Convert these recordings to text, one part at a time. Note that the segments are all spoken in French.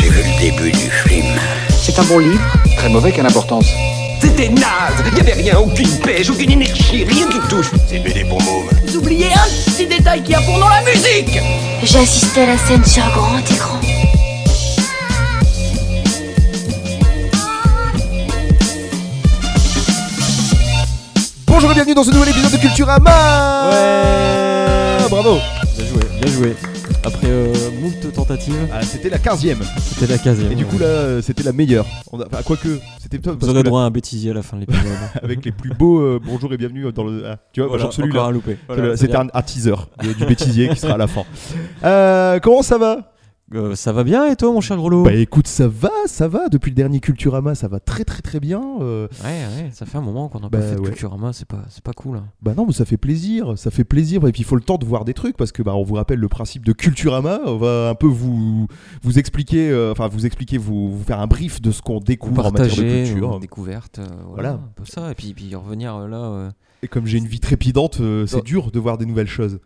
le début du film. C'est un bon livre. Très mauvais, quelle importance C'était naze Il avait rien, aucune pêche, aucune énergie, rien qui touche. C'est BD pour môme. Vous oubliez un petit détail qui a pour nom la musique J'ai assisté à la scène sur grand écran. Bonjour et bienvenue dans ce nouvel épisode de Culturama Ouais. Bravo Bien joué, bien joué. Après euh, moult tentatives, Ah, C'était la 15 e c'était la case. Et du coup là euh, c'était la meilleure. On a... Enfin quoique c'était top vous parce aurez que là, droit à un bêtisier à la fin de l'épisode. avec les plus beaux euh, bonjour et bienvenue dans le. Ah, tu vois, Voilà, genre celui-là. encore à louper. Celui-là, Voilà, C'était un, un teaser de- du bêtisier qui sera à la fin. Euh, comment ça va Euh, ça va bien et toi, mon cher Grelot Bah écoute, ça va, ça va. Depuis le dernier Culturama, ça va très très très bien. Euh, Ouais, ouais, ça fait un moment qu'on n'a Bah, pas fait de ouais. Culturama, c'est pas, c'est pas cool. hein. Bah non, mais ça fait plaisir, ça fait plaisir. Et puis il faut le temps de voir des trucs parce que bah on vous rappelle le principe de Culturama. On va un peu vous vous expliquer, euh, enfin vous expliquer, vous, vous faire un brief de ce qu'on Vous découvre en matière de partagez, culture. euh, découverte, euh, Voilà. voilà, un peu ça. Et puis, puis revenir euh, là. euh, Et comme j'ai une vie trépidante, euh, c'est Non. dur de voir des nouvelles choses.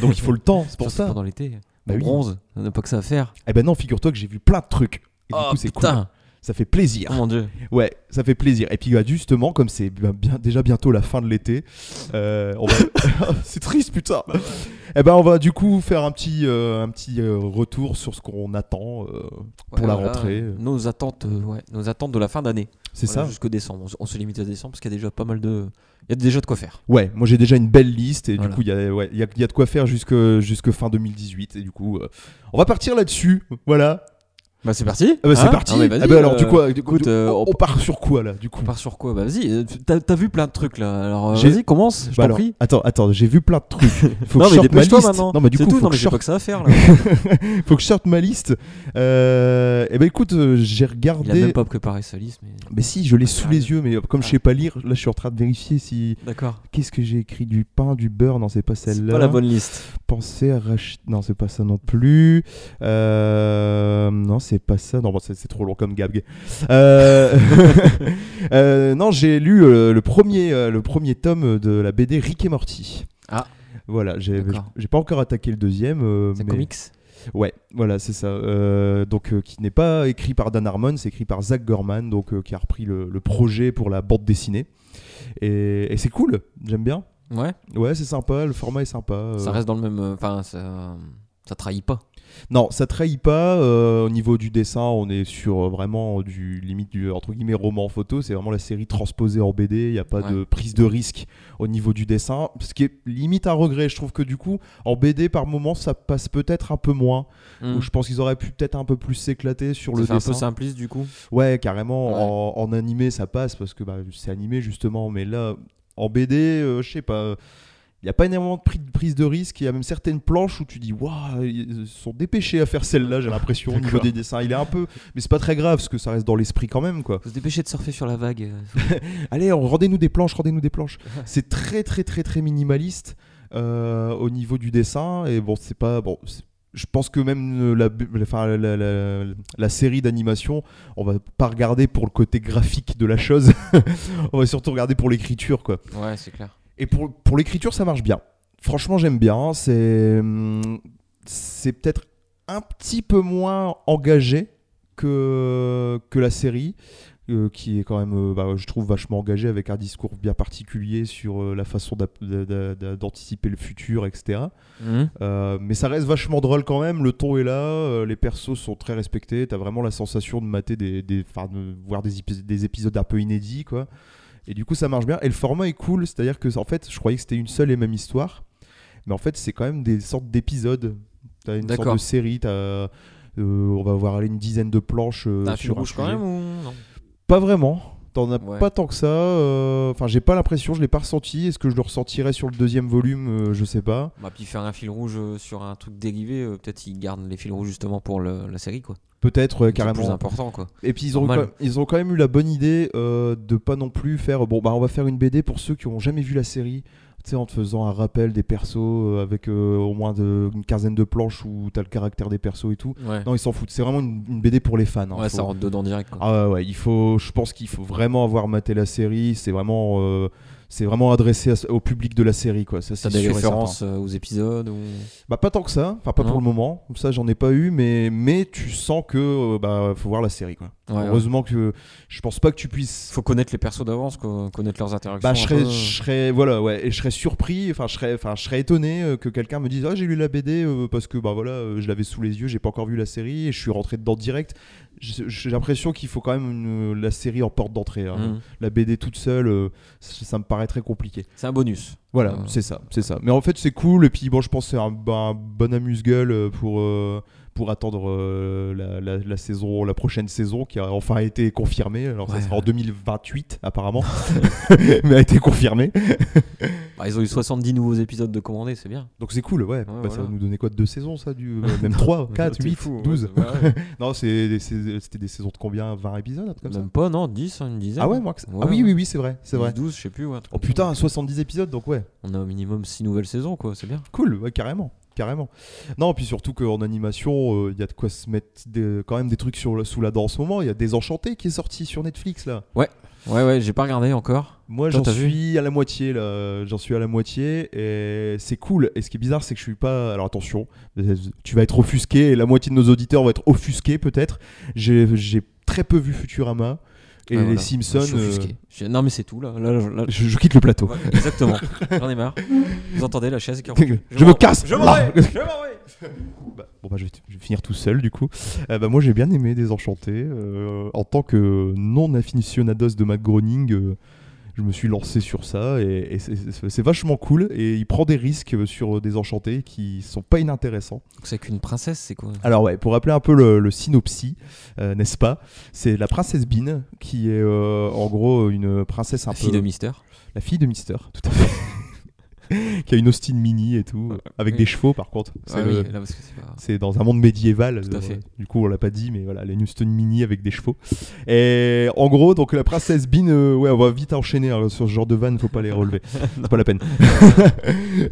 Donc il faut le temps, c'est pour Oh. surtout ça. Pendant l'été. Bah On oui. bronze, on n'a pas que ça à faire. Eh ben non, figure-toi que j'ai vu plein de trucs. Et du oh coup, c'est cool. putain, Ça fait plaisir. oh mon dieu. Ouais, ça fait plaisir. Et puis bah, justement, comme c'est bien, bien- déjà bientôt la fin de l'été, euh, on va- c'est triste putain. Eh ben on va du coup faire un petit, euh, un petit euh, retour sur ce qu'on attend. euh, Pour Ouais, voilà, la rentrée. euh, Nos attentes, euh, ouais, nos attentes de la fin d'année. c'est Voilà, ça. Jusqu'au décembre. On, se- on se limite à décembre parce qu'il y a déjà pas mal de. Il y a déjà de quoi faire. Ouais, moi j'ai déjà une belle liste et Voilà. du coup il y a- ouais, il y, a, il y a de quoi faire jusque, jusque fin 2018 et du coup euh, on va partir là-dessus. Voilà. Bah c'est parti. Ah bah, c'est Hein parti. Ah bah, vas-y, Ah bah, alors du euh, coup, euh, du coup, écoute, du- euh, on, on- on part sur quoi là du coup On part sur quoi Bah vas-y, euh, t'as t'as vu plein de trucs là. Alors euh, J'ai- vas-y, commence, je Bah, t'en alors, prie. attends, attends, j'ai vu plein de trucs. Faut que non je mais sorte ma dépêche-toi liste. maintenant. Non mais du C'est coup tout, faut non que mais je j'ai sorte pas que ça à faire là. faut que je sorte ma liste. Euh, et ben écoute, euh, Il j'ai a regardé. même pas Ah, préparé sa liste. Mais... Mais si, je l'ai sous Sérieux les yeux, mais comme je sais pas lire, là je suis en train de vérifier si. D'accord. Qu'est-ce que j'ai écrit Du pain, du beurre Non, c'est pas C'est celle-là. pas la bonne liste. Penser à racheter. Non, c'est pas ça non plus. Euh, Non, c'est pas ça. Non, bon, c'est c'est trop long comme gag. Euh, euh, non, j'ai lu euh, le, premier, euh, le premier tome de la BD Rick et Morty. Ah. Voilà, j'ai D'accord. j'ai pas encore attaqué le deuxième. euh, C'est un mais- comics. Ouais, voilà, c'est ça. Euh, donc, euh, qui n'est pas écrit par Dan Harmon, c'est écrit par Zach Gorman, donc euh, qui a repris le, le projet pour la bande dessinée. Et, et c'est cool, j'aime bien. Ouais. Ouais, c'est sympa, le format est sympa. euh. Ça reste dans le même. euh, Enfin, ça, ça trahit pas. Non, ça trahit pas. euh, au niveau du dessin, on est sur euh, vraiment du limite du entre guillemets roman photo. C'est vraiment la série transposée en BD. Il n'y a pas Ouais. de prise de risque au niveau du dessin, ce qui est limite un regret. Je trouve que du coup, en BD par moment, ça passe peut-être un peu moins. Hmm. Où je pense qu'ils auraient pu peut-être un peu plus s'éclater sur Ça le fait dessin. un peu simpliste du coup. Ouais, carrément. Ouais. En, en animé, ça passe parce que bah, c'est animé justement. Mais là, en BD, euh, je sais pas. Il n'y a pas énormément de pri- de prise de risque. Il y a même certaines planches où tu dis Waouh, ils se sont dépêchés à faire celle-là, j'ai l'impression, au niveau D'accord. des dessins. Il est un peu. Mais c'est pas très grave parce que ça reste dans l'esprit quand même, quoi. Faut se dépêcher de surfer sur la vague. euh, Allez, on- rendez-nous des planches, rendez-nous des planches. c'est très, très, très, très minimaliste euh, au niveau du dessin. Et bon, c'est pas. Bon, c'est- je pense que même euh, la, bu- la- enfin, la- la- la- la série d'animation, on va pas regarder pour le côté graphique de la chose. on va surtout regarder pour l'écriture, quoi. Ouais, c'est clair. Et pour, pour l'écriture, ça marche bien. Franchement, j'aime bien. C'est hum, c'est peut-être un petit peu moins engagé que, que la série, euh, qui est quand même, euh, bah, je trouve, vachement engagée avec un discours bien particulier sur euh, la façon d'ap- d'a- d'a- d'a- d'anticiper le futur, etc. Hmm. Euh, mais ça reste vachement drôle quand même. Le ton est là, euh, les persos sont très respectés. T'as vraiment la sensation de mater des, des enfin, de voir des, épis- des épisodes un peu inédits, quoi. Et du coup, ça marche bien. Et le format est cool, c'est-à-dire que en fait, je croyais que c'était une seule et même histoire, mais en fait, c'est quand même des sortes d'épisodes. T'as une sorte D'accord. de série. T'as, euh, on va voir aller une dizaine de planches euh, T'as un fil sur un rouge quand sujet. même ou non Pas vraiment. T'en as Ouais. pas tant que ça. euh, Enfin, j'ai pas l'impression, je l'ai pas ressenti. Est-ce que je le ressentirais sur le deuxième volume Euh, Je sais pas. Bah puis faire un fil rouge euh, sur un truc dérivé, euh, peut-être ils gardent les fils rouges justement pour le- la série quoi. Peut-être euh, C'est carrément. plus important quoi. Et puis ils ont, quand Normal. même, ils ont quand même eu la bonne idée euh, de pas non plus faire bon bah on va faire une BD pour ceux qui ont jamais vu la série, tu sais en te faisant un rappel des persos euh, avec euh, au moins de- une quinzaine de planches où t'as le caractère des persos et tout. Ouais. Non ils s'en foutent, c'est vraiment une, une BD pour les fans. hein. ouais, Faut- ça rentre dedans direct quoi. Ah ouais, ouais, il faut, je pense qu'il faut vraiment avoir maté la série. C'est vraiment euh, C'est vraiment adressé à- au public de la série, quoi. Ça, T'as c'est des sûr et références euh, aux épisodes ou... certain. Bah, pas tant que ça, enfin, pas Non. pour le moment. Ça, j'en ai pas eu, mais, mais tu sens que, euh, bah, faut voir la série, quoi. Ouais, ouais. Heureusement que je pense pas que tu puisses Faut connaître les persos d'avance, quoi, connaître leurs interactions. Bah, je un serais, peu. je serais- voilà, ouais, et je serais surpris, enfin, je serais, enfin, je serais étonné euh, que quelqu'un me dise, ah, j'ai lu la BD euh, parce que, bah, voilà, euh, je l'avais sous les yeux, j'ai pas encore vu la série et je suis rentré dedans direct. J'ai j'ai l'impression qu'il faut quand même une- la série en porte d'entrée. hein. Mhm. La BD toute seule, euh, ça, ça me paraît très compliqué. C'est un bonus. Voilà, Euh. c'est ça, c'est ça. Mais en fait, c'est cool et puis, bon, je pense que c'est un, bah, un bon amuse-gueule euh, pour. euh, pour attendre euh, la, la- la saison, la prochaine saison qui a enfin été confirmée. Alors Ouais. ça sera en 2028 apparemment, mais a été confirmée. Bah, ils ont eu 70 nouveaux épisodes de commandés, c'est bien. Donc c'est cool, ouais. Bah, Ça voilà. va nous donner quoi Deux saisons, ça du... euh, Même 3, 4, T'es 8, fou, ouais, 12 c'est- Bah, ouais, ouais. Non, c'est- c'est- c'était des saisons de combien 20 épisodes, un truc comme ça Même pas, non, 10, hein, une dizaine. Ah ouais, moi que c'est- Ouais, Ah oui, ouais. oui, oui, c'est vrai, c'est vrai. 12, je sais plus. ouais, un truc Oh comme ça. putain, 70 épisodes, donc ouais, On a au minimum 6 nouvelles saisons, quoi, c'est bien. cool, ouais, carrément. Carrément. Non, puis surtout qu'en animation, il y a de quoi se mettre des- quand même des trucs sur, le- sous la dent en ce moment. Il y a Désenchanté qui est sorti sur Netflix là. Ouais, ouais, j'ai pas regardé encore. Moi, Toi, j'en t'as vu suis à la moitié, là. J'en suis à la moitié, et c'est cool. Et ce qui est bizarre, c'est que je suis pas. Alors attention, euh, tu vas être offusqué, et la moitié de nos auditeurs vont être offusqués, peut-être. J'ai j'ai très peu vu Futurama, et Ah, les voilà. Simpsons. Je suis euh, offusqué. Je- Non, mais c'est tout, là. là, là, là- je, je quitte le plateau. Ouais, exactement. J'en ai marre. Vous entendez la chaise qui Je, m'en- me casse Je m'en là. vais Je m'en vais Bah, Bon bah je vais, je vais finir tout seul du coup. Euh, bah, moi j'ai bien aimé Désenchanté. euh, en tant que non aficionados de Matt Groening, euh, je me suis lancé sur ça et, et c'est- c'est c'est vachement cool. Et il prend des risques euh, sur Désenchanté qui sont pas inintéressants. Donc, C'est qu'une princesse, c'est quoi Alors ouais, pour rappeler un peu le, le synopsis, euh, n'est-ce pas C'est la princesse Bean qui est euh, en gros une princesse un La peu... fille de Mister. La fille de Mister, tout à fait. qui a une Austin Mini et tout, avec oui. des chevaux par contre. Ah C'est oui, le- là, parce que c'est pas- c'est dans un monde médiéval. Tout à euh, fait. Du coup, on l'a pas dit, mais voilà, les Houston Mini avec des chevaux. Et en gros, donc la princesse Bean, euh, ouais, on va vite enchaîner hein, sur ce genre de vanne, faut pas les relever. C'est pas la peine.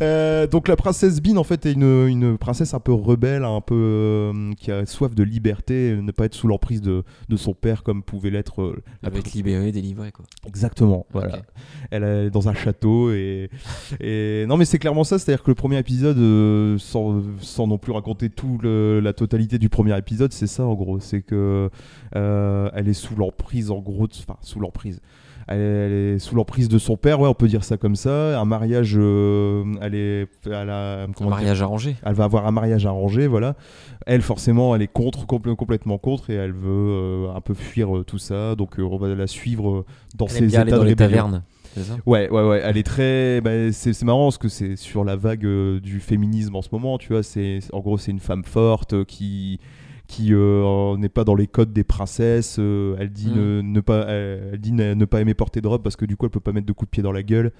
Euh, donc la princesse Bean, en fait, est une, une princesse un peu rebelle, un peu euh, qui a soif de liberté, euh, ne pas être sous l'emprise de, de son père comme pouvait l'être. euh, la Elle va pri- être libérée, délivrée, quoi. Exactement. Voilà Ok. elle est dans un château et, et- non mais c'est clairement ça c'est à dire que le premier épisode euh, sans, sans non plus raconter tout le- la totalité du premier épisode c'est ça en gros c'est que euh, elle est sous l'emprise en gros de- enfin sous l'emprise elle est, elle est sous l'emprise de son père ouais on peut dire ça comme ça un mariage euh, elle est elle a- Un comment dire mariage arrangé. elle va avoir un mariage arrangé, voilà. Elle, forcément, elle est contre, compl- complètement contre, et elle veut euh, un peu fuir euh, tout ça. Donc, euh, on va la suivre euh, dans Elle ses aime bien états aller dans de les rébellion. tavernes. C'est ça Ouais, ouais, ouais. Elle est très. bah, c'est c'est marrant parce que c'est sur la vague euh, du féminisme en ce moment, tu vois. C'est en gros, c'est une femme forte euh, qui qui euh, n'est pas dans les codes des princesses. euh, elle dit Mm. ne, ne pas, euh, elle, elle dit ne, ne pas aimer porter de robe parce que du coup, elle peut pas mettre de coups de pied dans la gueule.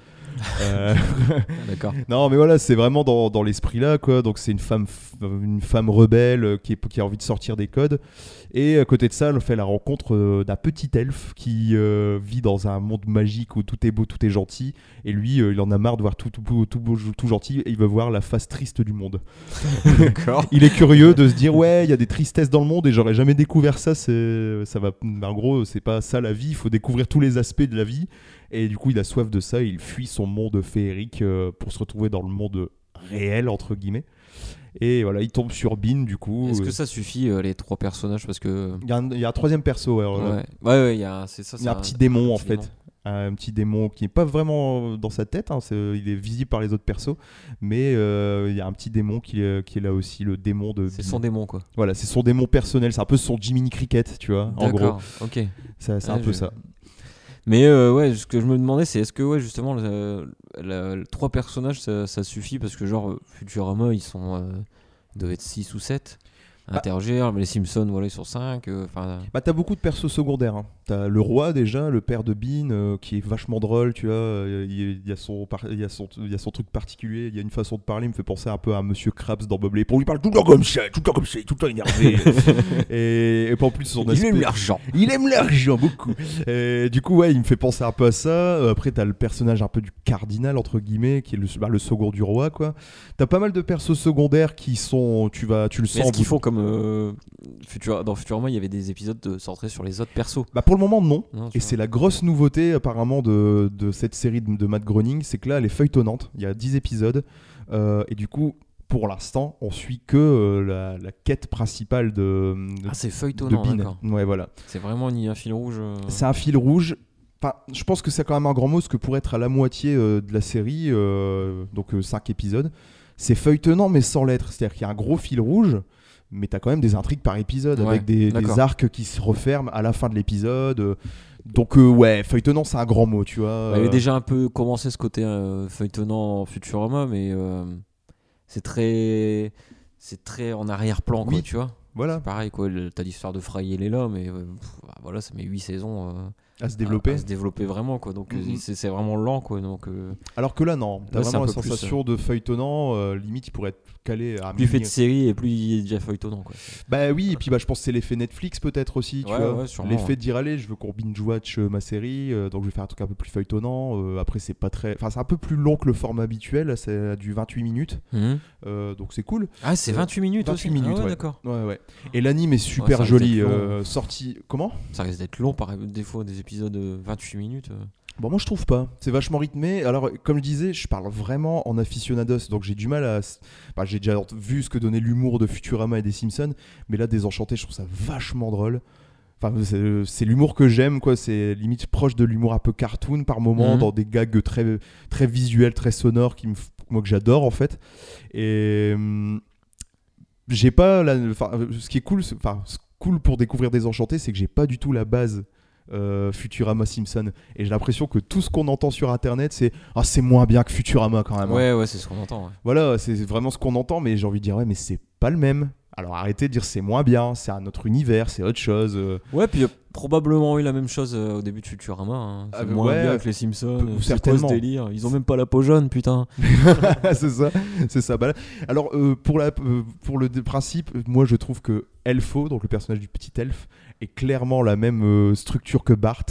Euh, Ah, D'accord. non, mais voilà, c'est vraiment dans, dans l'esprit là, quoi. Donc c'est une femme, f- une femme rebelle euh, qui, est- qui a envie de sortir des codes. Et à côté de ça, elle fait la rencontre euh, d'un petit elfe qui euh, vit dans un monde magique où tout est beau, tout est gentil. Et lui, euh, il en a marre de voir tout, tout beau, tout beau, tout gentil. Et il veut voir la face triste du monde. D'accord. Il est curieux de se dire ouais, il y a des tristesses dans le monde et j'aurais jamais découvert ça. C'est, ça va. En gros, c'est pas ça la vie. Il faut découvrir tous les aspects de la vie. Et du coup, il a soif de ça. Il fuit son monde féerique euh, pour se retrouver dans le monde réel entre guillemets. Et voilà, il tombe sur Bean du coup. Est-ce Euh, que ça suffit, euh, les trois personnages Parce que. Il y, a un- il y a un troisième perso. alors, Ouais, là. ouais, ouais, il y a, c'est ça, Il y a un c'est petit démon un en petit fait. Euh, démon. Un petit démon qui n'est pas vraiment dans sa tête, hein, c'est- il est visible par les autres persos, mais euh, il y a un petit démon qui, est- qui est là aussi, le démon de. C'est Bean. son démon, quoi. Voilà, c'est son démon personnel, c'est un peu son Jiminy Cricket, tu vois, en gros. D'accord, ok. Ça- C'est Ouais, un peu je- ça. Mais euh, ouais, ce que je me demandais, c'est est-ce que ouais, justement, le- la- le- trois personnages, ça, ça suffit Parce que, genre, Futurama, ils sont. euh, ils doivent être 6 ou 7 Bah. interagir, mais les Simpsons, voilà, ils sont 5. Enfin, Bah, t'as beaucoup de persos secondaires. hein. T'as le roi déjà, le père de Bean, euh, qui est vachement drôle, tu vois. euh, Il il y, a son par- il y, a son- il y a son truc particulier, il y a une façon de parler, il me fait penser un peu à Monsieur Krabs dans Bob Pour Il parle tout le temps comme ça, tout le temps comme ça, tout le temps énervé. et, et puis en plus, son il aspect. aime l'argent. Il aime l'argent beaucoup. Et du coup, ouais, il me fait penser un peu à ça. Euh, Après, t'as le personnage un peu du cardinal, entre guillemets, qui est le, bah, le second du roi, quoi. T'as pas mal de persos secondaires qui sont. Tu, vas, tu le Mais sens. ce au bout qu'ils font de- comme comme euh, Futura- dans Futurama, il y avait des épisodes de- centrés sur les autres persos. Bah pour le moment non. Non, tu Et vois. c'est la grosse nouveauté apparemment de, de cette série de, de Matt Groening, c'est que là elle est feuilletonnante, il y a 10 épisodes, euh, et du coup pour l'instant on suit que euh, la, la quête principale de, de, Ah, c'est de feuilletonnant, Bean. d'accord. Ouais voilà. C'est vraiment ni un fil rouge. euh, C'est un fil rouge. Enfin, je pense que c'est quand même un grand mot, parce que pour être à la moitié euh, de la série, euh, donc 5 épisodes, c'est feuilletonnant mais sans l'être. C'est-à-dire qu'il y a un gros fil rouge, mais t'as quand même des intrigues par épisode, Ouais, avec des, des d'accord. arcs qui se referment à la fin de l'épisode. euh. Donc euh, ouais, feuilletonnant c'est un grand mot, tu vois. Il avait euh. déjà un peu commencé ce côté euh, feuilletonnant en Futurama, mais euh, c'est très. C'est très en arrière-plan, quoi, Oui. tu vois. voilà, C'est Pareil, quoi. le- T'as l'histoire de Fry, elle est là, mais euh, pff, bah, voilà, ça met 8 saisons. euh, à se à- développer. à se développer vraiment, quoi. Donc, euh, Mhm. c'est c'est vraiment lent, quoi. Donc, euh, Alors que là, non, t'as Là, c'est vraiment un la peu plus, sensation de feuilletonnant, euh, limite il pourrait être calé à plus il fait de minuit. séries et plus il est déjà feuilletonnant, quoi. Bah oui, et puis bah, je pense que c'est l'effet Netflix peut-être aussi, tu Ouais, vois. ouais, sûrement, l'effet ouais. de dire allez, je veux qu'on binge-watch euh, ma série, euh, donc je vais faire un truc un peu plus feuilletonnant. euh, après, c'est pas très. Enfin, c'est un peu plus long que le format habituel, là, c'est du 28 minutes, euh, donc c'est cool. Ah, c'est 28 minutes 28 aussi. Ah minutes, ouais, ouais. d'accord. Ouais, ouais. Et l'anime est super ça risque joli, d'être long. euh, sorti. Comment Ça risque d'être long par des fois, des épisodes euh, 28 minutes. euh. Bon, moi je trouve pas. C'est vachement rythmé. Alors, comme je disais, je parle vraiment en aficionados, donc j'ai du mal à. Bah, j'ai déjà vu ce que donnait l'humour de Futurama et des Simpsons, mais là, Désenchanté, je trouve ça vachement drôle. Enfin, c'est c'est l'humour que j'aime, quoi. C'est limite proche de l'humour un peu cartoon par moment, Mhm. dans des gags très, très visuels, très sonores, qui me, f- moi que j'adore en fait. Et hum, j'ai pas la, enfin, euh, ce qui est cool, c'est- enfin, ce cool pour découvrir Désenchanté, c'est que j'ai pas du tout la base euh, Futurama Simpson. Et j'ai l'impression que tout ce qu'on entend sur Internet, c'est ah c'est moins bien que Futurama quand même. hein. ouais, ouais, c'est ce qu'on entend. ouais. Voilà, c'est vraiment ce qu'on entend, mais j'ai envie de dire ouais, mais c'est pas le même. Alors arrêtez de dire c'est moins bien, c'est un autre univers, c'est autre chose. euh. Ouais, puis il y a probablement eu la même chose euh, au début de Futurama. hein. C'est Ah, mais moins ouais, bien avec les Simpsons. peu- euh, C'est quoi ce certainement. délire Ils ont même pas la peau jaune, putain. Ah, c'est ça, c'est ça. Bah là- alors euh, pour la euh, pour le dé- principe, euh, moi je trouve que Elfo, donc le personnage du petit elfe, est clairement la même euh, structure que Bart.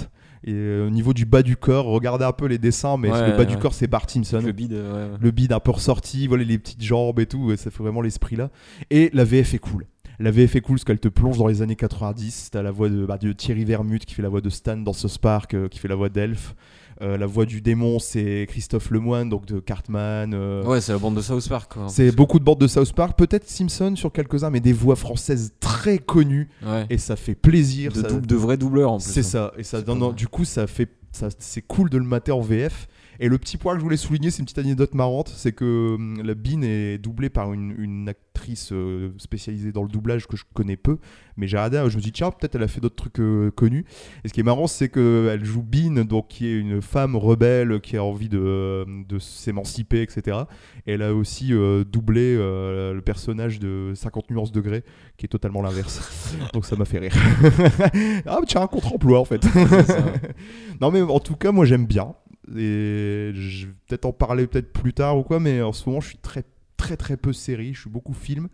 Et euh, au niveau du bas du corps, regardez un peu les dessins, mais Ouais, le bas du ouais. corps c'est Bart Simpson. Le bide, euh, ouais, ouais. le bide un peu ressorti, voilà les petites jambes et tout, ouais, ça fait vraiment l'esprit là. Et la VF est cool. La VF est cool parce qu'elle te plonge dans les années 90. T'as la voix de, bah, de Thierry Vermut qui fait la voix de Stan dans ce Spark, qui fait la voix d'Elf. Euh, la voix du démon, c'est Christophe Lemoine, donc de Cartman. euh, Ouais, c'est la bande de South Park. quoi. C'est beaucoup de bandes de South Park, peut-être Simpson sur quelques-uns, mais des voix françaises très connues Ouais. et ça fait plaisir. De, ça- dou- de vrais doubleurs en plus. c'est hein. ça. Et ça C'est pas non, non, mal. du coup, ça fait, ça, c'est cool de le mater en VF. Et le petit point que je voulais souligner, c'est une petite anecdote marrante, c'est que hum, la Bean est doublée par une, une actrice euh, spécialisée dans le doublage que je connais peu, mais j'ai regardé, je me dis tiens peut-être elle a fait d'autres trucs euh, connus. Et ce qui est marrant, c'est que elle joue Bean, donc qui est une femme rebelle qui a envie de, euh, de s'émanciper, etc. Et elle a aussi euh, doublé euh, le personnage de 50 nuances degrés, qui est totalement l'inverse. donc ça m'a fait rire. ah tiens un contre-emploi en fait. C'est ça, ouais. Non mais en tout cas moi j'aime bien et je vais peut-être en parler peut-être plus tard ou quoi mais en ce moment je suis très très très peu série, je suis beaucoup film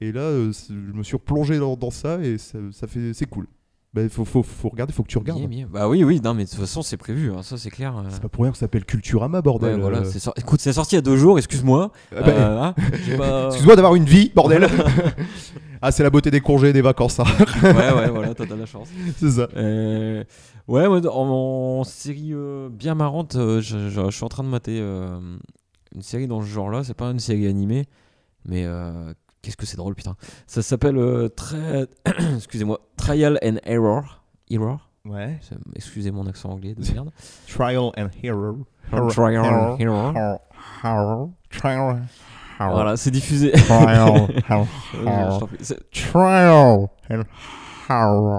et là euh, c'est- je me suis replongé dans, dans ça et ça, ça fait c'est cool. Bah, faut, faut, faut regarder, faut que tu regardes. Bien, bien. Bah oui, oui, non, mais de toute façon, c'est prévu, hein, ça c'est clair. euh. C'est pas pour rien que ça s'appelle Culturama Ouais, bordel. voilà, euh. c'est sor- Écoute, c'est sorti il y a deux jours, excuse-moi. Ah bah, Euh, hein, j'ai pas- Excuse-moi d'avoir une vie bordel. ah c'est la beauté des congés et des vacances hein. ouais, ouais, voilà, t'as t'as la chance. c'est ça. Euh, ouais, moi, en, en série euh, bien marrante, euh, je, je- je suis en train de mater euh, une série dans ce genre-là. C'est pas une série animée, mais euh, qu'est-ce que c'est drôle, putain. Ça s'appelle euh, tra- excusez-moi, Trial and Error. Error. Ouais. C'est- Excusez mon accent anglais de merde. Trial and Error. Trial and Error. Error. Trial. Voilà, c'est diffusé. Trial. Je t'en prie. C'est- Trial and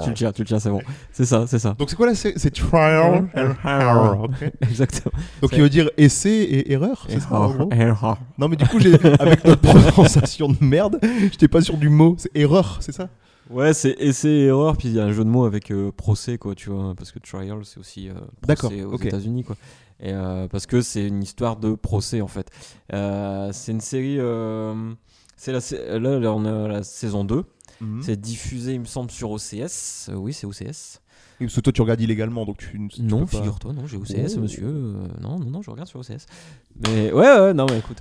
tu le tiens, tu le tiens, c'est bon. C'est ça, c'est ça. Donc c'est quoi là C'est c'est trial and Ah, error. ok. Exactement. Donc il veut dire essai et erreur, c'est ça en Error. gros Error. Non mais du coup, j'ai- avec notre prononciation de merde, j'étais pas sûr du mot. C'est erreur, c'est ça Ouais, c'est essai et erreur, puis il y a un jeu de mots avec euh, procès, quoi, tu vois, parce que trial, c'est aussi euh, D'accord, procès aux ok. États-Unis, quoi. Et, euh, parce que c'est une histoire de procès, en fait. Euh, c'est une série. euh, c'est la, sa- là, là, on a la saison 2. C'est diffusé, il me semble, sur OCS. Euh, oui, c'est OCS. Et Parce que toi, tu regardes illégalement, donc tu, tu non, peux pas- figure-toi, non, j'ai OCS, Oh. monsieur. euh, non, non, non, je regarde sur OCS. Mais ouais, ouais, non, mais écoute.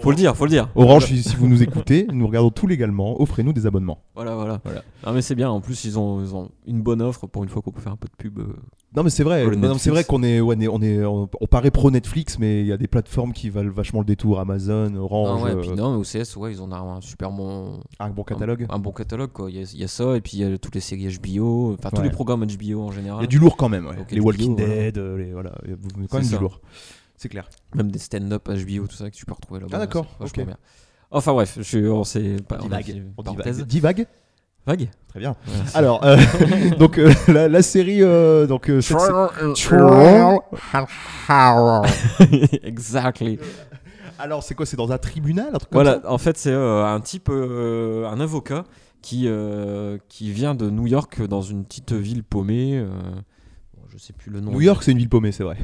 Faut le dire, faut le dire. Orange, si si vous nous écoutez, nous regardons tout légalement, offrez-nous des abonnements. Voilà, voilà. Voilà. Non, mais c'est bien. En plus, ils ont, ils ont une bonne offre pour une fois qu'on peut faire un peu de pub. euh. Non mais c'est vrai, Oh, le non, mais c'est Netflix. vrai qu'on est, ouais, on est, on est- on- on paraît pro Netflix, mais il y a des plateformes qui valent vachement le détour, Amazon, Ah Orange, ouais, euh, puis Ah, non, mais OCS, ouais, ils ont un, un super bon un bon catalogue. Un, un bon catalogue, quoi. Il y, a- il y a ça, et puis il y a toutes les séries HBO, enfin tous Ouais. les programmes HBO en Il général. y a du lourd quand même, ouais. ah. Ok, les du Walking lourd, voilà. Dead, euh, les- voilà, il y a quand C'est même ça. du lourd. C'est clair. Même des stand-up HBO, tout ça que tu peux retrouver là-bas. Ah, d'accord, c'est vachement ok. bien. Enfin bref, je, on s'est pas on a fait Divague. une On parenthèse. divague. Divague Vague Très bien. Alors, euh, donc euh, la, la série, euh, donc euh, cette- exactly. alors c'est quoi C'est dans un tribunal, un truc comme Voilà, ça en fait, c'est euh, un type, euh, un avocat qui, euh, qui vient de New York euh, dans une petite ville paumée. euh, bon, je sais plus le nom. New York, c'est une ville paumée, c'est vrai.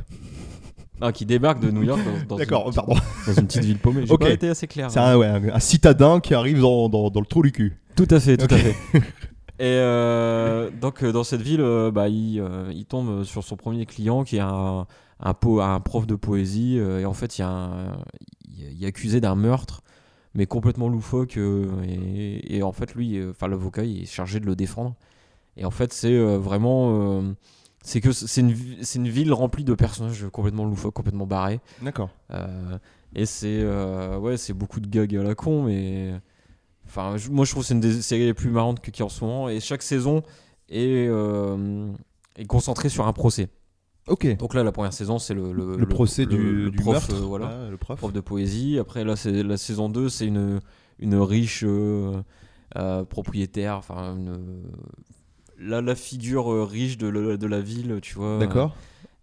Ah, qui débarque de New York dans, dans D'accord, une, pardon. dans une petite ville paumée. J'ai Ok. pas été assez clair. hein. C'est un, ouais, un- un citadin qui arrive dans, dans- dans le trou du cul. Tout à fait, tout Ok. à fait. Et euh, donc euh, dans cette ville, euh, bah, il, euh, il tombe sur son premier client qui est un, un, po- un prof de poésie. euh, et en fait, il, y a un- il- il est accusé d'un meurtre, mais complètement loufoque. euh, et, et en fait, lui, euh, enfin l'avocat, il est chargé de le défendre. Et en fait, c'est euh, vraiment... euh, c'est que c'est une, vi- c'est une ville remplie de personnages complètement loufoques, complètement barrés. D'accord. Euh, et c'est euh, ouais, c'est beaucoup de gags à la con, mais enfin, je- moi je trouve que c'est une des séries les plus marrantes que- qu'il y a en ce moment. Et chaque saison est, euh, est concentrée sur un procès. Ok. Donc là, la première saison, c'est le, Le, procès Euh, le- du, le du prof, meurtre. euh, voilà, ouais, le prof. prof de poésie. Après, là, c'est la saison 2, c'est une, une riche euh, euh, propriétaire, enfin, une- la, la figure euh, riche de, la- de la ville, tu vois. D'accord.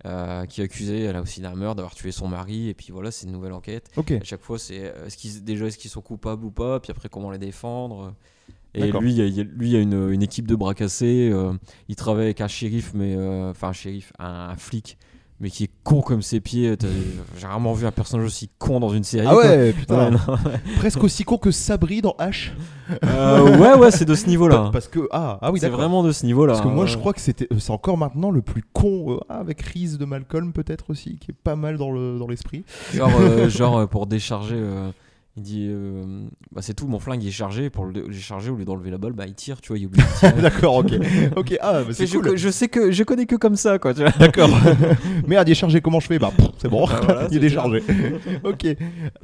euh, qui est accusée, elle a aussi d'un meurtre, d'avoir tué son mari, et puis voilà, c'est une nouvelle enquête. Ok. À chaque fois, c'est euh, est-ce qu'ils déjà est-ce qu'ils sont coupables ou pas, puis après comment les défendre. Et D'accord. lui, il y a- il y a, lui, il y a une, une équipe de bras cassés. euh, il travaille avec un shérif, mais euh, enfin un shérif, un, un flic, mais qui est con comme ses pieds. T'as- J'ai rarement vu un personnage aussi con dans une série. Ah quoi. ouais, Ouais, putain. non. Presque aussi con que Sabri dans H. Euh, ouais, ouais, c'est de ce niveau-là. hein. Parce que ah ah oui c'est d'accord. vraiment de ce niveau-là. hein. Parce que moi Ouais. je crois que c'était euh, c'est encore maintenant le plus con euh, ah, avec Reese de Malcolm peut-être aussi qui est pas mal dans le dans l'esprit. Genre, euh, genre euh, pour décharger, euh, il dit euh, bah, c'est tout, mon flingue il est chargé. Pour le dé- le décharger, au lieu d'enlever la balle, bah, il tire, tu vois, il oublie de tirer. D'accord, ok. Ok, ah, bah, Mais c'est je, cool. co- je sais que je connais que comme ça quoi. tu vois. D'accord. Merde, il est chargé, comment je fais Bah, pff, c'est bon, Bah voilà, il c'est est ça. chargé. ok,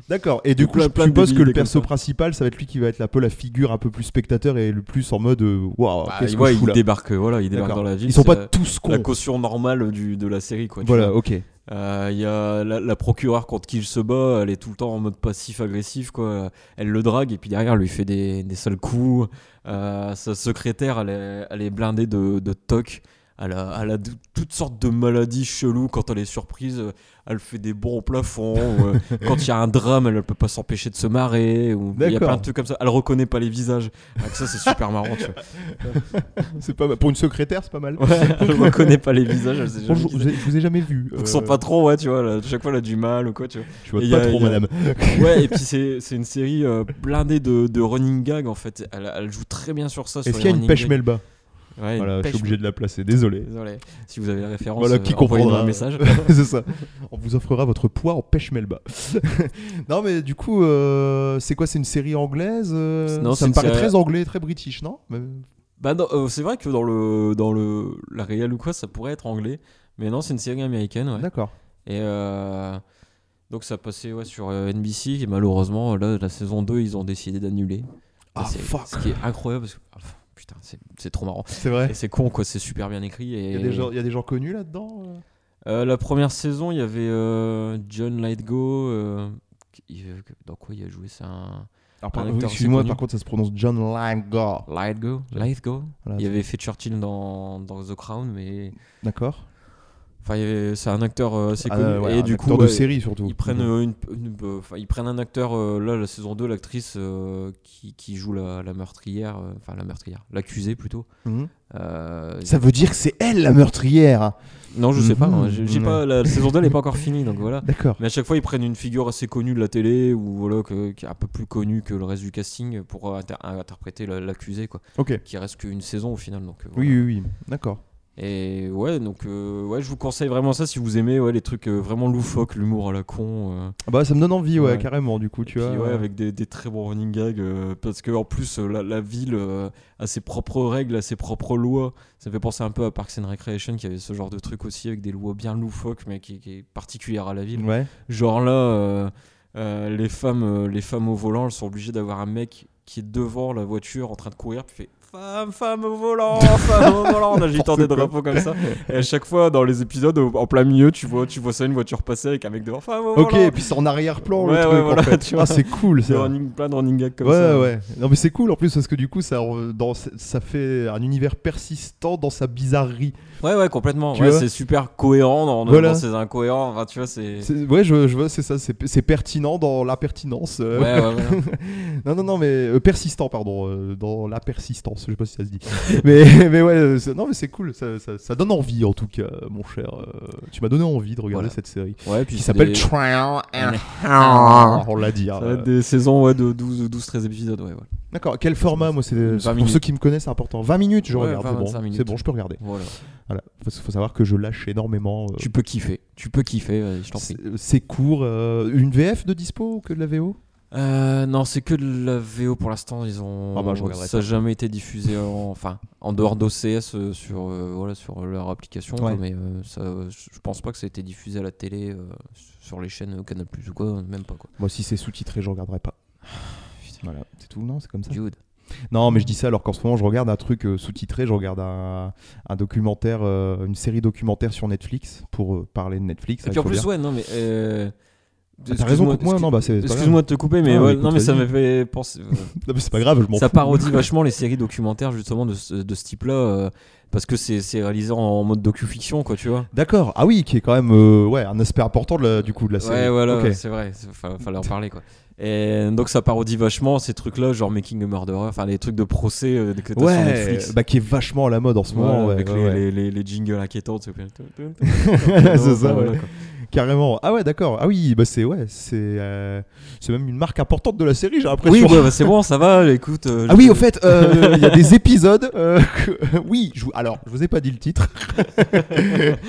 d'accord. Et du Du coup, coup, je plein de suppose que débiles comme le perso ça. principal, ça va être lui qui va être un peu la figure un peu plus spectateur et le plus en mode euh, Waouh, Bah, qu'est-ce que ouais, je fous ils là débarquent, voilà, ils débarquent D'accord. dans la ville. Ils sont c'est pas la, tous la cons. caution normale du, de la série quoi. tu Voilà, vois. ok. Euh, Il y a la, la procureure contre qui il se bat, elle est tout le temps en mode passif-agressif quoi. Elle le drague et puis derrière elle lui fait des, des sales coups. Euh, sa secrétaire, elle est, elle est blindée de, de toc. Elle a, elle a de- toutes sortes de maladies cheloues. Quand elle est surprise, euh, elle fait des bons au plafond. ou, euh, quand il y a un drame, elle ne peut pas s'empêcher de se marrer. ou- Il y a D'accord. plein de trucs comme ça. Elle reconnaît pas les visages. Donc ça, c'est super marrant. Tu vois. C'est pas mal. Pour une secrétaire, c'est pas mal. Ouais, elle reconnaît pas les visages, elle sait jamais Bonjour, qui je c'est. vous ai- je vous ai jamais vu. Donc Euh, son patron, ouais, tu vois, là, chaque fois elle a du mal ou quoi, tu vois. Je vois Et y pas a- trop, y a- madame. Ouais, et puis c'est c'est une série euh, blindée de, de running gag en fait. Elle, elle joue très bien sur ça. sur Est-ce les qu'il y a une running pêche gags. Melba Ouais, une Voilà, je suis pêche- obligé de la placer, désolé. Désolé. Si vous avez la référence, Voilà, euh, qui envoyez-nous comprendra. un message. c'est ça. On vous offrira votre poids en pêche melba. non, mais du coup, euh, c'est quoi C'est une série anglaise euh, Non, ça c'est me une paraît série- très anglais, très british, non Mais- Bah non, euh, c'est vrai que dans le dans le la réelle ou quoi, ça pourrait être anglais, mais non, c'est une série américaine. Ouais. D'accord. Et euh, donc ça passait ouais, sur euh, NBC et malheureusement là la saison 2 ils ont décidé d'annuler. Ah, C'est- fuck. Ce qui est incroyable parce que ah, putain c'est- c'est trop marrant. C'est vrai. Et c'est con quoi, c'est super bien écrit. Il y, Et a des gens- il y a des gens connus là-dedans euh Euh, la première saison il y avait euh, John Lithgow. euh, qui- il- dans quoi il a joué C'est un Un Alors, par- acteur, excuse-moi, c'est par connu. contre, ça se prononce John Langor. Lithgow. Lithgow. Voilà, Il y c'est- avait fait Churchill dans, dans The Crown, mais D'accord. enfin il y avait- c'est un acteur euh, assez Ah, connu. euh, ouais, et un du acteur coup de ouais, série surtout. Ils prennent, euh, une, une- euh, enfin, ils prennent un acteur, euh, là, la saison 2, l'actrice euh, qui, qui joue la, la meurtrière, euh, enfin la meurtrière, l'accusée plutôt. Mhm. Euh, Ça veut dire que c'est elle la meurtrière. Non, je sais pas, hein, j'ai- j'ai Mhm. pas la, saison 2 elle n'est pas encore finie, donc voilà. D'accord. Mais à chaque fois, ils prennent une figure assez connue de la télé ou voilà, que- qui est un peu plus connue que le reste du casting pour euh, inter- interpréter la- l'accusée, quoi. Ok. Qui reste qu'une saison au final, donc. euh, voilà. Oui, oui, oui. D'accord. Et ouais, donc euh, ouais, je vous conseille vraiment ça si vous aimez ouais, les trucs euh, vraiment loufoques, l'humour à la con. euh, Ah bah ça me donne envie, ouais, Ouais. carrément, du coup, et tu puis, vois. ouais, avec des, des très bons running gags. euh, parce que en plus, euh, la, la ville euh, a ses propres règles, a ses propres lois. Ça me fait penser un peu à Parks and Recreation qui avait ce genre de truc aussi, avec des lois bien loufoques, mais qui, qui est particulière à la ville. Ouais. Genre là, euh, euh, les, femmes, euh, les femmes au volant, elles sont obligées d'avoir un mec qui est devant la voiture en train de courir, puis fait Femme, femme au volant, femme au volant. Là, j'ai tenté des drapeaux N'importe comme ça. Et à chaque fois, dans les épisodes, au- en plein milieu, tu vois, tu vois ça, une voiture passer avec un mec devant Femme au Ok, volant. et puis c'est en arrière-plan le Oh Ouais, truc ouais, en voilà, fait. tu Ah, vois. c'est cool, c'est Des running, plein de running gags comme ouais, ça. ouais. Non, mais c'est cool en plus parce que du coup, ça, re- dans, ça fait un univers persistant dans sa bizarrerie. ouais, ouais, complètement. Tu Ouais, vois c'est super cohérent dans, dans Voilà. ces incohérents. Enfin, tu vois, c'est. C'est- Ouais, je, je vois, c'est ça, c'est c'est pertinent dans la pertinence. Ouais, euh. ouais, voilà. Non, non, non, mais euh, persistant, pardon, euh, dans la persistance, je sais pas si ça se dit. mais, mais ouais, euh, c'est- non, mais c'est cool, ça, ça- ça donne envie en tout cas, mon cher. euh, tu m'as donné envie de regarder Voilà. cette série Ouais, puis qui c'est s'appelle des- Trial and Ça Error, On l'a dit. hein. va être des saisons ouais, de 12-13 épisodes. Ouais, voilà. D'accord, quel format Moi, c'est c'est 20 pour minutes. ceux qui me connaissent, c'est important. 20 minutes, je Ouais, regarde, 20, c'est 25 bon, minutes. c'est bon, je peux regarder. voilà. Voilà, parce qu'il faut savoir que je lâche énormément. euh, Tu peux kiffer, tu peux kiffer, vas-y, je t'en prie. c'est- c'est court. euh, une VF de dispo ou que de la VO Euh, non, c'est que de la VO pour l'instant, ils ont. Ah bah, je regarderai ça n'a jamais été diffusé en, enfin, en dehors d'OCS euh, sur, euh, voilà, sur leur application, quoi, Ouais. mais euh, ça, euh, je je pense pas que ça a été diffusé à la télé euh, sur les chaînes euh, Canal Plus ou quoi, même pas quoi. Moi, si c'est sous-titré, je regarderai pas. Voilà, c'est tout. Non, c'est comme ça. Dude. Non, mais je dis ça alors qu'en ce moment, je regarde un truc euh, sous-titré, je regarde un, un documentaire, euh, une série documentaire sur Netflix pour euh, parler de Netflix. Et puis en plus, ouais, non, mais. euh, Ah, t'as raison, excuse-moi- coupe-moi. Non, bah, c'est c'est pas grave. Excuse-moi de te couper, mais Ah, ouais, écoute, non mais ça vas-y. m'a fait penser. euh, Non, mais c'est pas grave, je m'en ça fous. parodie vachement les séries documentaires justement de ce, de ce type-là, euh, parce que c'est c'est réalisé en- en mode docu-fiction, quoi, tu vois. D'accord, ah oui, qui est quand même euh, ouais, un aspect important de la- du coup de la série. Ouais, voilà, Ok. ouais, c'est vrai, c'est- fa- fallait en parler quoi. Et donc ça parodie vachement ces trucs-là, genre Making a Murderer, enfin les trucs de procès euh, que t'as sur Ouais, Netflix. bah, qui est vachement à la mode en ce Voilà, moment. ouais, avec ouais, les, ouais. Les, les, les jingles inquiétants, c'est C'est ça, ouais. voilà, quoi. Carrément. Ah ouais, d'accord. Ah oui, bah c'est ouais, c'est euh, c'est même une marque importante de la série, j'ai Oui, l'impression. ouais, bah, c'est bon, ça va, écoute. euh, Ah oui, au fait, euh, il y a des épisodes. euh, que- oui, je vous- alors, je vous ai pas dit le titre.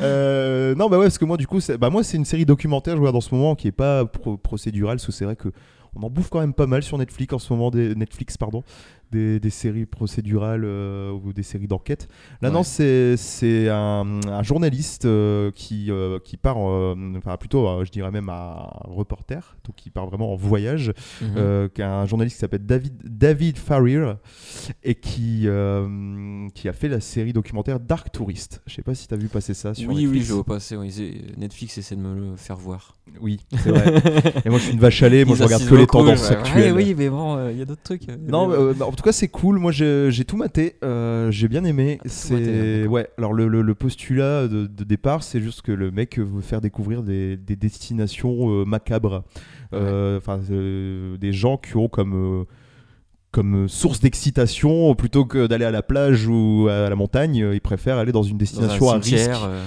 Euh, non, bah ouais, parce que moi, du coup, c'est- bah moi, c'est une série documentaire, je regarde en ce moment, qui est pas pro- procédurale, parce que c'est vrai que on en bouffe quand même pas mal sur Netflix en ce moment, des, Netflix, pardon, des, des séries procédurales euh, ou des séries d'enquête. Là, Ouais. non, c'est c'est un, un journaliste euh, qui, euh, qui part, euh, enfin, plutôt, euh, je dirais même un reporter, donc qui part vraiment en voyage Mhm. euh, qui est un journaliste qui s'appelle David, David Farrier et qui, euh, qui a fait la série documentaire Dark Tourist. Je sais pas si tu as vu passer ça sur oui, oui, Netflix. je vais passer. ouais, ils- Netflix essaie de me le faire voir. Oui, c'est vrai. et moi, je suis une vache à lait, moi, Ils je regarde insistent que les beaucoup, ouais, tendances ouais, actuelles. oui, mais bon, euh, il y a d'autres trucs. euh, Non, mais- euh, en tout cas, c'est cool. Moi, j'ai j'ai tout maté. euh, j'ai bien aimé. Ah, t'as tout maté, c'est d'accord. ouais. Alors, le, le- le postulat de, de départ, c'est juste que le mec veut faire découvrir des, des destinations euh, macabres. Euh, Enfin, euh, des gens qui ont comme euh, comme source d'excitation euh, plutôt que d'aller à la plage ou à la montagne, euh, ils préfèrent aller dans une dans un destination à risque. cimetière, euh,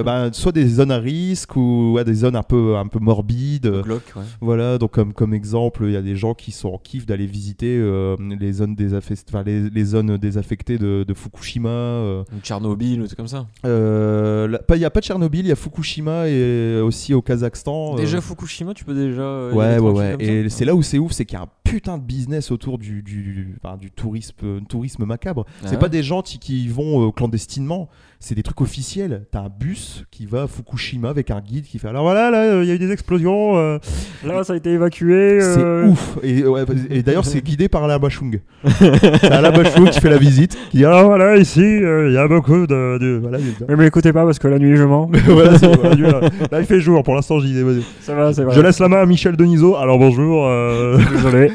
Euh, bah, soit des zones à risque ou à des zones un peu un peu morbides. glauque, ouais. Voilà, donc comme, comme exemple, il y a des gens qui sont en kiff d'aller visiter euh, les, zones désaffect- enfin, les, les zones désaffectées de, de Fukushima. euh. Ou Tchernobyl, ou truc comme ça. Euh, là, pas- il n'y a pas de Tchernobyl, il y a Fukushima et aussi au Kazakhstan. euh. Déjà Fukushima, tu peux déjà. euh, y Ouais, aller ouais, tranquille ouais. comme ça Et c'est là où c'est ouf, c'est qu'il y a un putain de business autour du, du, du- enfin, du tourisme, euh, tourisme macabre. Ah c'est ouais. pas des gens qui, qui y vont euh, clandestinement, c'est des trucs officiels. T'as un bus qui va à Fukushima avec un guide qui fait alors voilà, là, euh, il y a eu des explosions. euh, Là, ça a été évacué. C'est euh, ouf. Et, ouais, et d'ailleurs, c'est guidé par la Bachung. c'est la Bachung qui fait la visite. Qui dit Ah, alors, voilà, ici, euh, il y a beaucoup de. de- voilà, c'est- Mais m'écoutez pas parce que la nuit, je mens. voilà, c'est- voilà, Dieu, là, là, il fait jour. Pour l'instant, j'y vais. vas-y. Ça va, c'est vrai. Je laisse la main à Michel Denisot. Alors bonjour. euh, Désolé.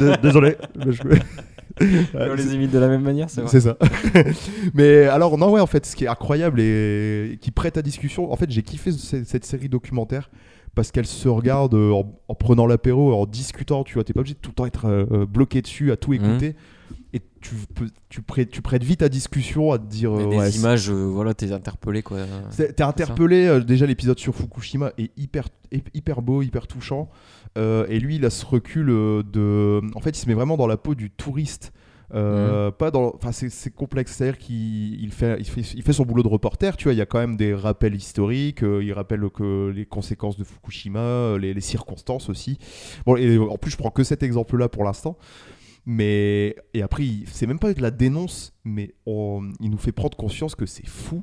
d- Désolé. Je- Et On les imite de la même manière, c'est Euh, C'est vrai. c'est ça. Mais alors, non, ouais, en fait, ce qui est incroyable et qui prête à discussion, en fait, j'ai kiffé ce- cette série documentaire parce qu'elle se regarde euh, en, en prenant l'apéro, en discutant, tu vois, t'es pas obligé de tout le temps être euh, euh, bloqué dessus, à tout Mhm. écouter. Et tu, peux, tu, prêtes, tu prêtes vite à discussion, à te dire... Mais euh, des ouais, c'est- images, euh, voilà, t'es interpellé quoi. c'est- T'es interpellé, euh, déjà l'épisode sur Fukushima est hyper, hy- hyper beau, hyper touchant. Euh, et lui, il a ce recul euh, de... En fait, il se met vraiment dans la peau du touriste. Euh, pas dans enfin c'est c'est complexe c'est à dire qu'il il fait, il fait il fait son boulot de reporter tu vois il y a quand même des rappels historiques euh, il rappelle que les conséquences de Fukushima euh, les, les circonstances aussi bon et en plus je prends que cet exemple là pour l'instant mais et après il- c'est même pas de la dénonce mais on- il nous fait prendre conscience que c'est fou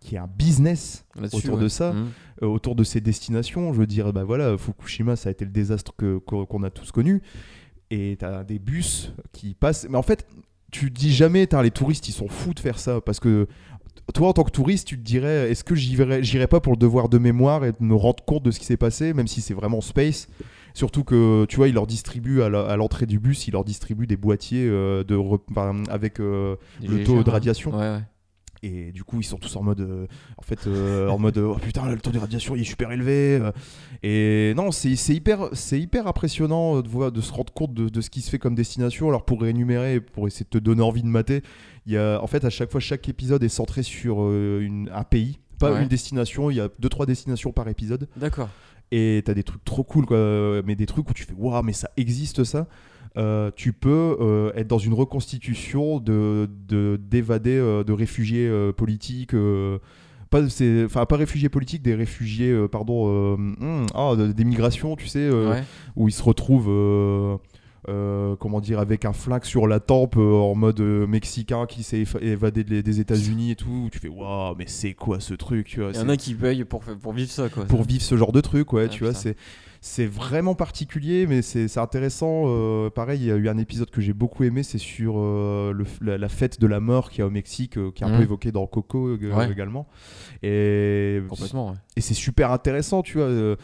qu'il y a un business là-dessus, autour de ça. Mhm. euh, autour de ces destinations. Je veux dire, bah voilà, Fukushima, ça a été le désastre que- qu'on qu'on a tous connu. Et t'as des bus qui passent. Mais en fait, tu te dis jamais, t'as les touristes, ils sont fous de faire ça. Parce que toi, en tant que touriste, tu te dirais, est-ce que j'y verrais- j'irais pas pour le devoir de mémoire et de me rendre compte de ce qui s'est passé, même si c'est vraiment space Surtout que, tu vois, ils leur distribuent à la- à l'entrée du bus, ils leur distribuent des boîtiers euh, de, rep- enfin, avec euh, Des le GGR, taux de hein. radiation. Ouais, ouais. Et du coup, ils sont tous en mode, euh, en fait, euh, en mode, oh putain, le taux de radiation il est super élevé. euh. et non, c'est c'est hyper, c'est hyper impressionnant euh, de voir, de se rendre compte de, de ce qui se fait comme destination. Alors pour réénumérer, pour essayer de te donner envie de mater, il y a, en fait, à chaque fois, chaque épisode est centré sur euh, une, un pays, pas Ouais. une destination. Il y a deux trois destinations par épisode. D'accord. Et t'as des trucs trop cool, quoi, mais des trucs où tu fais, waouh, mais ça existe ça. Euh, tu peux euh, être dans une reconstitution de de- d'évadés, euh, de réfugiés euh, politiques. euh, pas, c'est- enfin, pas réfugiés politiques, des réfugiés, euh, pardon, euh, hum, ah, de- des migrations, tu sais, euh, ouais. où ils se retrouvent, euh, euh, comment dire, avec un flingue sur la tempe, euh, en mode euh, mexicain qui s'est éva- évadé de- des États-Unis et tout. Tu fais, waouh, mais c'est quoi ce truc tu vois, Il y c'est- en a qui payent pour, pour vivre ça, quoi. pour vivre ce genre de truc ouais Ah, tu vois putain. c'est c'est vraiment particulier mais c'est c'est intéressant Euh, pareil il y a eu un épisode que j'ai beaucoup aimé c'est sur euh, le f- la, la fête de la mort qu'il y a au Mexique euh, qui est un Mhm. peu évoquée dans Coco euh, Ouais. également et Complètement, ouais. et c'est super intéressant tu vois euh,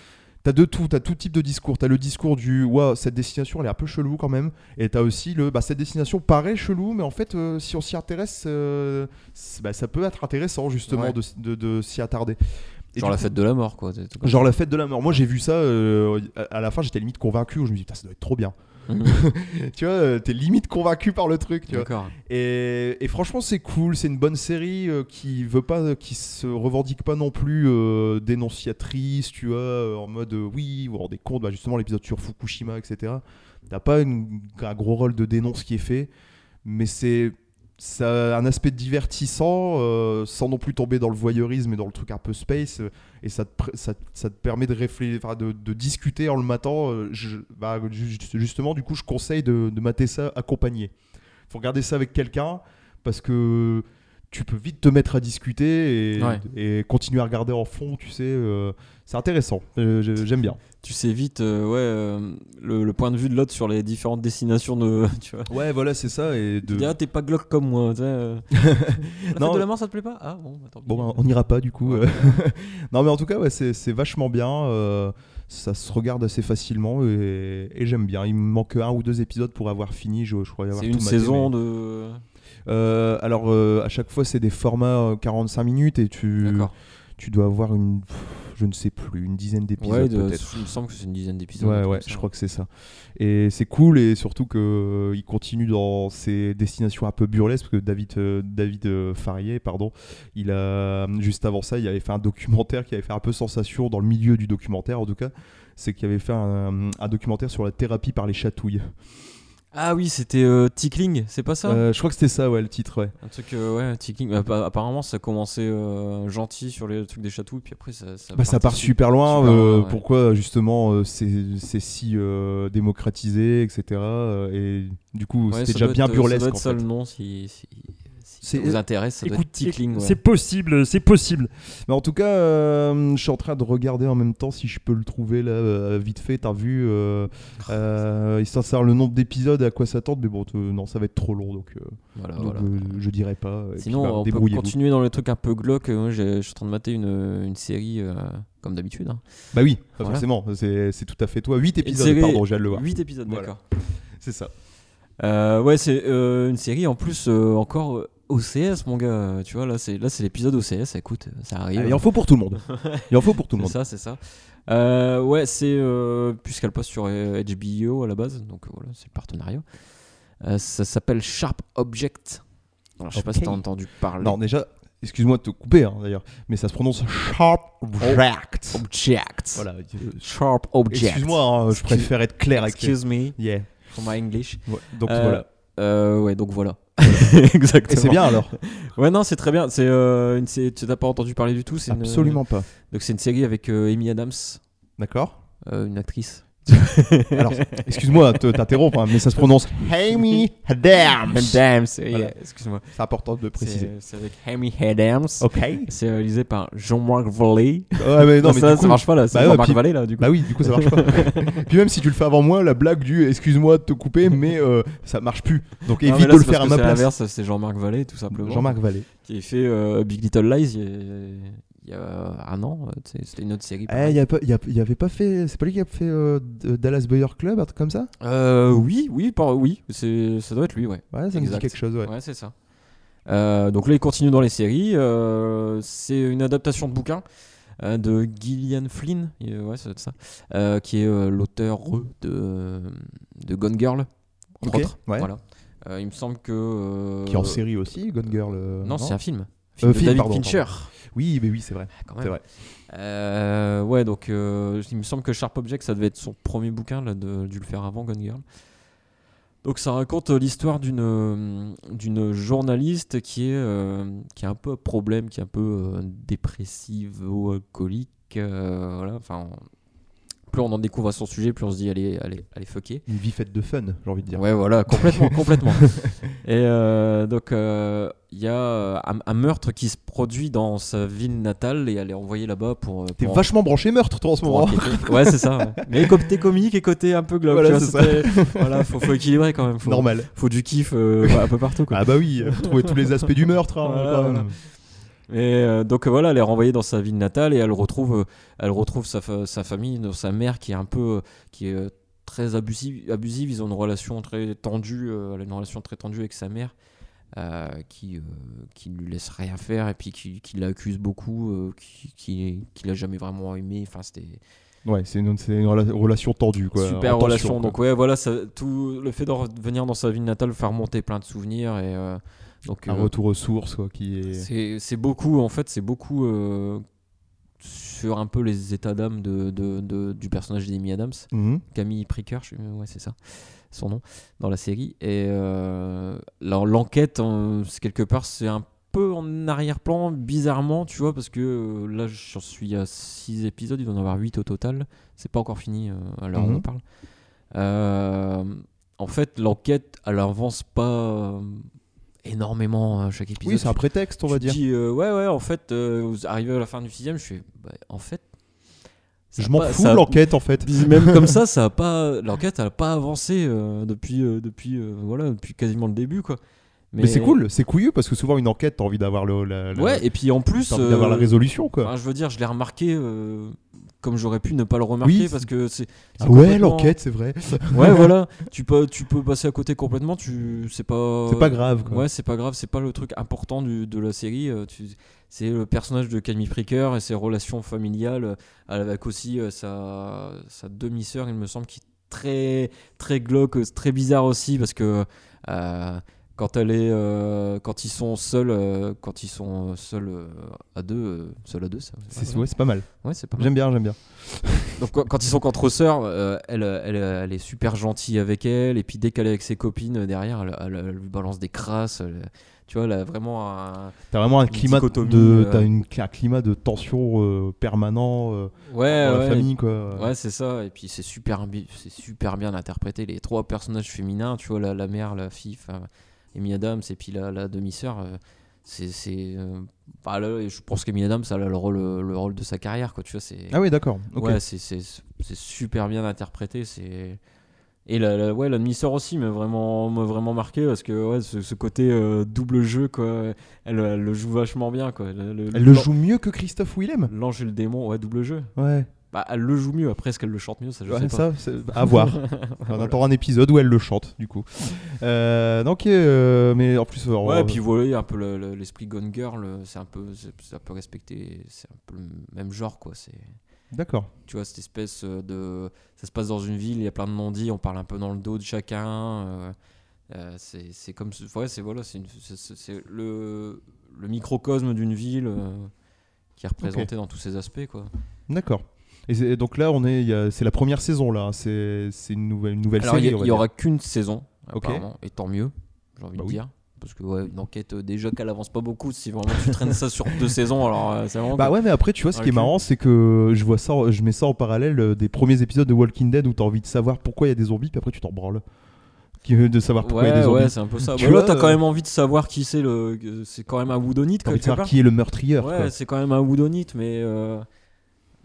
T'as de tout, t'as tout type de discours. T'as le discours du Ouah, cette destination elle est un peu chelou quand même. Et t'as aussi le bah, cette destination paraît chelou, mais en fait, euh, si on s'y intéresse, euh, c'est- bah, ça peut être intéressant justement Ouais. de, s- de- de s'y attarder. Et Genre du la coup- fête de la mort, quoi. c'est tout comme- Genre la fête de la mort. Moi j'ai vu ça euh, à à la fin, j'étais limite convaincu. où Je me dis putain, ça doit être trop bien. Mhm. tu vois, euh, t'es limite convaincu par le truc. Tu vois. D'accord. Et, et franchement, c'est cool. C'est une bonne série euh, qui veut pas, qui se revendique pas non plus euh, dénonciatrice. Tu vois, euh, en mode euh, oui, vous vous rendez compte, bah, justement l'épisode sur Fukushima, etc. T'as pas une- un gros rôle de dénonce qui est fait, mais c'est ça a un aspect divertissant euh, sans non plus tomber dans le voyeurisme et dans le truc un peu space euh, et ça te, pr- ça, te- ça te permet de réfléchir enfin, de, de discuter en le matant euh, je- bah, ju- justement du coup je conseille de, de mater ça accompagné faut regarder ça avec quelqu'un parce que tu peux vite te mettre à discuter et, Ouais. et continuer à regarder en fond tu sais euh, c'est intéressant Euh, je- j'aime bien Tu sais vite, euh, ouais, euh, le, le point de vue de l'autre sur les différentes destinations de. Tu vois. ouais voilà c'est ça et Tu dis, ah, t'es pas glauque comme moi. tu sais, euh. la fête Non. de la mort, ça te plaît pas Ah, bon, attends. Bon, bah, on n'ira pas du coup. euh. non, mais en tout cas, ouais, c'est c'est vachement bien. euh, ça se regarde assez facilement et, et j'aime bien. Il me manque un ou deux épisodes pour avoir fini. Je, je crois avoir C'est tout une maté, saison mais- de. Euh, alors, euh, à chaque fois, c'est des formats euh, 45 minutes et tu, D'accord. tu dois avoir une. pff, Je ne sais plus, une dizaine d'épisodes Ouais, de- peut-être. il me semble que c'est une dizaine d'épisodes. un truc Ouais, ouais, comme ça. je crois que c'est ça. Et c'est cool, et surtout qu'il continue dans ses destinations un peu burlesques, parce que David, euh, David euh, Farrier, pardon, il a, euh, juste avant ça, il avait fait un documentaire qui avait fait un peu sensation dans le milieu du documentaire, en tout cas, c'est qu'il avait fait un, un documentaire sur la thérapie par les chatouilles. Ah oui, c'était euh, Tickling, c'est pas ça Euh, je crois que c'était ça, ouais, le titre, ouais. Un truc, euh, ouais, Tickling. Bah, appa- apparemment, ça commençait euh, gentil sur les trucs des chatouilles, puis après, ça. ça Bah, ça part partit- super loin. super euh, loin, ouais. Pourquoi justement euh, c'est c'est si euh, démocratisé, etc. euh, Et du coup, Ouais, c'était ça déjà doit bien être- euh, burlesque. Ça doit être en ça fait. le nom si, si, si C'est- ça vous intéresse. Ça doit Écoute, être Tickling. éc- ouais. c'est possible, c'est possible. Mais en tout cas, euh, je suis en train de regarder en même temps si je peux le trouver là, euh, vite fait. T'as vu, euh, euh, histoire de savoir le nombre d'épisodes et à quoi s'attendre. Mais bon, t- non, ça va être trop long, donc, euh, Voilà, donc, voilà. euh, je dirais pas. et puis, Sinon, bah, on peut débrouillez-vous. continuer dans les trucs un peu glauques. Moi, j'ai- je suis en train de mater une, une série, euh, comme d'habitude. hein. Bah oui, bah Voilà. forcément, c'est c'est tout à fait toi. 8 épisodes, série- pardon, j'ai hâte de le voir. Huit épisodes, Voilà. d'accord. C'est ça. Ah, Euh, ouais, c'est euh, une série en plus euh, encore euh, OCS, mon gars. euh, Tu vois, là, c'est là, c'est l'épisode OCS. Écoute, ça arrive. Ah, Il en faut pour tout le monde. Il en faut pour tout le C'est ça, monde. c'est ça. Euh, ouais, c'est euh, puisqu'elle passe sur euh, HBO à la base, donc euh, voilà, c'est le partenariat. Euh, ça s'appelle Sharp Object. Alors, je sais pas si Ok. t'as entendu parler. Non, déjà, excuse-moi de te couper hein, d'ailleurs, mais ça se prononce Sharp Object. Object. Voilà. euh, Sharp Object. Excuse-moi, hein, je Excuse- préfère être clair avec Excuse me Yeah. for my English. Ouais, Donc Euh, voilà. Euh, ouais, donc voilà. Exactement. Et c'est bien alors Ouais, non, c'est très bien. C'est euh, une sé- Tu n'as pas entendu parler du tout. c'est une- Absolument pas. Donc c'est une série avec euh, Amy Adams, D'accord euh, une actrice. Alors, excuse-moi de t'interrompre, hein, mais ça se prononce Amy Adams. Adams, oui, Voilà. excuse-moi. C'est important de préciser. C'est c'est avec Amy Adams. Ok. C'est réalisé par Jean-Marc Vallée. Ouais, mais non, mais ça, ça du coup- marche pas là, c'est Bah ouais, Jean-Marc puis- Vallée là du coup. Bah oui, du coup ça marche pas. Puis même si tu le fais avant moi, la blague du excuse-moi de te couper, mais euh, ça marche plus. Donc Non, mais évite là, de c'est le parce faire à que ma c'est place. l'inverse, c'est Jean-Marc Vallée tout simplement. Jean-Marc Vallée. Qui a fait euh, Big Little Lies il y a, il y a un an. euh, tu sais, C'était une autre série. Eh, pareil. il y a pas- il y a- il y avait pas fait. C'est pas lui qui a fait euh, D- Dallas Buyer Club, un truc comme ça Euh, oui, oui, par- oui, c'est- ça doit être lui, ouais. Ouais, ça me dit Exact. quelque chose, ouais. Ouais, c'est ça. Euh, donc là, il continue dans les séries. Euh, c'est une adaptation de bouquin euh, de Gillian Flynn, euh, ouais, ça doit être ça, euh, qui est euh, l'auteur de, de Gone Girl, entre Ok, autres. ouais. Voilà. Euh, il me semble que. euh, Qui est en série aussi, Gone Girl. euh, Non, c'est un film. Euh, de film, David pardon, Fincher. Oui, mais oui, c'est vrai. Ah, quand même. C'est vrai. Euh, ouais, donc euh, il me semble que Sharp Object, ça devait être son premier bouquin, là, de, dû le faire avant Gone Girl. Donc ça raconte euh, l'histoire d'une euh, d'une journaliste qui est euh, qui a un peu un problème, qui est un peu euh, dépressive ou alcoolique. euh, voilà, enfin, on- plus on en découvre à son sujet, plus on se dit elle est elle est, elle est fuckée. Une vie faite de fun, j'ai envie de dire. Ouais, voilà, complètement, complètement. Et euh, donc, euh, il y a euh, un, un meurtre qui se produit dans sa ville natale et elle est envoyée là-bas pour. euh, T'es pour- vachement branché meurtre, toi, en ce pour moment. enquêter. Ouais, c'est ça. ouais. Mais côté comique et côté un peu glauque. Voilà, tu vois, c'est ça. c'était- voilà, faut, faut équilibrer quand même. Faut, Normal. faut du kiff euh, voilà, un peu partout. Quoi. Ah bah oui, faut trouver tous les aspects du meurtre. hein, Voilà, quand même. voilà. Et euh, donc euh, voilà, elle est renvoyée dans sa ville natale et elle retrouve, euh, elle retrouve sa, fa- sa famille, dont sa mère qui est un peu, euh, qui est euh, très abusive, abusive. Ils ont une relation très tendue. euh, elle a une relation très tendue avec sa mère, euh, qui euh, qui ne lui laisse rien faire et puis qui, qui l'accuse beaucoup, euh, qui qui, qui l'a jamais vraiment aimé. Enfin, c'était Ouais, c'est une, c'est une rela- relation tendue, quoi. super en tension, relation. quoi. donc ouais, voilà, ça, tout le fait de revenir dans sa ville natale fait remonter plein de souvenirs et euh, donc Un euh, retour aux sources, quoi, qui est. c'est c'est beaucoup, en fait, c'est beaucoup euh, sur un peu les états d'âme de, de- de- du personnage d'Amy Adams, Mhm. Camille Pricker, je- ouais, c'est ça, son nom, dans la série. Et euh, l'en- l'enquête, euh, c'est quelque part, c'est un peu en arrière-plan, bizarrement, tu vois, parce que euh, là, j'en suis à 6 épisodes, il doit en avoir 8 au total. C'est pas encore fini euh, à l'heure où Mhm. on parle. Euh, en fait, l'enquête, elle avance pas euh, énormément à chaque épisode. Oui, c'est un prétexte, on va Tu te dire. dis, euh, ouais, ouais, en fait, euh, vous arrivez à la fin du sixième, je suis, bah, en fait. ça Je a m'en pas- fous ça a- de l'enquête, en fait. Même comme ça, ça a pas. L'enquête, elle a pas avancé euh, depuis, euh, depuis, euh, voilà, depuis quasiment le début, quoi. Mais, c'est cool, c'est couillu parce que souvent une enquête, t'as envie d'avoir le, la, la- Ouais, et puis en plus. t'as envie d'avoir la euh, résolution quoi. enfin, je veux dire, je l'ai remarqué euh, comme j'aurais pu ne pas le remarquer Oui, parce que c'est. c'est Ah ouais, complètement- l'enquête, c'est vrai. Ouais, voilà. Tu peux, tu peux passer à côté complètement. Tu, c'est pas. C'est pas grave quoi. Ouais, c'est pas grave, c'est pas le truc important du- de la série. euh, tu- C'est le personnage de Camille Pricker et ses relations familiales euh, avec aussi euh, sa, sa demi-sœur, il me semble, qui est très, très glauque, euh, très bizarre aussi, parce que euh, quand, elle est, euh, quand ils sont seuls, euh, quand ils sont euh, seuls euh, à deux, euh, seuls à deux, ça. C'est ouais, ouais, c'est pas mal. ouais, c'est pas mal. J'aime bien, j'aime bien. Donc quand- quand ils sont contre sœurs, euh, elle, elle, elle est super gentille avec elle, et puis dès qu'elle est avec ses copines euh, derrière, elle, elle- elle lui balance des crasses. elle- tu vois, elle a vraiment un... T'as vraiment un Une climat dichotomie, de, euh, t'as une, un climat de tension euh, permanent euh, Ouais, dans ouais, la famille quoi. Ouais, c'est ça. Et puis c'est super, bi- c'est super bien interprété. Les trois personnages féminins, tu vois, la, la mère, la fille, enfin, Amy Adams, et puis la, la demi-sœur. euh, c'est, c'est, euh, bah, là, je pense qu'Amy Adams, elle a le rôle, euh, le rôle de sa carrière, quoi. Tu vois, c'est, Ah oui, d'accord. Ok. ouais, c'est, c'est, c'est super bien interprété. C'est et la, la- ouais, la demi-sœur aussi m'a vraiment, m'a vraiment marqué parce que ouais, ce, ce côté euh, double jeu, quoi. Elle, elle le joue vachement bien, quoi. Le, Elle le joue mieux que Christophe Willem. L'ange et le démon, ouais, double jeu. Ouais. Bah, elle le joue mieux. Après, est-ce qu'elle le chante mieux Ça, je Ouais, sais pas. ça, c'est à voir. On attendra un épisode où elle le chante, du coup. Euh, non, ok, euh, mais en plus. alors, Ouais, euh, puis voilà, il y a un peu le- le- l'esprit Gone Girl, euh, c'est un peu, c'est c'est un peu respecté, c'est un peu le même genre quoi. C'est, D'accord. tu vois, cette espèce euh, de, ça se passe dans une ville, il y a plein de non-dits, on parle un peu dans le dos de chacun. euh, euh, c'est c'est comme, ce- ouais, c'est voilà, c'est une- c'est- c'est- c'est le, le microcosme d'une ville euh, qui est représenté dans tous ses aspects quoi. D'accord. Et c'est- donc là, on est, il y a- c'est la première saison là. hein, C'est, c'est une nouvelle, une nouvelle Alors il série. y- on va il y, dire. aura qu'une saison Ok. apparemment, et tant mieux. j'ai envie Bah de oui. dire. Parce que, ouais, une enquête, euh, déjà qu'elle avance pas beaucoup, si vraiment tu traînes ça sur deux saisons, alors euh, c'est vraiment. Bah ouais, mais après, tu vois, ce Dans qui est le cul. marrant, c'est que je vois ça, en- je mets ça en parallèle euh, des premiers épisodes de Walking Dead où t'as envie de savoir pourquoi il y a des zombies, puis après tu t'en branles. Qui veut de savoir pourquoi il y a Ouais, des zombies. ouais, c'est un peu ça. Tu Bah là, vois, t'as euh, quand même envie de savoir qui c'est le. que C'est quand même un Woodonite, T'as envie de quelque savoir part. qui est le meurtrier. quoi. Ouais, c'est quand même un Woodonite, mais. euh,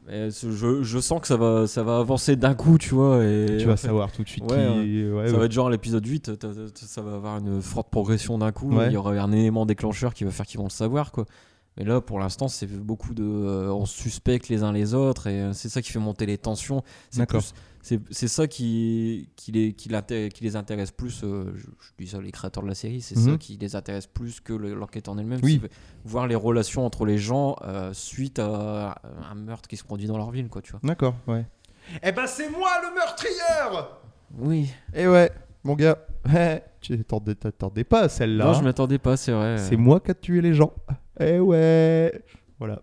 mais ce- je, je sens que ça va, ça va avancer d'un coup, tu vois. Et tu vas en fait, savoir tout de suite ouais, qui. est- ouais, ça ouais. va être genre l'épisode 8, t'as- t'as- ça va avoir une forte progression d'un coup. Ouais. Il y aura un élément déclencheur qui va faire qu'ils vont le savoir, quoi. Mais là, pour l'instant, c'est beaucoup de. euh, on suspecte les uns les autres, et euh, c'est ça qui fait monter les tensions. C'est D'accord. plus- C'est c'est ça qui, qui, les, qui, l'inté- qui les intéresse plus, euh, je, je dis ça, les créateurs de la série, c'est ça Mhm. qui les intéresse plus que le- l'enquête en elle-même. Oui. c'est Voir les relations entre les gens euh, suite à un meurtre qui se produit dans leur ville, quoi, tu vois. D'accord, ouais. Eh ben, c'est moi le meurtrier Oui. Eh ouais, mon gars. Eh, tu t'attendais- t'attendais pas à celle-là. hein. Non, je m'attendais pas, c'est vrai. euh. C'est moi qui a tué les gens. Eh ouais. Voilà.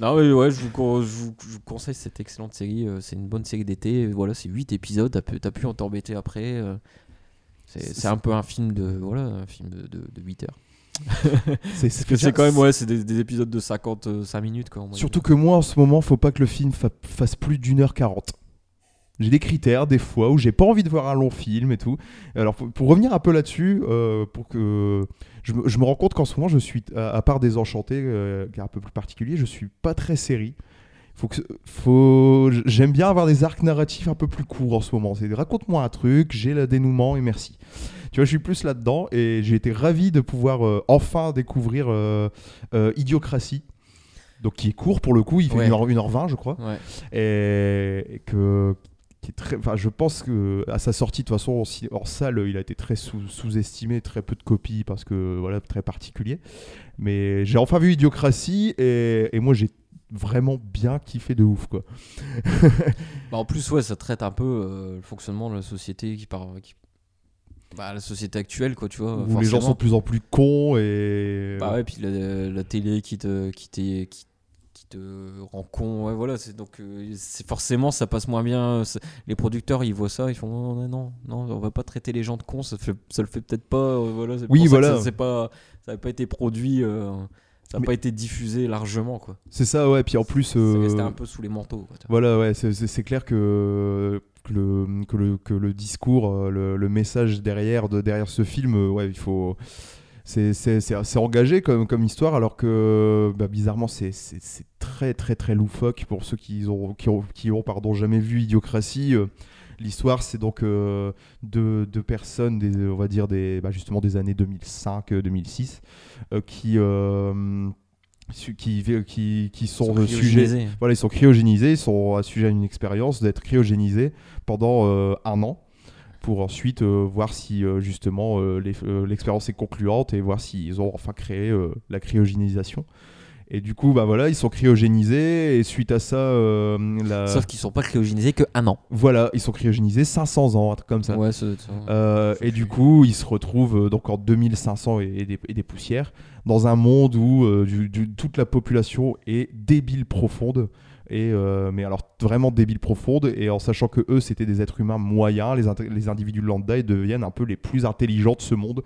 Non, mais ouais, je vous, con- je vous- je vous conseille cette excellente série. euh, C'est une bonne série d'été. Voilà, c'est 8 épisodes. T'as pu, t'as pu en t'embêter après. euh, C'est C'est- c'est un peu un film de voilà un film de, de, 8 heures. C'est c'est Que c'est ça- quand même ouais c'est des, des épisodes de 55 minutes quoi. en moyenne. Surtout que moi, en ce moment, faut pas que le film fa- fasse plus d'une heure quarante. J'ai des critères, des fois, où j'ai pas envie de voir un long film et tout. Alors, pour, pour revenir un peu là-dessus, euh, pour que je, me- je me rends compte qu'en ce moment, je suis, à, à part Désenchanté, euh, qui est un peu plus particulier, je suis pas très série. Faut que, faut, j'aime bien avoir des arcs narratifs un peu plus courts en ce moment. C'est raconte-moi un truc, j'ai le dénouement et merci. Tu vois, je suis plus là-dedans et j'ai été ravi de pouvoir euh, enfin découvrir euh, euh, Idiocratie. Donc, qui est court pour le coup, il fait Ouais. 1h, 1h20, je crois Ouais. et et que qui est très, enfin, je pense que à sa sortie de toute façon en, si- hors salle il a été très sous- sous-estimé très peu de copies parce que voilà très particulier mais j'ai enfin vu Idiocratie et, et moi j'ai vraiment bien kiffé de ouf quoi Bah, en plus ouais ça traite un peu euh, le fonctionnement de la société qui part qui- bah, la société actuelle quoi tu vois. où les gens Euh, forcément. sont de plus en plus cons et Bah ouais, puis la, la télé qui te, qui, t'est- qui, qui te rend con, ouais, voilà, c'est donc euh, c'est forcément ça passe moins bien. euh, c'est- Les producteurs ils voient ça, ils font non, non, non, non, on va pas traiter les gens de cons, ça, fait, ça le fait peut-être pas, euh, voilà, c'est pour Oui, ça que voilà. ça, c'est pas, ça a pas été produit, euh, ça a Mais- pas été diffusé largement, quoi. c'est ça ouais puis en plus Ça restait euh, un peu sous les manteaux, quoi, tu vois. Voilà, ouais, c'est- c'est c'est clair que, que, le, que, le, que le discours, euh, le, le message derrière, de, derrière ce film, euh, ouais, il faut. C'est c'est- c'est assez engagé comme, comme histoire, alors que bah, bizarrement, c'est c'est- c'est très très très loufoque pour ceux qui ont, qui ont, qui ont pardon, jamais vu Idiocratie. euh, L'histoire, c'est donc euh, deux, deux personnes, des, on va dire des, bah, justement des années euh, 2005-2006, qui, euh, su- qui, qui, qui sont euh, sujets, Cryogénisés. voilà, ils sont cryogénisés, ils sont à sujet à une expérience d'être cryogénisés pendant euh, un an pour ensuite euh, voir si euh, justement euh, les- euh, l'expérience est concluante et voir s'ils ont enfin créé euh, la cryogénisation. Et du coup, bah voilà, ils sont cryogénisés et suite à ça, euh, la- Sauf qu'ils sont pas cryogénisés que un an. voilà, ils sont cryogénisés 500 ans, un truc comme ça. Ouais, ça doit être ça. Euh, et du coup, ils se retrouvent euh, donc en 2500 et, et des, et des poussières dans un monde où euh, du- du- toute la population est débile profonde. Et euh, mais alors vraiment débile profonde et en sachant que eux c'était des êtres humains moyens, les, int- les individus lambda ils deviennent un peu les plus intelligents de ce monde.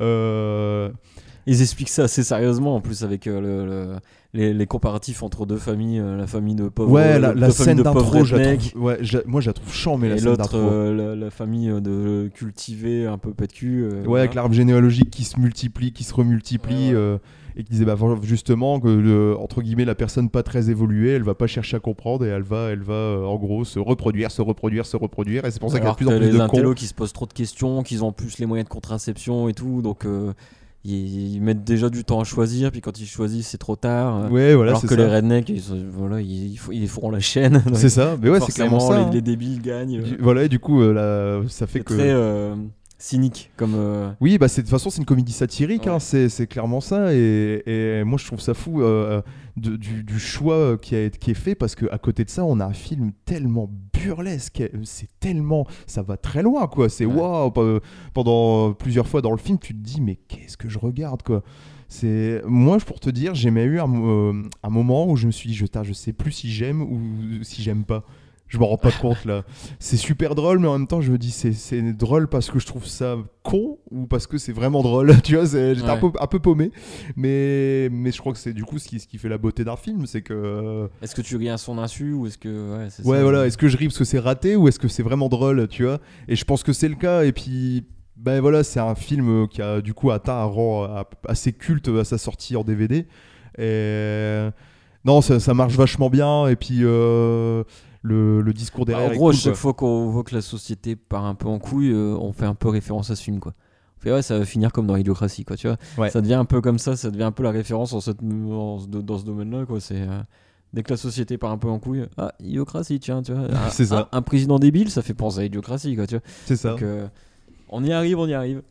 Euh, Ils expliquent ça assez sérieusement en plus avec euh, le- le- les, les comparatifs entre deux familles, euh, la famille de pauvres, ouais, la, de la famille scène de pauvres d'intro, je la rednecks, trouve, ouais, je- moi je la trouve chiant mais la et scène l'autre d'intro. euh, la, la famille euh, de cultivés un peu pète cul. euh, Ouais, voilà. avec l'arbre généalogique qui se multiplie, qui se remultiplie, Ouais, ouais. euh, et qui disait bah, voilà, justement que le- entre guillemets la personne pas très évoluée, elle va pas chercher à comprendre et elle va, elle va euh, en gros se reproduire, se reproduire, se reproduire, et c'est pour ça qu'il y a Alors de plus que en plus les de intellos cons. qui se posent trop de questions, qu'ils ont plus les moyens de contraception et tout, donc euh, ils, ils mettent déjà du temps à choisir, puis quand ils choisissent c'est trop tard. euh, Ouais, voilà, alors c'est que ça. les rednecks, ils, sont- voilà, ils, ils font- ils feront la chaîne. donc C'est ça, mais ouais, c'est forcément, clairement ça. les, hein. les débiles gagnent. euh, Du- Voilà, et du coup, euh, là, ça fait c'est que. très euh, cynique comme. euh, Oui, bah c'est- de toute façon, c'est une comédie satirique, hein, Ouais. c'est c'est clairement ça. Et, et moi, je trouve ça fou euh, de- du, du choix qui, a, qui est fait parce que à côté de ça, on a un film tellement burlesque, euh, c'est tellement. Ça va très loin, quoi. C'est Ouais. waouh. pe- Pendant euh, plusieurs fois dans le film, tu te dis, mais qu'est-ce que je regarde, quoi. C'est moi je- pour te dire j'ai même eu un, mo- euh, un moment où je me suis dit je, tain, je sais plus si j'aime ou si j'aime pas Je m'en rends pas compte là. C'est super drôle, mais en même temps, je me dis, c'est- c'est drôle parce que je trouve ça con ou parce que c'est vraiment drôle. tu vois, c'est- j'étais un, peu, Ouais. un peu paumé. Mais, mais je crois que c'est du coup ce qui, ce qui fait la beauté d'un film, c'est que. euh, Est-ce que tu ris à son insu ou est-ce que. Ouais, c'est Ouais, ça. voilà, est-ce que je ris parce que c'est raté ou est-ce que c'est vraiment drôle, tu vois Et je pense que c'est le cas. Et puis, ben voilà, c'est un film qui a du coup atteint un rang euh, assez culte à sa sortie en DVD. Et. Non, ça, ça marche vachement bien. Et puis, euh, le, le discours Bah, derrière. en est gros, à cool, chaque quoi. fois qu'on voit que la société part un peu en couille, euh, on fait un peu référence à ce film, quoi. On fait, ouais, ça va finir comme dans Idiocratie, quoi, tu vois. Ouais. Ça devient un peu comme ça, ça devient un peu la référence en cette, en ce- dans ce domaine-là, quoi. C'est. euh, Dès que la société part un peu en couille, ah, idiocratie, tiens, tu vois. Un- C'est ça. Ah. Un, un président débile, ça fait penser à idiocratie, quoi, tu vois. C'est ça. Donc, euh, on y arrive, on y arrive.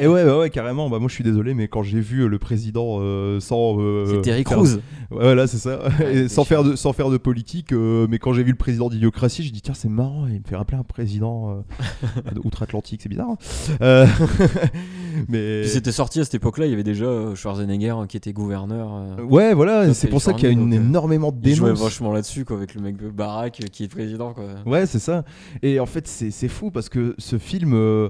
Et ouais, ouais, ouais, carrément. Bah, moi, je suis désolé, mais quand j'ai vu euh, le président euh, sans. euh, C'est Terry faire- Crews. Ouais, Voilà, c'est ça. Ouais, Et c'est sans, chiant. faire de, sans faire de politique, euh, mais quand j'ai vu le président d'idiocratie, je dis tiens, c'est marrant, il me fait rappeler un président euh, de outre-Atlantique, c'est bizarre. Euh, mais. Puis c'était sorti à cette époque-là, il y avait déjà euh, Schwarzenegger euh, qui était gouverneur. euh, Ouais, voilà, Ça, c'est c'est pour ça qu'il y a Charny, une, donc, euh, énormément de il jouait dénonces. vachement là-dessus, quoi, avec le mec de Barack euh, qui est président, quoi. Ouais, c'est ça. Et en fait, c'est c'est fou parce que ce film, euh,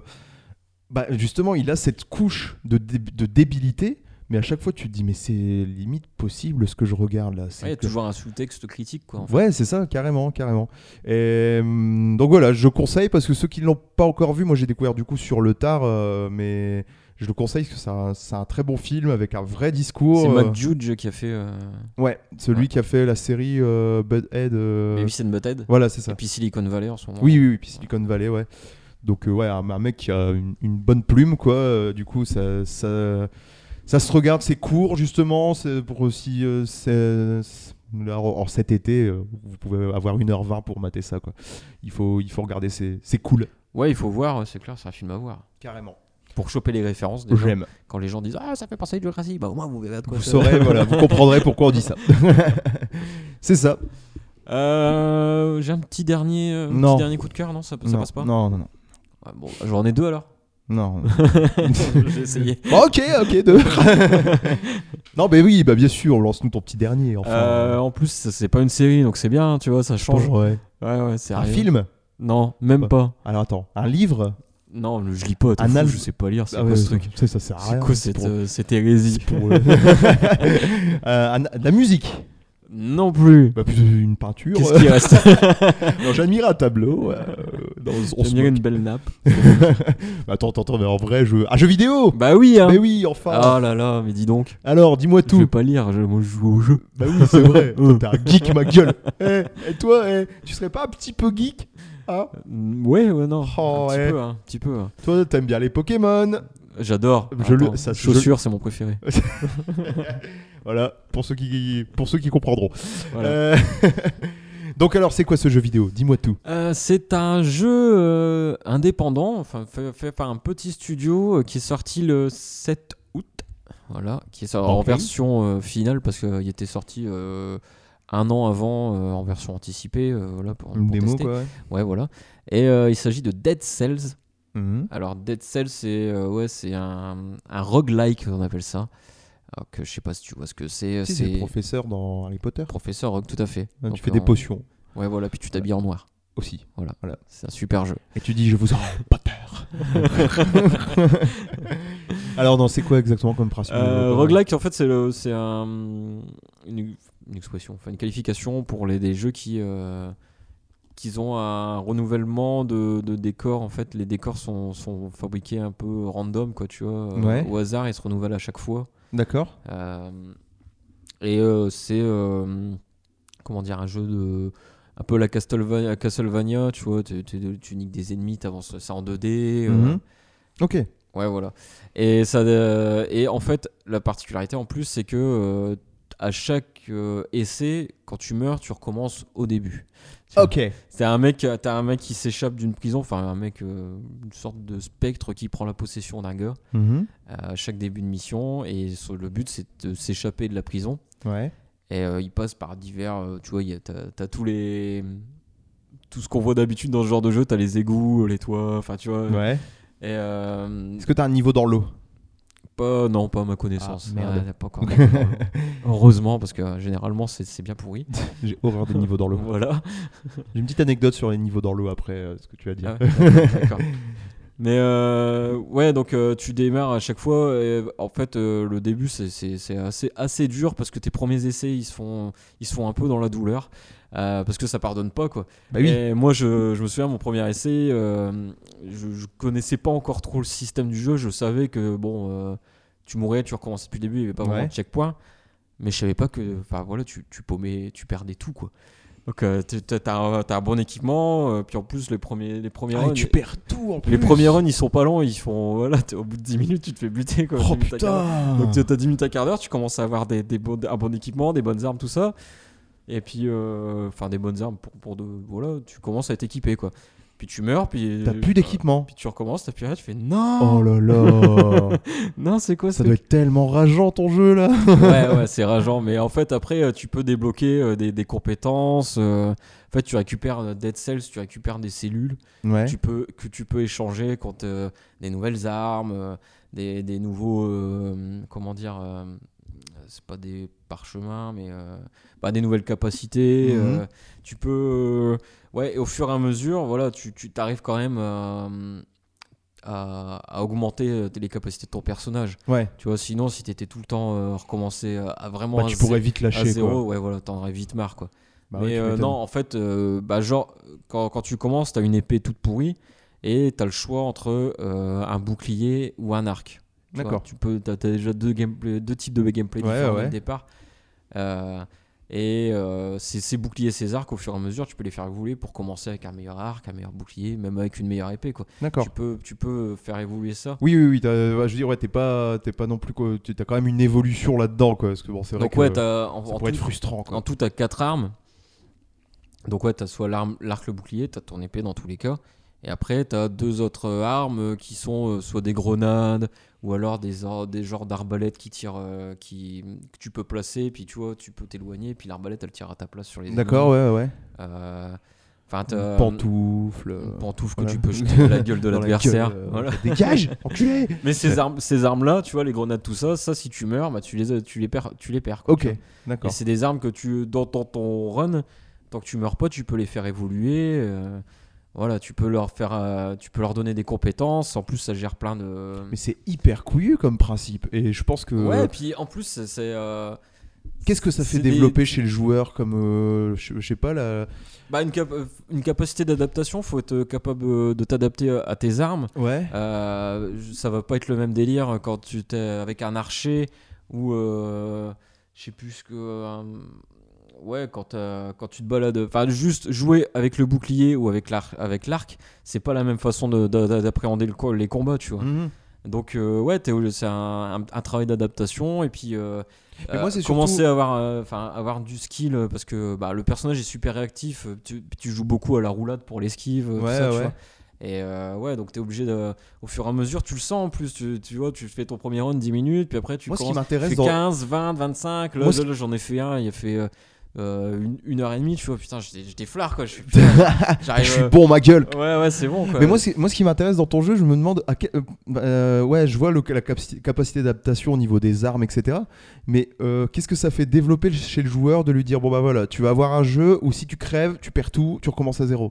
bah, justement, il a cette couche de, dé- de débilité. Mais à chaque fois, tu te dis, mais c'est limite possible ce que je regarde là. Ouais, C'est il y a que- toujours un sous-texte critique, quoi. en fait. Ouais, c'est ça, carrément, carrément. Et, hum, donc voilà, je conseille parce que ceux qui ne l'ont pas encore vu, moi j'ai découvert du coup sur le tard, euh, mais je le conseille parce que c'est un, c'est un très bon film avec un vrai discours. C'est euh, Mac Judge qui a fait euh, ouais, celui Ouais. qui a fait la série euh, Butthead. euh, Baby and Butthead. Voilà, c'est ça. Et puis Silicon Valley en ce moment. Oui, oui, oui, puis Silicon Valley, ouais. Donc, euh, ouais, un, un mec qui a une, une bonne plume, quoi. euh, du coup, ça, ça, ça se regarde, c'est court, justement. C'est pour aussi. euh, c'est- c'est- là, en- en cet été, euh, vous pouvez avoir 1h20 pour mater ça, quoi. Il faut, il faut regarder, c'est c'est cool. Ouais, il faut voir, euh, c'est clair, c'est un film à voir. Carrément. Pour choper les références, déjà. J'aime. Quand les gens disent Ah, ça fait penser à Idiocratie, bah au moins vous verrez de quoi Vous ça- saurez, voilà, vous comprendrez pourquoi on dit ça. c'est ça. Euh, J'ai un petit dernier, euh, Non. petit dernier coup de cœur, non ça, ça non, passe pas Non, non, non. Ah, Bon, j'en ai deux alors. Non. J'ai essayé. Bon, ok, ok, deux. non, mais oui, bah bien sûr, lance-nous ton petit dernier. Enfin, Euh, en plus, ça, c'est pas une série, donc c'est bien, tu vois, ça change. Bon, ouais. Ouais, ouais, c'est Un rien. film Non, même Pas. pas. Alors Ah, attends, un livre Non, je lis pas, t'es Un fou, al- je sais pas lire, c'est Ah quoi ouais, ce truc Ça, ça sert à C'est rien. quoi cette, pour- euh, cette hérésie pour, euh, euh, un- de la musique Non plus. bah, plutôt Une peinture. Qu'est-ce qui reste Non, J'admire un tableau. euh, dans- on se J'aime bien moque. une belle nappe. Bah, attends, attends, attends, mais en vrai, je... un jeu vidéo Bah oui, hein. Mais oui, enfin Ah là là, mais dis donc. Alors, dis-moi Je vais tout. pas lire, je, moi, je joue au jeu. Bah oui, c'est vrai. Euh. T'es un geek, ma gueule. Eh, et toi, eh, tu serais pas un petit peu geek hein Mm, Ouais, ouais, non. un Oh, petit ouais. peu, hein, un petit peu. hein. Toi, t'aimes bien les Pokémon. J'adore. Je le- Attends, ça- je- Chaussures, c'est mon préféré. Voilà, pour ceux qui, pour ceux qui comprendront. Voilà. Euh, Donc alors, c'est quoi ce jeu vidéo Dis-moi tout. Euh, c'est un jeu euh, indépendant, enfin fait, fait par un petit studio euh, qui est sorti le 7 août. Voilà, qui est sorti en Ok. version euh, finale parce qu'il était sorti euh, un an avant euh, en version anticipée. euh, voilà, pour, pour tester. ouais. Ouais, voilà. Et euh, il s'agit de Dead Cells. Mhm. Alors Dead Cells, c'est euh, ouais, c'est un, un roguelike, on appelle ça. Alors que je sais pas si tu vois ce que c'est. Si, c'est le c'est professeur dans Harry Potter. professeur rogue, tout à fait. Hein, Donc, euh, tu fais en- des potions Ouais, voilà. Puis tu t'habilles en noir. aussi. C'est un super jeu. Et tu dis, je vous en Potter. Alors, non, c'est quoi exactement comme principe de jeu Euh, roguelike, en fait, c'est le- c'est un, une, une expression, enfin une qualification pour les des jeux qui euh, qu'ils ont un renouvellement de, de décors. En fait, les décors sont, sont fabriqués un peu random, quoi, tu vois, euh, Ouais. au hasard et se renouvellent à chaque fois. D'accord. Euh, et euh, c'est euh, comment dire un jeu de un peu la Castlevania, Castlevania tu vois, tu, tu, tu niques des ennemis, t'avances ça en 2D. euh, Mhm. Ok. Ouais, voilà. Et, ça, euh, et en fait, la particularité en plus, c'est que euh, à chaque euh, essai, quand tu meurs, tu recommences au début. Tu vois. Ok. C'est un mec, euh, t'as un mec qui s'échappe d'une prison, enfin un mec, euh, une sorte de spectre qui prend la possession d'un gars Mhm. euh, à chaque début de mission. Et so- le but, c'est de s'échapper de la prison. Ouais. Et euh, il passe par divers, euh, tu vois, il y a- t'as t'as tous les, tout ce qu'on voit d'habitude dans ce genre de jeu. T'as les égouts, les toits, enfin tu vois. Ouais. Et euh, Est-ce que t'as un niveau dans l'eau Pas, non, pas à ma connaissance. Ah, merde. Ouais, y a pas encore d'accord dans l'eau. Heureusement, parce que euh, généralement, c'est c'est bien pourri. J'ai horreur des niveaux dans l'eau. Voilà. J'ai une petite anecdote sur les niveaux dans l'eau après euh, ce que tu as dit. Ah ouais, d'accord, d'accord. Mais euh, ouais, donc euh, tu démarres à chaque fois. et, en fait, euh, le début, c'est- c'est c'est assez, assez dur parce que tes premiers essais, ils se font, ils se font un peu dans la douleur. euh, parce que ça pardonne pas, quoi. Bah oui. Et moi, je, je me souviens, mon premier essai, euh, je, je connaissais pas encore trop le système du jeu. Je savais que, bon, euh, tu mourais, tu recommençais depuis le début, il y avait pas vraiment Ouais. de checkpoint. Mais je savais pas que, enfin voilà, tu, tu paumais, tu perdais tout, quoi. Donc, euh, t'es- t'as t'as un, t'as un bon équipement, euh, puis en plus, les premiers, les premiers Ah, et runs, tu perds tout en plus. les premiers runs, ils sont pas lents, ils font. Voilà, t'es- au bout de 10 minutes, tu te fais buter quoi. 10 Oh minutes à quart d'heure. putain Donc t'as- t'as 10 minutes à quart d'heure, tu commences à avoir des, des bons- un bon équipement, des bonnes armes, tout ça. Et puis, euh, enfin, des bonnes armes pour, pour de. Voilà, tu commences à être équipé quoi. Puis tu meurs, puis. T'as plus d'équipement. Puis tu recommences, t'as plus rien, tu fais non Oh là là Non, c'est quoi Ça ce doit être tellement rageant ton jeu là ouais, ouais, c'est rageant. Mais en fait, après, euh, tu peux débloquer euh, des, des compétences. euh, en fait, tu récupères euh, Dead Cells, tu récupères des cellules Ouais. tu peux, que tu peux échanger contre euh, des nouvelles armes, euh, des, des nouveaux. euh, comment dire euh, C'est pas des parchemins, mais euh, bah, des nouvelles capacités. Mhm. euh, tu peux. euh, ouais, et au fur et à mesure, voilà, tu, tu t'arrives quand même euh, à, à augmenter euh, les capacités de ton personnage. Ouais. Tu vois, sinon, si t'étais tout le temps euh, recommencé à, à vraiment. Bah, à tu zé- pourrais vite à lâcher zéro, quoi. ouais, voilà, t'en aurais vite marre, quoi. Bah ouais, Mais tu euh, m'étonnes. non, en fait, euh, bah, genre, quand, quand tu commences, t'as une épée toute pourrie et t'as le choix entre euh, un bouclier ou un arc. Tu vois, D'accord. Tu peux, t'as, t'as déjà deux, gameplay- deux types de gameplay Ouais, différents dès ouais. le départ. Euh, et euh, ces, ces boucliers, ces arcs, au fur et à mesure, tu peux les faire évoluer pour commencer avec un meilleur arc, un meilleur bouclier, même avec une meilleure épée. Quoi. D'accord. Tu, peux, tu peux faire évoluer ça. Oui, oui, oui. t'as- ouais, je veux dire, ouais, t'es pas, t'es pas non plus. quoi, tu- T'as quand même une évolution là-dedans, quoi. Parce que bon, c'est vrai Donc, que ouais, t'as, en, ça en pourrait tout- être frustrant, quoi. En tout, t'as quatre armes. Donc ouais, t'as soit l'arme, l'arc, le bouclier, t'as ton épée dans tous les cas. Et après, t'as deux autres euh, armes euh, qui sont euh, soit des grenades ou alors des, or- des genres d'arbalètes qui tirent, euh, qui que tu peux placer. Puis tu vois, tu peux t'éloigner. Puis l'arbalète, elle tire à ta place sur les. ennemis. D'accord, ouais, ouais. Euh, Enfin, t'as Une Pantoufle. euh, une pantoufle que voilà. tu peux jeter à la gueule de dans la l'adversaire. gueule, euh, Voilà. Dégage, enculé. Mais ces armes, ces armes-là, tu vois, les grenades, tout ça, ça, si tu meurs, bah, tu les, as- tu les perds, tu les perds. quoi, tu vois. Ok, Et d'accord. c'est des armes que tu, dans, dans ton run, tant que tu meurs pas, tu peux les faire évoluer. euh, voilà, tu peux leur faire, euh, tu peux leur donner des compétences. En plus, ça gère plein de. Mais c'est hyper couillu comme principe. Et je pense que. Ouais, et puis en plus, c'est- c'est. euh, Qu'est-ce que ça fait c'est des- développer chez le joueur comme. euh, je je sais pas, la. bah, une, cap- une capacité d'adaptation, faut être capable euh, de t'adapter à- à tes armes. Ouais. Euh, ça va pas être le même délire quand tu t'es avec un archer ou euh, je sais plus ce que euh, ouais quand t'as- quand tu te balades enfin juste jouer avec le bouclier ou avec l'arc avec l'arc c'est pas la même façon de- d'a- d'a- d'appréhender le co- les combats tu vois Mhm. donc euh, ouais t'es obligé- c'est un, un- un travail d'adaptation et puis euh, Mais moi, c'est commencer surtout- à avoir euh, enfin avoir du skill euh, parce que bah, le personnage est super réactif euh, tu, tu joues beaucoup à la roulade pour l'esquive euh, tout Ouais, ça, tu ouais. vois. et euh, ouais donc t'es obligé de au fur et à mesure tu le sens en plus tu, tu vois tu fais ton premier round 10 minutes puis après tu Moi, ce qui commences- tu m'intéresse fais dans- 15 20 25 là, Moi, ce là, là, j'en ai fait un il a fait euh, euh, une, une heure et demie tu vois putain j'étais j'étais flard quoi je suis j'arrive Je suis euh, bon, ma gueule. ouais ouais c'est bon quoi Mais moi, c'est- moi, ce qui m'intéresse dans ton jeu, je me demande. À quel- euh, euh, ouais, je vois le- la capaci- capacité d'adaptation au niveau des armes, etc. Mais euh, qu'est-ce que ça fait développer chez le joueur de lui dire bon, bah voilà, tu vas avoir un jeu où si tu crèves, tu perds tout, tu recommences à zéro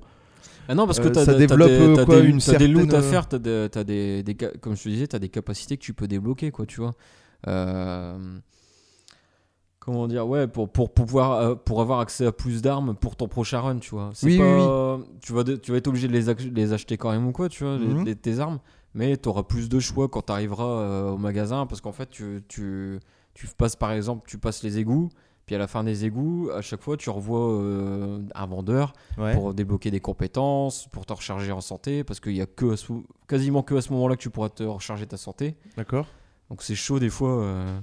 Ah non, parce que Euh, t'as ça t'as développe, des, euh, t'as quoi, des- une t'as des loots à certaine- euh, faire, t'as des, t'as des, des ca- comme je te disais, t'as des capacités que tu peux débloquer, quoi, tu vois. Euh, Comment dire, ouais, pour, pour pouvoir euh, pour avoir accès à plus d'armes pour ton prochain run, tu vois. C'est Oui, oui, pas- Tu, vas de- tu vas être obligé de les, ac- les acheter quand même ou quoi, tu vois, les- Mhm. les- tes armes. Mais t'auras plus de choix quand t'arriveras euh, au magasin parce qu'en fait, tu, tu, tu passes par exemple, tu passes les égouts, puis à la fin des égouts, à chaque fois, tu revois euh, un vendeur Ouais. pour débloquer des compétences, pour te recharger en santé, parce qu'il y a que à ce- quasiment que à ce moment-là que tu pourras te recharger ta santé. D'accord. Donc c'est chaud des fois. euh,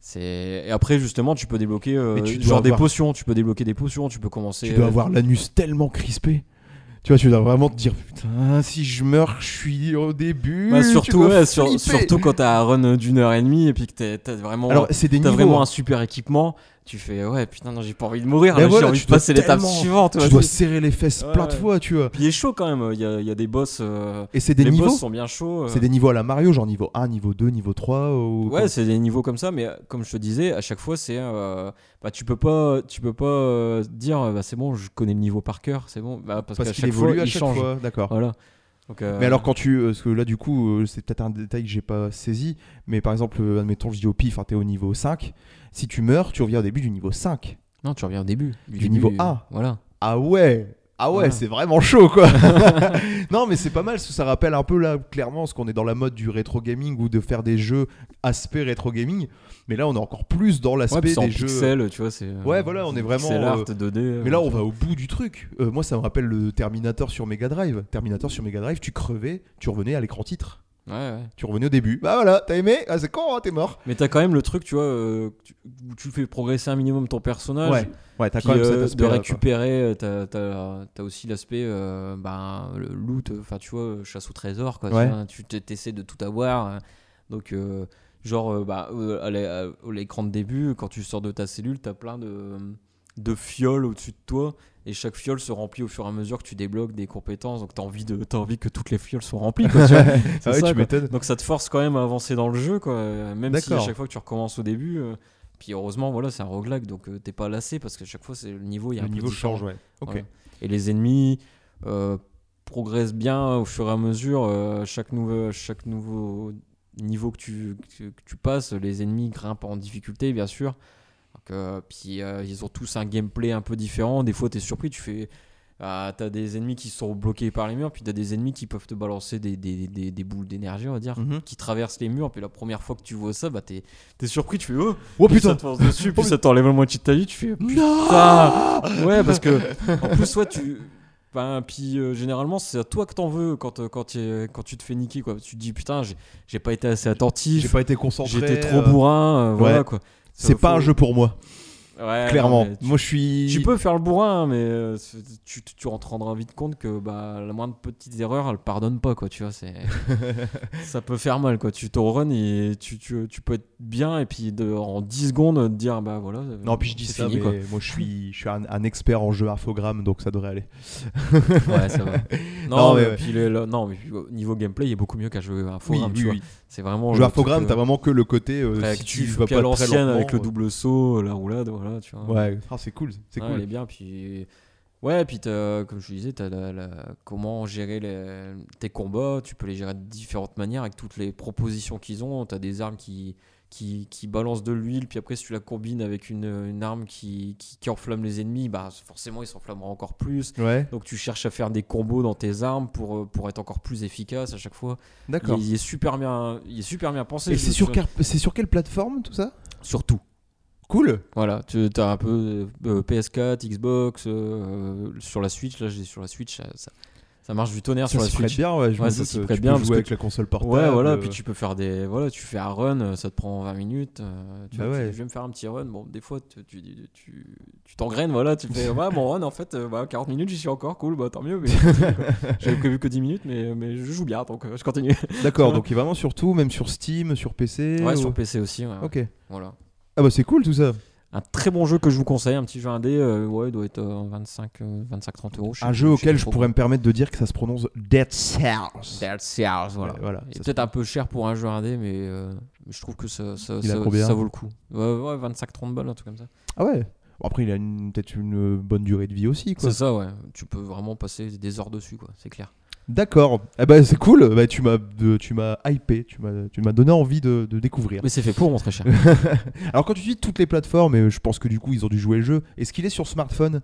c'est- Et après justement, tu peux débloquer euh, Mais tu dois genre des avoir- potions. Tu peux débloquer des potions. Tu peux commencer. Tu dois euh, avoir l'anus tellement crispé. Tu vois, tu dois vraiment te dire putain, si je meurs, je suis au début. bah, Mmh, tu surtout, dois ouais, sur- flipper. surtout quand t'as un run d'une heure et demie et puis que t'es- t'as vraiment. Alors, c'est des T'as niveaux. vraiment hein. un super équipement, tu fais ouais putain non j'ai pas envie de mourir Mais là, voilà, j'ai envie tu de dois passer l'étape tellement- suivante Tu ouais. dois serrer les fesses Ouais, plein de ouais. fois, tu vois. puis il est chaud quand même il y a, il y a des boss euh, Et c'est des les boss niveaux. sont bien chauds euh. C'est des niveaux à la Mario, genre niveau 1, niveau 2, niveau 3. Ou... Ouais, c'est des niveaux comme ça, mais euh, comme je te disais, à chaque fois, c'est. euh, bah, tu peux pas, tu peux pas euh, dire, euh, bah, c'est bon, je connais le niveau par cœur, c'est bon, bah, parce, parce qu'à qu'il chaque fois, évolue à il chaque change. fois, d'accord. Voilà. Donc, euh, Mais alors quand tu, euh, parce que là du coup, euh, c'est peut-être un détail que j'ai pas saisi, mais par exemple, euh, admettons, je dis au pif, hein, t'es au niveau 5, si tu meurs, tu reviens au début du niveau 5. Non, tu reviens au début. Du niveau A. Voilà. Ah ouais ah ouais, Ouais. c'est vraiment chaud quoi. non mais c'est pas mal, parce que ça rappelle un peu là clairement ce qu'on est dans la mode du rétro gaming ou de faire des jeux aspect rétro gaming, mais là on est encore plus dans Ouais, puis l'aspect c'est en des jeux pixel, tu vois, c'est. euh, Ouais, voilà, on c'est est du vraiment, pixel art euh, 2D. Mais là, on va au bout du truc. Euh, moi, ça me rappelle le Terminator sur Mega Drive. Terminator sur Mega Drive, tu crevais, tu revenais à l'écran titre. Ouais, ouais. Tu revenais au début. Bah voilà, t'as aimé Ah, c'est con, hein, t'es mort. Mais t'as quand même le truc, tu vois, euh, tu- où tu fais progresser un minimum ton personnage. Ouais, ouais, t'as Puis, quand même euh, cet de aspect. récupérer, euh, t'as, t'as- t'as aussi l'aspect euh, ben, le loot, euh, enfin tu vois, euh, chasse au trésor, quoi. Ouais. tu vois, Tu t- t'essaies de tout avoir. hein. Donc, euh, genre, euh, bah, euh, à l'é- à l'écran de début, quand tu sors de ta cellule, t'as plein de, de fioles au-dessus de toi. Et chaque fiole se remplit au fur et à mesure que tu débloques des compétences. Donc, t'as envie, de, t'as envie que toutes les fioles soient remplies, quoi, tu vois. C'est ah ouais, ça, tu quoi. m'étonnes. Donc ça te force quand même à avancer dans le jeu, quoi. euh, Même si à D'accord. chaque fois que tu recommences au début. euh, puis heureusement, voilà, c'est un roguelike, donc euh, t'es pas lassé parce qu'à chaque fois, c'est le niveau, il y a Le un peu niveau différent. change, ouais. Ok. Voilà. Et les ennemis euh, progressent bien au fur et à mesure. euh, chaque, nouveau, chaque nouveau niveau que tu, que, que tu passes, les ennemis grimpent en difficulté, bien sûr. Donc, euh, puis euh, ils ont tous un gameplay un peu différent. Des fois, t'es surpris, tu fais. ah, t'as des ennemis qui sont bloqués par les murs, puis t'as des ennemis qui peuvent te balancer des, des, des, des boules d'énergie, on va dire, Mhm. qui traversent les murs. Puis la première fois que tu vois ça, bah t'es es surpris, tu fais oh, Oh puis ça putain te force dessus, Oh, puis ça t'enlève la moitié de ta vie, tu fais Non ça ouais parce que en plus soit tu ben, puis euh, généralement c'est à toi que t'en veux quand euh, quand, t'es- quand tu te fais niquer quoi tu te dis putain j'ai j'ai pas été assez J'ai attentif pas été concentré. j'étais trop euh, bourrin euh, voilà ouais. quoi Ça, C'est faut- pas un jeu pour moi, Ouais, clairement. Ah, non, mais tu, Moi, je suis. tu peux faire le bourrin hein, mais euh, c'est- tu, tu- tu en te rendras vite compte que bah la moindre petite erreur elle pardonne pas quoi tu vois c'est ça peut faire mal quoi tu te run et tu, tu, tu peux être bien et puis de- en 10 secondes te dire bah voilà euh, Non, puis je dis c'est ça, fini, mais quoi. moi, je suis, je suis un, un expert en jeu infogramme, donc ça devrait aller. Ouais, ça va. Non, Non, mais mais, ouais. puis le- le- non, mais puis, euh, niveau gameplay, il est beaucoup mieux qu'un jeu infogramme, tu vois. C'est vraiment. Jeu le truc, infogramme, euh, t'as vraiment que le côté. euh, si tu réactif, vas puis à pas très l'ancienne avec le lentement, double saut, la roulade, voilà, tu vois. Ouais, Ah, c'est cool, c'est Ouais, cool. Elle est bien, puis. Ouais, puis t'as- comme je te disais, t'as la, la- comment gérer les- tes combats. Tu peux les gérer de différentes manières avec toutes les propositions qu'ils ont. T'as des armes qui, qui, qui balancent de l'huile, puis après, si tu la combines avec une, une arme qui, qui, qui enflamme les ennemis, bah forcément, ils s'enflammeront encore plus. Ouais, Donc tu cherches à faire des combos dans tes armes pour, euh, pour être encore plus efficace à chaque fois. Il, d'accord. il est super bien, il est super bien pensé. Et je- c'est sur, je- car- c'est sur quelle plateforme tout ça sur tout. Cool. Voilà, tu as un peu euh, PS4, Xbox, euh, sur la Switch. Là, j'ai sur la Switch, ça, ça- ça marche du tonnerre sur ça la s'y prête Switch. bien, ouais, je Ouais, me ça doute, s'y euh, prête tu bien, peux parce jouer que avec la console portable. Ouais, voilà, euh, puis tu peux faire des. Voilà, tu fais un run, euh, ça te prend 20 minutes. euh, tu Bah vois, tu- ouais. je vais me faire un petit run. Bon, des fois, tu tu- tu- tu t'engraines, voilà, tu fais. Ouais, mon run, en fait, euh, bah, 40 minutes, j'y suis encore, cool, bah tant mieux. mais- J'avais prévu que 10 minutes, mais, mais je joue bien, donc euh, je continue. D'accord, donc il est vraiment sur tout, même sur Steam, sur PC. Ouais, ou- sur PC aussi. ouais. Ok. Voilà. Ah bah c'est cool tout ça. Un très bon jeu que je vous conseille, un petit jeu indé, euh, ouais, il doit être euh, 25, euh, 25-30 euros. sais Un plus, jeu sais auquel plus je trop. pourrais me permettre de dire que ça se prononce Dead Cells. Dead Cells, voilà. Ouais, voilà, Il ça est peut-être un peu cher pour un jeu indé, mais euh, je trouve que ça, ça, Il a ça- combien ça vaut le coup. Ouais, ouais 25-30 balles, un truc comme ça. Ah ouais. Bon, après il a une- peut-être une euh, bonne durée de vie aussi quoi. C'est ça, ouais. Tu peux vraiment passer des heures dessus, quoi, c'est clair. D'accord. Eh bah c'est cool. Bah, tu m'as de- tu m'as hypé, tu m'as tu m'as donné envie de, de découvrir. Mais c'est fait pour, mon très cher. Alors quand tu dis toutes les plateformes, et je pense que du coup ils ont dû jouer le jeu. Est-ce qu'il est sur smartphone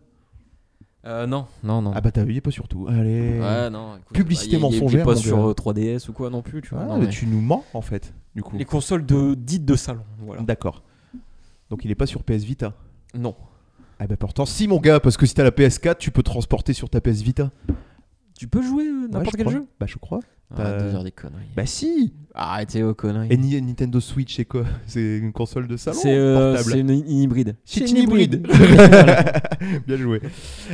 euh, non, non, non. Ah bah t'as vu, il est pas sur tout. Allez. ouais, non. écoute, Publicité bah, il- il- Il est mensongère, pas mon sur gars. euh, 3DS ou quoi non plus, tu vois. Ah, non, mais mais- tu nous mens en fait. Du coup. Les consoles de, dites de salon, voilà. D'accord. Donc il est pas sur PS Vita. Non. Ah bah pourtant si mon gars, parce que si t'as la PS4, tu peux transporter sur ta PS Vita. Tu peux jouer euh, Ouais, n'importe je quel crois. jeu Bah je crois. Arrête T'as- de dire Ah, des conneries. Bah si Arrêtez vos conneries. Et Ni- Nintendo Switch c'est quoi C'est une console de salon C'est euh, portable c'est une, une hybride. C'est une hybride. Bien joué.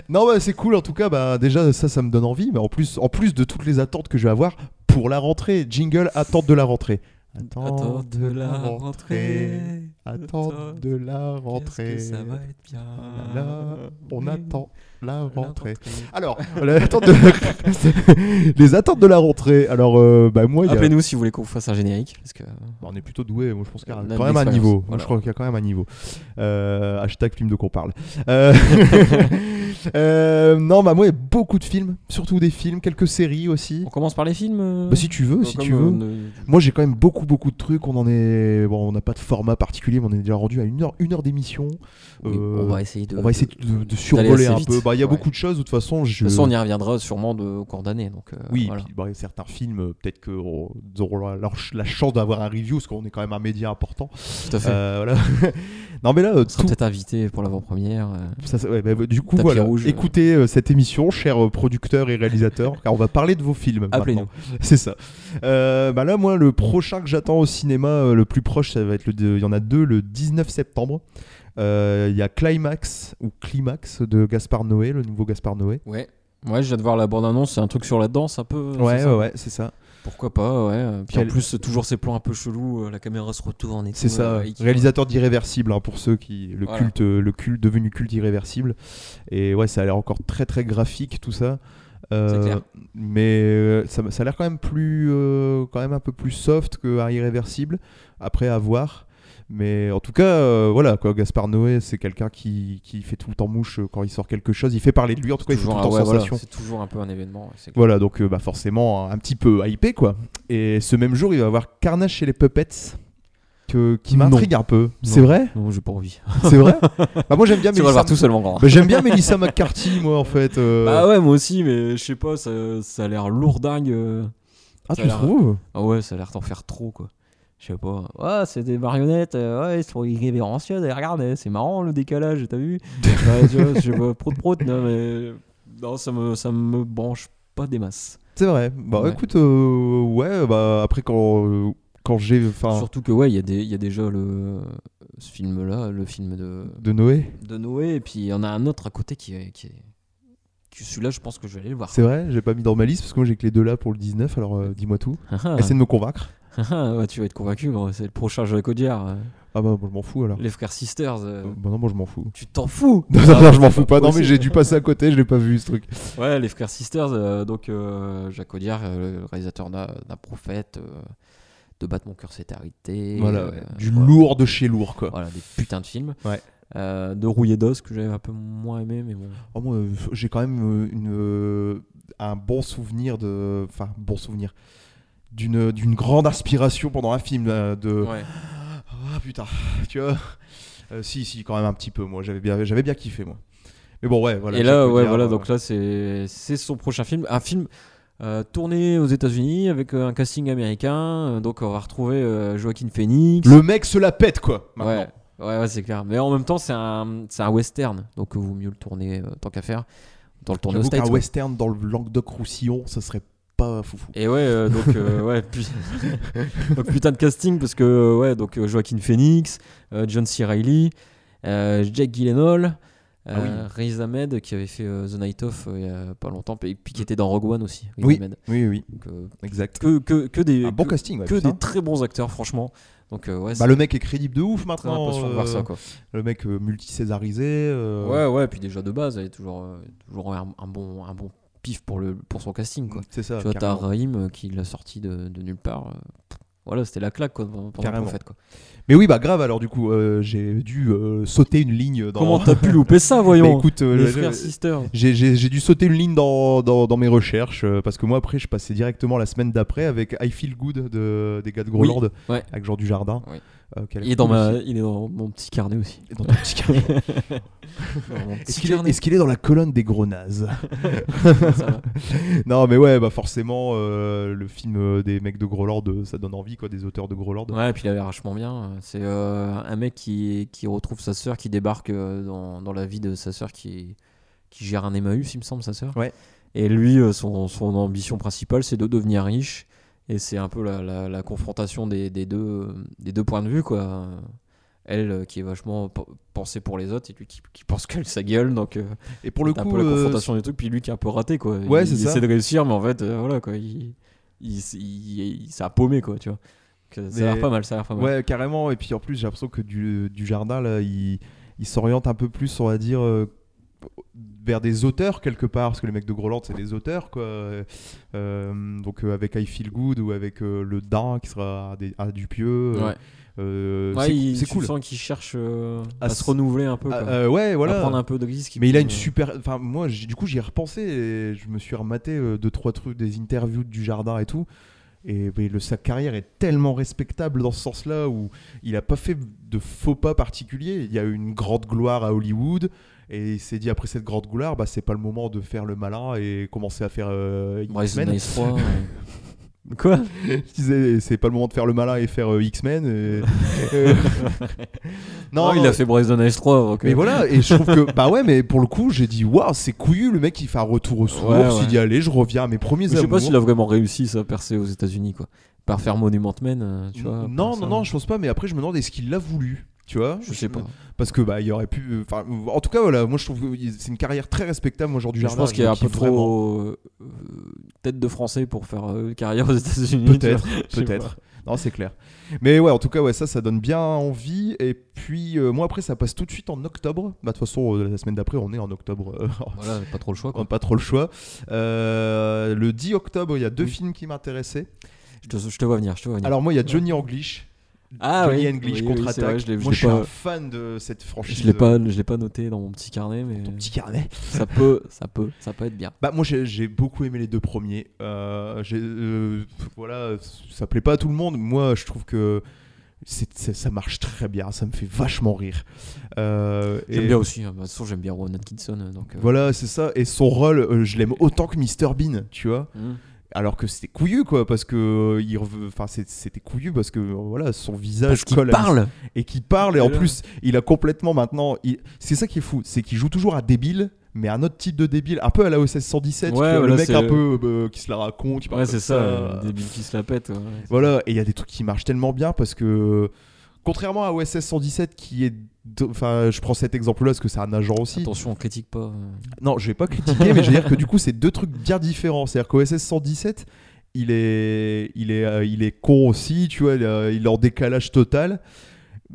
Non bah c'est cool en tout cas, bah déjà ça ça me donne envie, mais en plus, en plus de toutes les attentes que je vais avoir pour la rentrée, jingle attente de la rentrée. Attends de la rentrée. Attends, Attends de la rentrée. Ah Ça va être bien. Là, on attend la la rentrée. Alors, les attentes de, les attentes de la rentrée. Alors, euh, bah moi, il y a- Appelez-nous si vous voulez qu'on vous fasse un générique. Parce que... Bah, on est plutôt doué. Moi, je pense qu'il y a On a quand de même un l'expérience. niveau. Moi, Voilà. Je crois qu'il y a quand même un niveau. Euh, hashtag film de qu'on parle. Euh, euh, non, bah moi, il y a beaucoup de films, surtout des films, quelques séries aussi. On commence par les films euh, Bah, si tu veux, euh, si comme, tu veux. euh, ne- Moi, j'ai quand même beaucoup, beaucoup de trucs. On en est, bon, on n'a pas de format particulier, mais on est déjà rendu à une heure, une heure d'émission. Oui, Euh, on va essayer de. on va essayer de, de d'aller survoler assez un vite. peu. Bah, il y a Ouais. beaucoup de choses. De toute façon, je. De toute façon, on y reviendra sûrement de, au cours d'année. Donc, euh, Oui, voilà. puis, bah, certains films, euh, peut-être qu'ils auront la, leur ch- la chance d'avoir un review, parce qu'on est quand même un média important. tout à fait. Euh, voilà. non, mais là, euh, on sera tout- peut-être invité pour l'avant-première. euh. ça, ça- ouais, bah, du coup, Tapis voilà. rouge, euh. Écoutez euh, cette émission, chers euh, producteurs et réalisateurs, car on va parler de vos films. Appelez-nous. maintenant. C'est ça. Euh, bah là, moi, le prochain que j'attends au cinéma, euh, le plus proche, ça va être le. Il y en a deux, le 19 septembre. Euh, Il y a Climax ou Climax de Gaspard Noé, le nouveau Gaspard Noé. Ouais. Ouais, je viens de voir la bande-annonce, c'est un truc sur la danse un peu. c'est Ouais, ça ouais, ouais, c'est ça. Pourquoi pas, ouais. euh, Puis Quel- en plus, toujours ces plans un peu chelous, euh, la caméra se retourne et tout. C'est ça, euh, ouais. et qui- réalisateur d'irréversible hein, pour ceux qui le Voilà. culte, euh, le culte devenu culte irréversible. Et ouais, ça a l'air encore très très graphique tout ça. Euh, C'est clair. Mais euh, ça, ça a l'air quand même plus, euh, quand même un peu plus soft qu'un irréversible. Après à voir. Mais en tout cas, euh, voilà quoi. Gaspard Noé, c'est quelqu'un qui, qui fait tout le temps mouche euh, quand il sort quelque chose. Il fait parler de lui. En tout cas, il fait tout toujours le un- temps ouais, voilà, sensation. c'est toujours un peu un événement. ouais, c'est clair. Voilà, donc euh, bah, forcément un petit peu hypé quoi. Et ce même jour, il va avoir Carnage chez les Puppets que, qui Non. m'intrigue un peu. C'est vrai Non, j'ai pas envie. C'est vrai Bah moi j'aime bien tu vas le Melissa. voir tout seul, mon grand. Bah, j'aime bien Melissa McCarthy moi en fait. euh. Bah ouais, moi aussi, mais je sais pas, ça, ça a l'air lourdingue. euh. ah ça tu a l'air- trouves Ah ouais, ça a l'air d'en faire trop, quoi. Je sais pas. Ouais, c'est des marionnettes, euh, ouais, ils sont irrévérencieux, et regarde, eh, c'est marrant le décalage, t'as vu Ouais, tu vois, je sais pas, prout prout, non, mais. Non, ça me, ça me branche pas des masses. C'est vrai. Bah Ouais. écoute euh, ouais bah après quand euh, quand j'ai enfin Surtout que, ouais, il y, a des- il y a déjà le, ce film-là, le film de, de Noé, de Noé, et puis il y en a un autre à côté qui est. Qui est- que celui-là, je pense que je vais aller le voir. c'est vrai, j'ai pas mis dans ma liste parce que moi j'ai que les deux là pour le 19 alors euh, dis-moi tout. Ah, Essaie de me convaincre. ouais, tu vas être convaincu, bon, c'est le prochain Joël Codiard. euh, Ah bah moi, je m'en fous alors. Les frères Sisters. euh, Euh, Bah non, moi je m'en fous. Tu t'en fous Non, non, non, je m'en fous pas. Non, mais possible. j'ai dû passer à côté, je l'ai pas vu ce truc. Ouais, les frères Sisters, euh, donc euh, Jacques Audiard, euh, le réalisateur d'un d'un prophète, euh, de battre mon cœur c'est arrêté. Voilà, euh, ouais. du voilà. lourd de chez lourd quoi. Voilà, des putains de films. Ouais. Euh, de Rouillé d'os que j'avais un peu moins aimé, mais bon. Oh, moi, euh, j'ai quand même euh, une, euh, un bon souvenir de. Enfin, bon souvenir. D'une, euh, d'une grande inspiration pendant un film. euh, de. Ouais. Ah putain, tu vois. Euh, si, si, quand même un petit peu, moi. J'avais bien, j'avais bien kiffé, moi. Mais bon, ouais, voilà. Et j'ai là, pu ouais, dire, voilà, euh, donc là, c'est c'est son prochain film. Un film euh, tourné aux États-Unis avec euh, un casting américain. euh, Donc, on va retrouver euh, Joaquin Phoenix. Le mec se la pète, quoi, maintenant. Ouais, ouais, ouais, c'est clair. Mais en même temps, c'est un, c'est un western, donc vaut mieux le tourner euh, tant qu'à faire. Dans le tourner J'avoue au qu'un States. quoi. western dans le Languedoc-Roussillon, ça serait pas foufou. Et ouais, euh, donc, euh, ouais, puis- donc putain de casting parce que euh, ouais, donc euh, Joaquin Phoenix, euh, John C. Reilly, euh, Jake Gyllenhaal, Ah euh, Riz Ahmed qui avait fait euh, The Night Off euh, il y a pas longtemps, et puis qui était dans Rogue One aussi. Riz Ahmed. Mm. Oui, oui, Donc, euh, exact. que, que, que des Un bon que, casting, ouais. que putain. des très bons acteurs, franchement. Donc euh, ouais, Bah, c'est le mec est crédible de ouf très maintenant. euh, impressionnant de voir ça quoi. Le mec euh, multi-césarisé. euh, Ouais, ouais, puis déjà de base, elle est toujours, euh, toujours un, un bon, un bon pif pour, le, pour son casting. Quoi. Mm, C'est ça. tu vois, t'as carrément. Rahim euh, qui l'a sorti de, de nulle part. euh, pff, voilà, c'était la claque quoi, pendant Carrément. le fait. Quoi. Mais oui, bah grave, alors du coup, euh, j'ai dû euh, sauter une ligne dans. Comment t'as pu louper ça, Bah, voyons écoute, euh, Les je- frères sisters. j'ai, j'ai- j'ai dû sauter une ligne dans, dans, dans mes recherches euh, parce que moi, après, je passais directement la semaine d'après avec I Feel Good de, des gars de Groland ouais. avec Jean Dujardin. Oui. euh, qui a l'air Il est, dans cool ma, aussi. il est dans mon petit carnet aussi. Et dans ton petit carnet. Dans mon Est-ce petit qu'il, est, carnet, est-ce qu'il est dans la colonne des gros nazes ça va. Non, mais ouais, bah forcément, euh, le film euh, des mecs de Groland, euh, ça donne envie, quoi, des auteurs de Groland. Ouais, puis il a l'air vachement bien. C'est euh, un mec qui, qui retrouve sa sœur, qui débarque euh, dans, dans la vie de sa sœur qui, qui gère un Emmaüs, il me semble, sa sœur. Ouais. Et lui, euh, son, son ambition principale, c'est de devenir riche. Et c'est un peu la, la- la confrontation des, des deux, des deux points de vue, quoi. Elle euh, qui est vachement p- pensée pour les autres et lui qui, qui pense qu'elle sa gueule. Donc, euh, Et pour le t'as un coup, peu la euh, confrontation des trucs, puis lui qui est un peu raté, quoi. Ouais, il c'est ça. essaie de réussir, mais en fait, euh, voilà, quoi. Il, il, il- il- ça a paumé, quoi, tu vois. que Ça Mais- a l'air pas mal, ça a l'air pas mal. Ouais, carrément. Et puis en plus, j'ai l'impression que du, du jardin, là, il, il s'oriente un peu plus, on va dire, euh, vers des auteurs quelque part. Parce que les mecs de Groland, c'est des auteurs, quoi. Euh, donc euh, avec I Feel Good ou avec euh, Le Dain, qui sera des, un Dupieux. euh, Ouais. euh, Ouais, c'est- il- c'est tu cool. sens qu'il cherche euh, à, À s- se renouveler un peu, quoi. Ah, euh, ouais, à voilà. prendre un peu de risque. et Mais il a puis, une euh, super. Enfin, moi, j'ai- du coup, j'y ai repensé et je me suis rematé euh, deux, trois trucs, des interviews du jardin et tout. Et, mais le, sa carrière est tellement respectable dans ce sens-là où il n'a pas fait de faux pas particulier. Il y a eu une grande gloire à Hollywood et il s'est dit après cette grande gloire, bah, c'est pas le moment de faire le malin et commencer à faire euh, Bryson X-Men. Nice 3. euh. Quoi Je disais, c'est pas le moment de faire le malin et faire euh, X-Men. et- euh, Non, Oh, il a fait Bryson Nice 3. donc, euh, Mais voilà, et je trouve que, bah ouais, mais pour le coup, j'ai dit, waouh, c'est couillu, le mec, il fait un retour aux sources, Ouais, ouais. il dit, allez, je reviens à mes premiers Je sais amours. pas s'il a vraiment réussi ça à percer aux États-Unis quoi. Par faire Monument Men, euh, tu vois. par non, non, ça. non, je pense pas, mais après, je me demande, est-ce qu'il l'a voulu Tu vois je sais pas. Parce que, bah, il aurait pu. Enfin, en tout cas, voilà, moi, je trouve que c'est une carrière très respectable, moi, aujourd'hui, Je pense qu'il y a un peu trop euh, euh, tête de français pour faire euh, carrière aux États-Unis. tu Peut-être, vois. Je sais Peut-être. Non, c'est clair. Mais ouais, en tout cas, ouais, ça, ça donne bien envie. Et puis, euh, moi, après, ça passe tout de suite en octobre. Bah, de toute façon, euh, la semaine d'après, on est en octobre. euh, pas. Voilà, pas trop le choix on quoi. n'a pas trop le choix. Euh, le 10 octobre, il y a deux Oui. films qui m'intéressaient. Oh, Je te, je te vois venir, je te vois venir. Alors moi, il y a Johnny English. ah Johnny oui, English oui, oui, c'est vrai, contre-attaque. je l'ai- je moi, je l'ai suis pas- un fan de cette franchise. je l'ai pas, je l'ai pas noté dans mon petit carnet, mais Ton petit carnet. ça peut, ça peut, ça peut être bien. Bah moi, j'ai j'ai beaucoup aimé les deux premiers. Euh, j'ai- euh, pff, voilà, ça plaît pas à tout le monde. Moi, je trouve que c'est- c'est- ça marche très bien. Ça me fait vachement rire. Euh, J'aime et- bien aussi. hein. De toute façon, j'aime bien Rowan Atkinson, euh, donc. euh, Voilà, c'est ça. Et son rôle, euh, je l'aime autant que Mr Bean, tu vois. hum. Alors que c'était couillu, quoi, parce que euh, il rev- enfin c'est- c'était couillu parce que euh, voilà, son visage Parce qu'il colle à Mr. parle. et qui parle et en Et là- plus il a complètement maintenant il- c'est ça qui est fou c'est qu'il joue toujours à débile mais un autre type de débile un peu à la OSS 117 Ouais, tu vois, le voilà, mec c'est- un peu euh, qui se la raconte qui parle Ouais, comme c'est ça. euh, Débile qui se la pète. ouais, ouais. voilà et il y a des trucs qui marchent tellement bien parce que contrairement à OSS 117 qui est de- enfin je prends cet exemple là parce que c'est un agent aussi Attention, on critique pas. euh. non je vais pas critiquer mais je veux dire que du coup c'est deux trucs bien différents c'est à dire qu'OSS 117 il est il est euh, il est con aussi tu vois il, a- il est en décalage total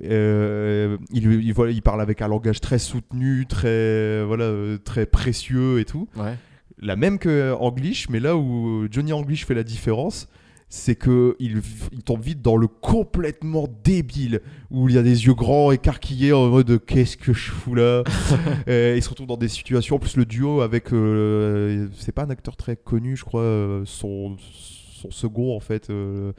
euh, il, il- voilà, il parle avec un langage très soutenu, très, voilà, euh, très précieux et tout. Ouais. La même que English, mais là où Johnny English fait la différence, c'est que il, v- il tombe vite dans le complètement débile, où il y a des yeux grands, écarquillés, en mode qu'est-ce que je fous là Et Il se retrouve dans des situations, en plus le duo avec, euh, c'est pas un acteur très connu, je crois, euh, son, son second en fait, euh,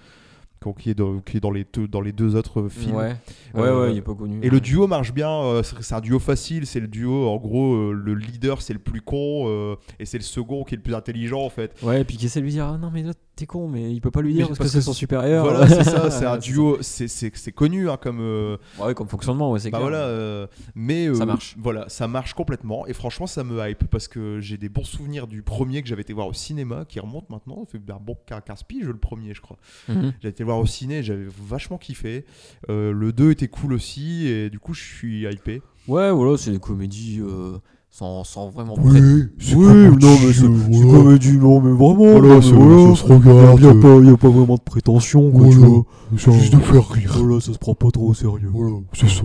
qui est, dans, qui est dans, les deux, dans les deux autres films. Ouais, ouais, Euh, ouais, il est pas connu. Et le duo marche bien, euh, c'est c'est un duo facile, c'est le duo, en gros, euh, le leader c'est le plus con, euh, et c'est le second qui est le plus intelligent en fait. Ouais, et puis qui essaie de lui dire Ah non, mais là, t'es con, mais il peut pas lui dire Mais parce, parce que c'est que son c'est- supérieur. Voilà, c'est ça, c'est un duo, c'est- c'est c'est connu hein, comme. euh, ça. Ouais, comme fonctionnement, ouais, c'est bah clair. voilà, euh, mais. Ça euh, marche. Voilà, ça marche complètement, et franchement ça me hype, parce que j'ai des bons souvenirs du premier que j'avais été voir au cinéma, qui remonte maintenant, ça fait un bon 15 piges le premier, je crois. Mhm. J'avais été le voir au ciné, j'avais vachement kiffé. Euh, le 2 était cool aussi, et du coup je suis hypé. Ouais, voilà, c'est des comédies euh, sans, sans vraiment. c'est non, mais c'est une comédie, non, mais vraiment. Voilà, mais ça- voilà. ça se regarde, Y a, euh. pas, y a pas vraiment de prétention, quoi, tu Voilà. vois. C'est juste de faire rire. Voilà, ça se prend pas trop au sérieux. C'est ça.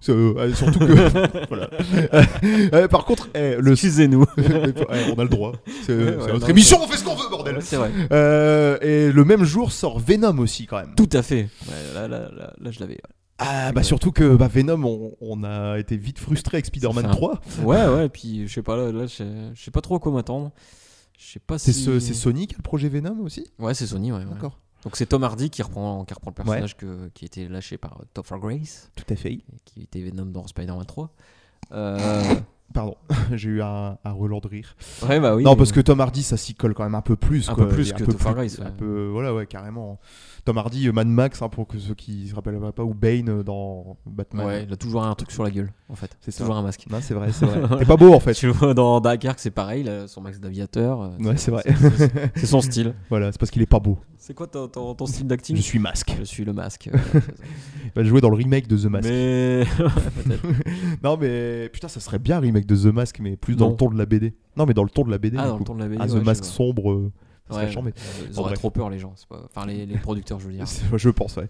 C'est- euh, euh, surtout que. voilà. Euh, par contre, eh, le. Excusez-nous. Ouais, on a le droit. C'est Ouais, c'est ouais, notre non, émission, on fait ce qu'on veut, bordel. c'est vrai. Euh, et le même jour sort Venom aussi, quand même. Tout à fait. Ouais, là, là, là, là, je l'avais. Ah, bah surtout que bah, Venom, on, on a été vite frustré avec Spider-Man Ça fait un- 3. Ouais, ouais, et puis je sais pas, là, là je sais- je sais pas trop à quoi m'attendre. Je sais pas C'est si. ce, c'est Sony qui a le projet Venom aussi Ouais, c'est Sony, ouais. ouais. D'accord. Donc c'est Tom Hardy qui reprend, qui reprend le personnage que- qui était lâché par euh, Topher Grace, Tout à fait. et qui était Venom dans Spider-Man 3. Euh, Pardon, j'ai eu un, un relent de rire. ouais, bah oui. non, parce que Tom Hardy, ça s'y colle quand même un peu plus. Un quoi. peu plus Il est que Topher Grace, Un ouais. peu, voilà, ouais, carrément. Tom Hardy, euh, Mad Max, hein, pour que ceux qui se rappellent pas, ou Bane euh, dans Batman. Ouais, il a toujours un truc sur la gueule, en fait. C'est C'est ça. toujours un masque. Non, c'est vrai, c'est vrai. T'es pas beau en fait. Tu le vois dans Dunkerque, c'est pareil, là, son masque d'aviateur. euh, Ouais, c'est vrai. c'est- C'est son style. voilà, c'est parce qu'il est pas beau. C'est quoi ton, ton- ton style Je d'acting suis masque. Je suis le masque. Il va jouer dans le remake de The Mask. Mais. ah, Non, mais putain, ça serait bien un remake de The Mask, mais plus dans Non. le ton de la BD. Non, mais dans le ton de la BD. Ah, du dans le coup. ton de la BD. Ah, The ouais, je Mask vois. sombre, euh, Ça serait charmé. Ils Bon, auraient bref. trop peur, les gens. c'est Pas... Enfin, les, les producteurs, je veux dire. C'est- Je pense, ouais.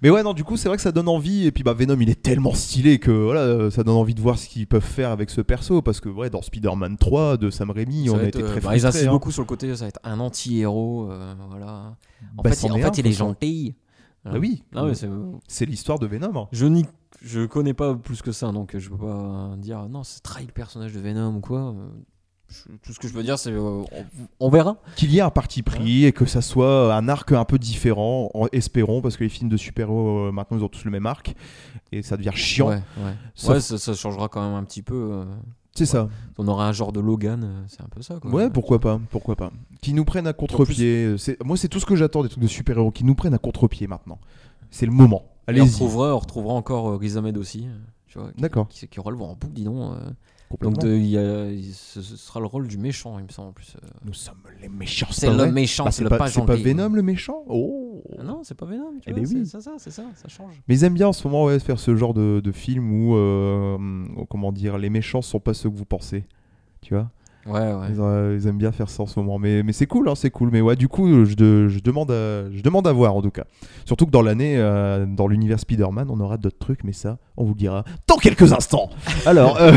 Mais ouais, non, du coup, c'est vrai que ça donne envie. Et puis, bah, Venom, il est tellement stylé que voilà, euh, ça donne envie de voir ce qu'ils peuvent faire avec ce perso. Parce que, ouais, dans Spider-Man 3 de Sam Raimi, Ça on va a être, été euh, très bah, Ils frustrés, insistent hein. beaucoup sur le côté, ça va être un anti-héros. euh, voilà. En Bah, fait, c'en il- en est un, fait, il est franchement. gentil. Bah oui, Non, mais Ah c'est- c'est l'histoire de Venom. hein. je n'y je connais pas plus que ça, donc je peux pas dire non, c'est trahi le personnage de Venom ou quoi. Euh, je- Tout ce que je peux dire, c'est euh, on, on verra. Qu'il y ait un parti pris et que ça soit un arc un peu différent, en- espérons, parce que les films de super-héros, euh, maintenant, ils ont tous le même arc. Et ça devient chiant. Ouais, ouais. Sauf- Ouais, ça, ça changera quand même un petit peu. euh. C'est ça. On aura un genre de Logan, euh, c'est un peu ça. Quoi. Ouais, pourquoi pas, pourquoi pas. Qui nous prennent à contre-pied. euh, c'est- Moi, c'est tout ce que j'attends des trucs de super-héros, qui nous prennent à contre-pied maintenant. C'est le moment. Et on Allez-y. retrouvera, on retrouvera encore euh, Riz Ahmed aussi. euh, Tu vois, qui, D'accord. qui, qui aura le voir en boucle, dis donc. euh. Complètement. Donc de- il y a- il- ce, ce sera le rôle du méchant, il me semble en plus. euh. Nous sommes les méchants. C'est pas le vrai méchant, Bah, c'est c'est le pas, pas, c'est pas gentil. Venom le méchant Oh Ah Non, c'est pas Venom. Tu Eh vois, ben oui. c'est- C'est ça, c'est ça, ça change. Mais ils aiment bien en ce moment ouais, faire ce genre de, de film où, euh, comment dire, les méchants sont pas ceux que vous pensez. Tu vois Ouais, ouais. ils, euh, ils aiment bien faire ça en ce moment. Mais, mais c'est cool, hein, c'est cool. Mais ouais, du coup, je, de- je demande à, je demande à voir en tout cas. Surtout que dans l'année, euh, dans l'univers Spider-Man, on aura d'autres trucs, mais ça, on vous le dira dans quelques instants. Alors, euh,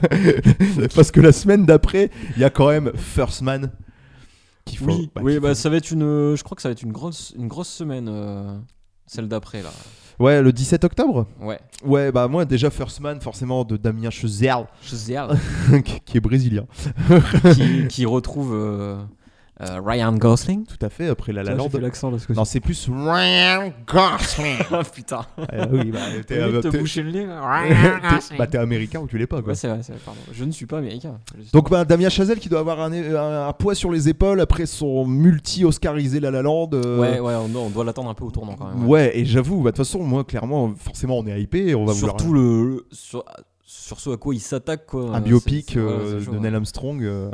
parce que la semaine d'après, il y a quand même First Man. qu'il faut- Oui, bah, oui, qu'il bah, faut- ça va être une. euh, Je crois que ça va être une grosse, une grosse semaine, euh, celle d'après là. Ouais, le 17 octobre Ouais. Ouais, bah moi déjà First Man, forcément de Damien Chazelle, Je sais, qui qui est brésilien. qui, qui retrouve euh, euh, Ryan Gosling. Tout à fait, après La La Tiens, j'ai Land. fait l'accent là, ce que Non, c'est plus Ryan Gosling. Ah putain. Ah oui, bah t'es Au lieu de t'es- te boucher le nez. t'es- bah, t'es américain ou tu l'es pas quoi. Ah, Ouais, c'est vrai, c'est vrai, pardon. Je ne suis pas américain. Je suis- Donc bah, Damien Chazelle qui doit avoir un, un- un poids sur les épaules après son multi-oscarisé La La Land. euh, Ouais, ouais, on, on doit l'attendre un peu au tournant quand même. ouais. et j'avoue, bah, de toute façon, moi clairement, forcément on est hypé et on va vouloir Surtout le, le- sur, sur ce à quoi il s'attaque quoi. un C'est- biopic c'est- ouais, euh, c'est chaud, de ouais. Neil Armstrong. euh,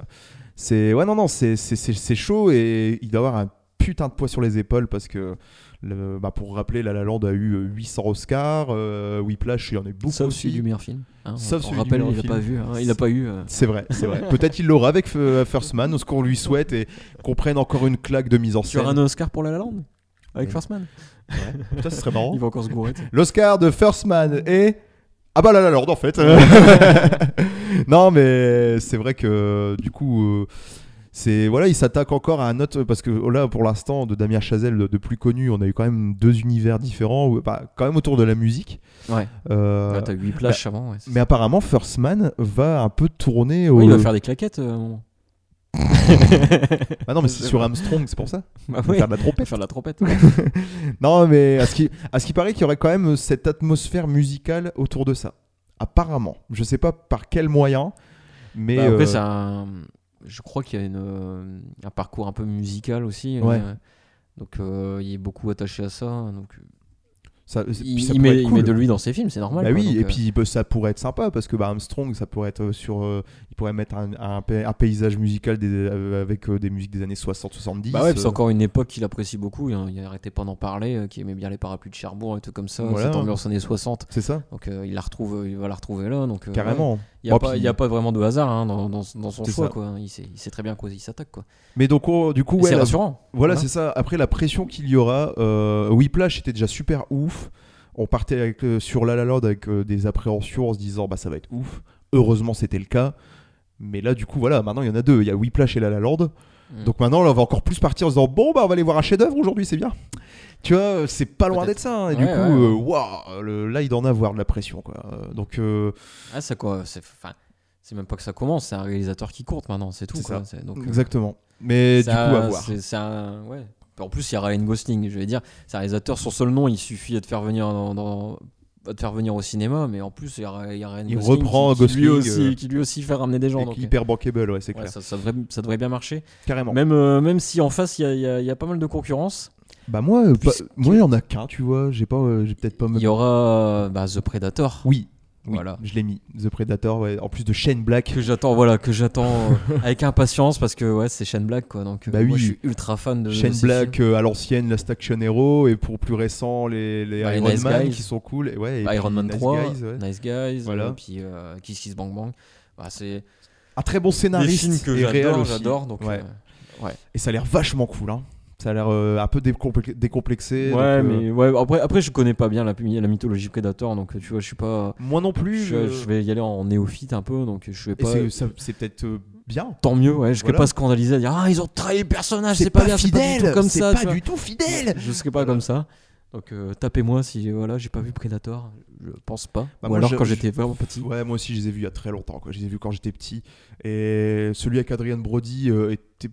c'est ouais non non c'est c'est- c'est c'est chaud et il doit avoir un putain de poids sur les épaules parce que le- bah, pour rappeler La La Land a eu euh, 800 Oscars, euh, Whiplash il y en a eu beaucoup Sauf aussi. celui du meilleur film. hein. On- Sauf on celui du rappelle, meilleur il a film. pas vu. hein, Il a pas eu. euh, C'est vrai, c'est vrai. Peut-être qu'il l'aura avec F- First Man, ce qu'on lui souhaite et qu'on prenne encore une claque de mise en Tu scène. auras un Oscar pour La La Land avec Ouais. Oh. Euh, First Man. Putain, ce serait marrant. Il va encore se gourer. tu sais. L'Oscar de First Man et. Ah bah là là, Lord en fait. non mais c'est vrai que du coup. euh, C'est, voilà, il s'attaque encore à un autre parce que oh là, pour l'instant, de Damien Chazelle, de, de plus connu, on a eu quand même deux univers différents, ou- bah, quand même autour de la musique. Ouais. Euh, Ah, T'as eu Whiplash avant. Ouais, c'est- mais apparemment, First Man va un peu tourner au. Ouais, il va faire des claquettes. euh, à un moment. Ah non, mais c'est sur Armstrong, c'est pour ça. Bah Il va ouais, faire de la il va trompette. faire de la trompette. Non, mais à ce qui, à ce qui paraît qu'il y aurait quand même cette atmosphère musicale autour de ça. Apparemment. Je sais pas par quel moyen, mais. Bah, après, euh, c'est un- je crois qu'il y a une, euh, un parcours un peu musical aussi. Ouais. euh, donc euh, il est beaucoup attaché à ça. Donc, euh, ça- puis il, ça il pourrait met, être il cool. met de lui dans ses films, c'est normal. Bah quoi, oui, donc, et euh, puis bah, ça pourrait être sympa parce que bah, Armstrong, ça pourrait être euh, sur. euh, il pourrait mettre un, un pa- un paysage musical des- euh, avec euh, des musiques des années 60-70. Bah ouais, c'est euh, encore une époque qu'il apprécie beaucoup. Il, il arrêtait pas d'en parler, euh, qui aimait bien les parapluies de Cherbourg et tout comme ça. Voilà. hein. Cette ambiance années 60. C'est ça, Donc euh, il la retrouve, il va la retrouver là. Donc euh, ouais. carrément. Il n'y a, Oh, pas- puis- il y a pas vraiment de hasard hein, dans, dans- dans son C'est choix. ça. Quoi. hein, Il, sait, il sait très bien à quoi il s'attaque. quoi. Mais donc, oh, du coup, Et ouais, c'est la- rassurant. Voilà, Voilà. c'est ça. Après, la pression qu'il y aura, euh, Whiplash était déjà super ouf. On partait avec, euh, sur La La Land avec euh, des appréhensions en se disant bah ça va être ouf. Heureusement, c'était le cas. Mais là, du coup, voilà, maintenant il y en a deux. Il y a Whiplash et La La Land. Mm. Donc maintenant, là, on va encore plus partir en se disant bon, bah on va aller voir un chef-d'œuvre aujourd'hui, c'est bien. Tu vois, euh, c'est pas loin Peut-être. d'être ça. hein. Et Ouais, du coup, ouais, euh, ouais. waouh, le- là, il en a à voir de la pression. Quoi. Euh, Donc, euh, Ah, c'est quoi C'est enfin, c'est même pas que ça commence, c'est un réalisateur qui compte maintenant, c'est tout. C'est quoi. ça. C'est- donc, euh, exactement. Mais c'est du coup, un- à voir. c'est- c'est un- ouais. En plus, il y a Ryan Gosling, je vais dire. C'est un réalisateur, son seul nom, il suffit à te faire venir dans. dans- à te faire venir au cinéma, mais en plus il y a, il y a Ryan Il Gosling reprend qui, qui lui Gosling, aussi, euh, qui lui aussi fait ramener des gens. Et donc, euh, Hyper bankable, ouais, c'est ouais, clair. ça, ça devrait, ça devrait bien marcher. Carrément. Même, euh, même si en face il y a, il y a- il y a pas mal de concurrence, Bah moi, euh, Puisque- pas- moi il y en a qu'un, tu vois. J'ai pas, euh, j'ai peut-être pas. me- il y aura euh, bah, The Predator. Oui, oui, Voilà. Je l'ai mis. The Predator, ouais, en plus de Shane Black. que j'attends voilà que j'attends euh, avec impatience parce que ouais c'est Shane Black quoi donc euh, Bah moi oui. je suis ultra fan de de Shane ces Black films. euh, à l'ancienne, Last Action Hero, et pour plus récent, les, les Bah, les Iron Nice Man Guys. qui sont cool. Et ouais, et Bah, puis Iron Man Nice 3 Guys, ouais. Nice Guys Voilà. euh, puis euh, Kiss Kiss Bang Bang Bah, c'est Un Ah, très bon des scénariste films que et réel j'adore aussi. j'adore donc Ouais. euh, Et ça a l'air vachement cool. hein. Ça a l'air euh, un peu décomple- décomplexé. donc, Ouais, euh, mais ouais, après, après, je connais pas bien la, la mythologie Predator, donc tu vois, je suis pas. Moi non plus. Je, euh, je vais y aller en néophyte un peu, donc je vais et pas. c'est- ça- c'est peut-être euh, bien. Tant mieux, ouais, je serais Voilà. pas scandalisé à dire Ah, ils ont trahi le personnage, c'est pas, bien, c'est pas du tout comme c'est ça. pas tu vois. du tout fidèle. Je serais pas comme ça. Donc euh, tapez-moi si voilà, j'ai pas vu Predator, je pense pas. Ou Bah, moi, alors je- quand je- j'étais vraiment petit. Ouais, moi aussi, je les ai vus il y a très longtemps. Quoi. Je les ai vus quand j'étais petit. Et celui avec Adrian Brody euh, était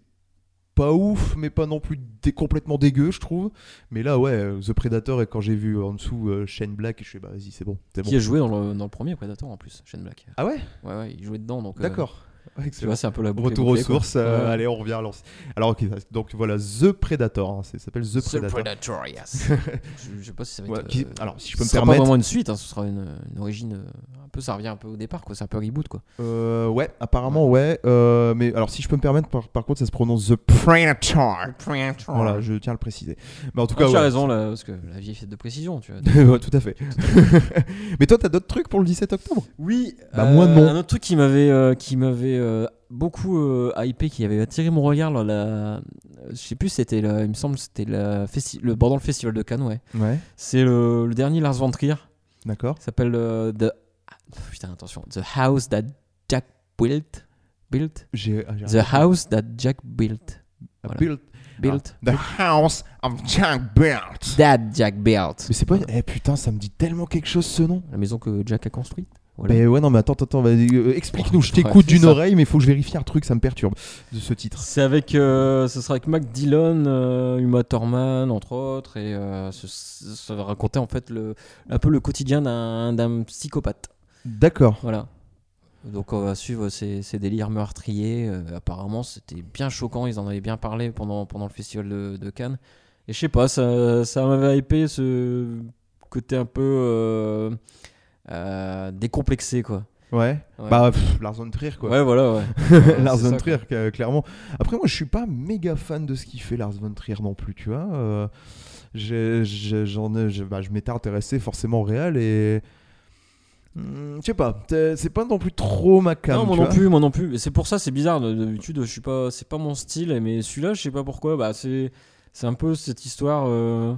pas ouf, mais pas non plus dé- complètement dégueu, je trouve. Mais là, ouais, euh, The Predator, et quand j'ai vu en dessous euh, Shane Black, je suis bah vas-y, c'est bon. c'est Qui bon. a joué dans le, dans le premier Predator en plus, Shane Black. Ah ouais Ouais, ouais, il jouait dedans, donc. euh, D'accord. Ouais, tu excellent. vois, c'est un peu la boucle Retour est aux bouclée, quoi. sources, euh, Ouais. allez, on revient à l'ancien. Alors, ok, donc voilà, The Predator, hein, ça s'appelle The The Predator. Predator, yes. je, je sais pas si ça va être. Ouais, qui- euh, alors, si ce je peux me sera pas permettre. vraiment une suite, hein, ce sera une, une origine. euh, un peu, ça revient un peu au départ, quoi. C'est un peu reboot, quoi. euh, ouais, apparemment, ouais. euh, mais alors, si je peux me permettre, par, par contre, ça se prononce The Predator. Voilà, je tiens à le préciser. Mais en tout Ah, cas, tu as ouais. raison, là, parce que la vieille fête de précision, tu vois. Ouais, tout à fait. mais toi, t'as d'autres trucs pour le 17 octobre Oui. Bah, moi, non. Un autre truc qui m'avait euh, qui m'avait euh, beaucoup euh, hypé, qui avait attiré mon regard, là, la... je sais plus, c'était, la- il me semble, c'était la festi- le pendant le festival de Cannes, ouais. Ouais. C'est le, le dernier Lars von Trier. D'accord. qui s'appelle euh, The. Ah, Putain, attention. The House That Jack Built. Built. J'ai. ah, j'ai The House That Jack Built. un voilà. build- Built. The House of Jack Built. That Ah. Jack Built. Mais c'est pas. Eh putain, ça me dit tellement quelque chose ce nom. La maison que Jack a construite. Voilà. Mais ouais, non, mais attends, attends, attends, vas-y, euh, explique-nous. Je Ouais, t'écoute c'est d'une ça. oreille, mais faut que je vérifie un truc, ça me perturbe de ce titre. C'est avec, euh, ce sera avec Mac Dillon, euh, Uma Thurman entre autres, et euh, ce- ce- ça va raconter en fait le, un peu le quotidien d'un d'un psychopathe. D'accord. Voilà. Donc on va suivre ces, ces délires meurtriers. euh, apparemment, c'était bien choquant. Ils en avaient bien parlé pendant, pendant le festival de, de Cannes. Et je sais pas, ça, ça m'avait hypé ce côté un peu euh, euh, décomplexé, quoi. Ouais. Ouais. Bah, pff, Lars von Trier, quoi. Ouais, voilà, ouais. Lars c'est ça, von quoi. Trier, cla- clairement. Après, moi, je suis pas méga fan de ce qu'il fait, Lars von Trier, non plus, tu vois. Euh, j'ai- j'ai- J'en ai- je- bah, je m'étais intéressé forcément au réel et. Hmm, Je sais pas, t'es- c'est pas non plus trop ma came, non, moi tu non vois. plus, moi non plus. Et C'est pour ça, c'est bizarre. de- D'habitude, je suis pas, c'est pas mon style. Mais celui-là, je sais pas pourquoi. Bah, c'est, c'est un peu cette histoire. euh,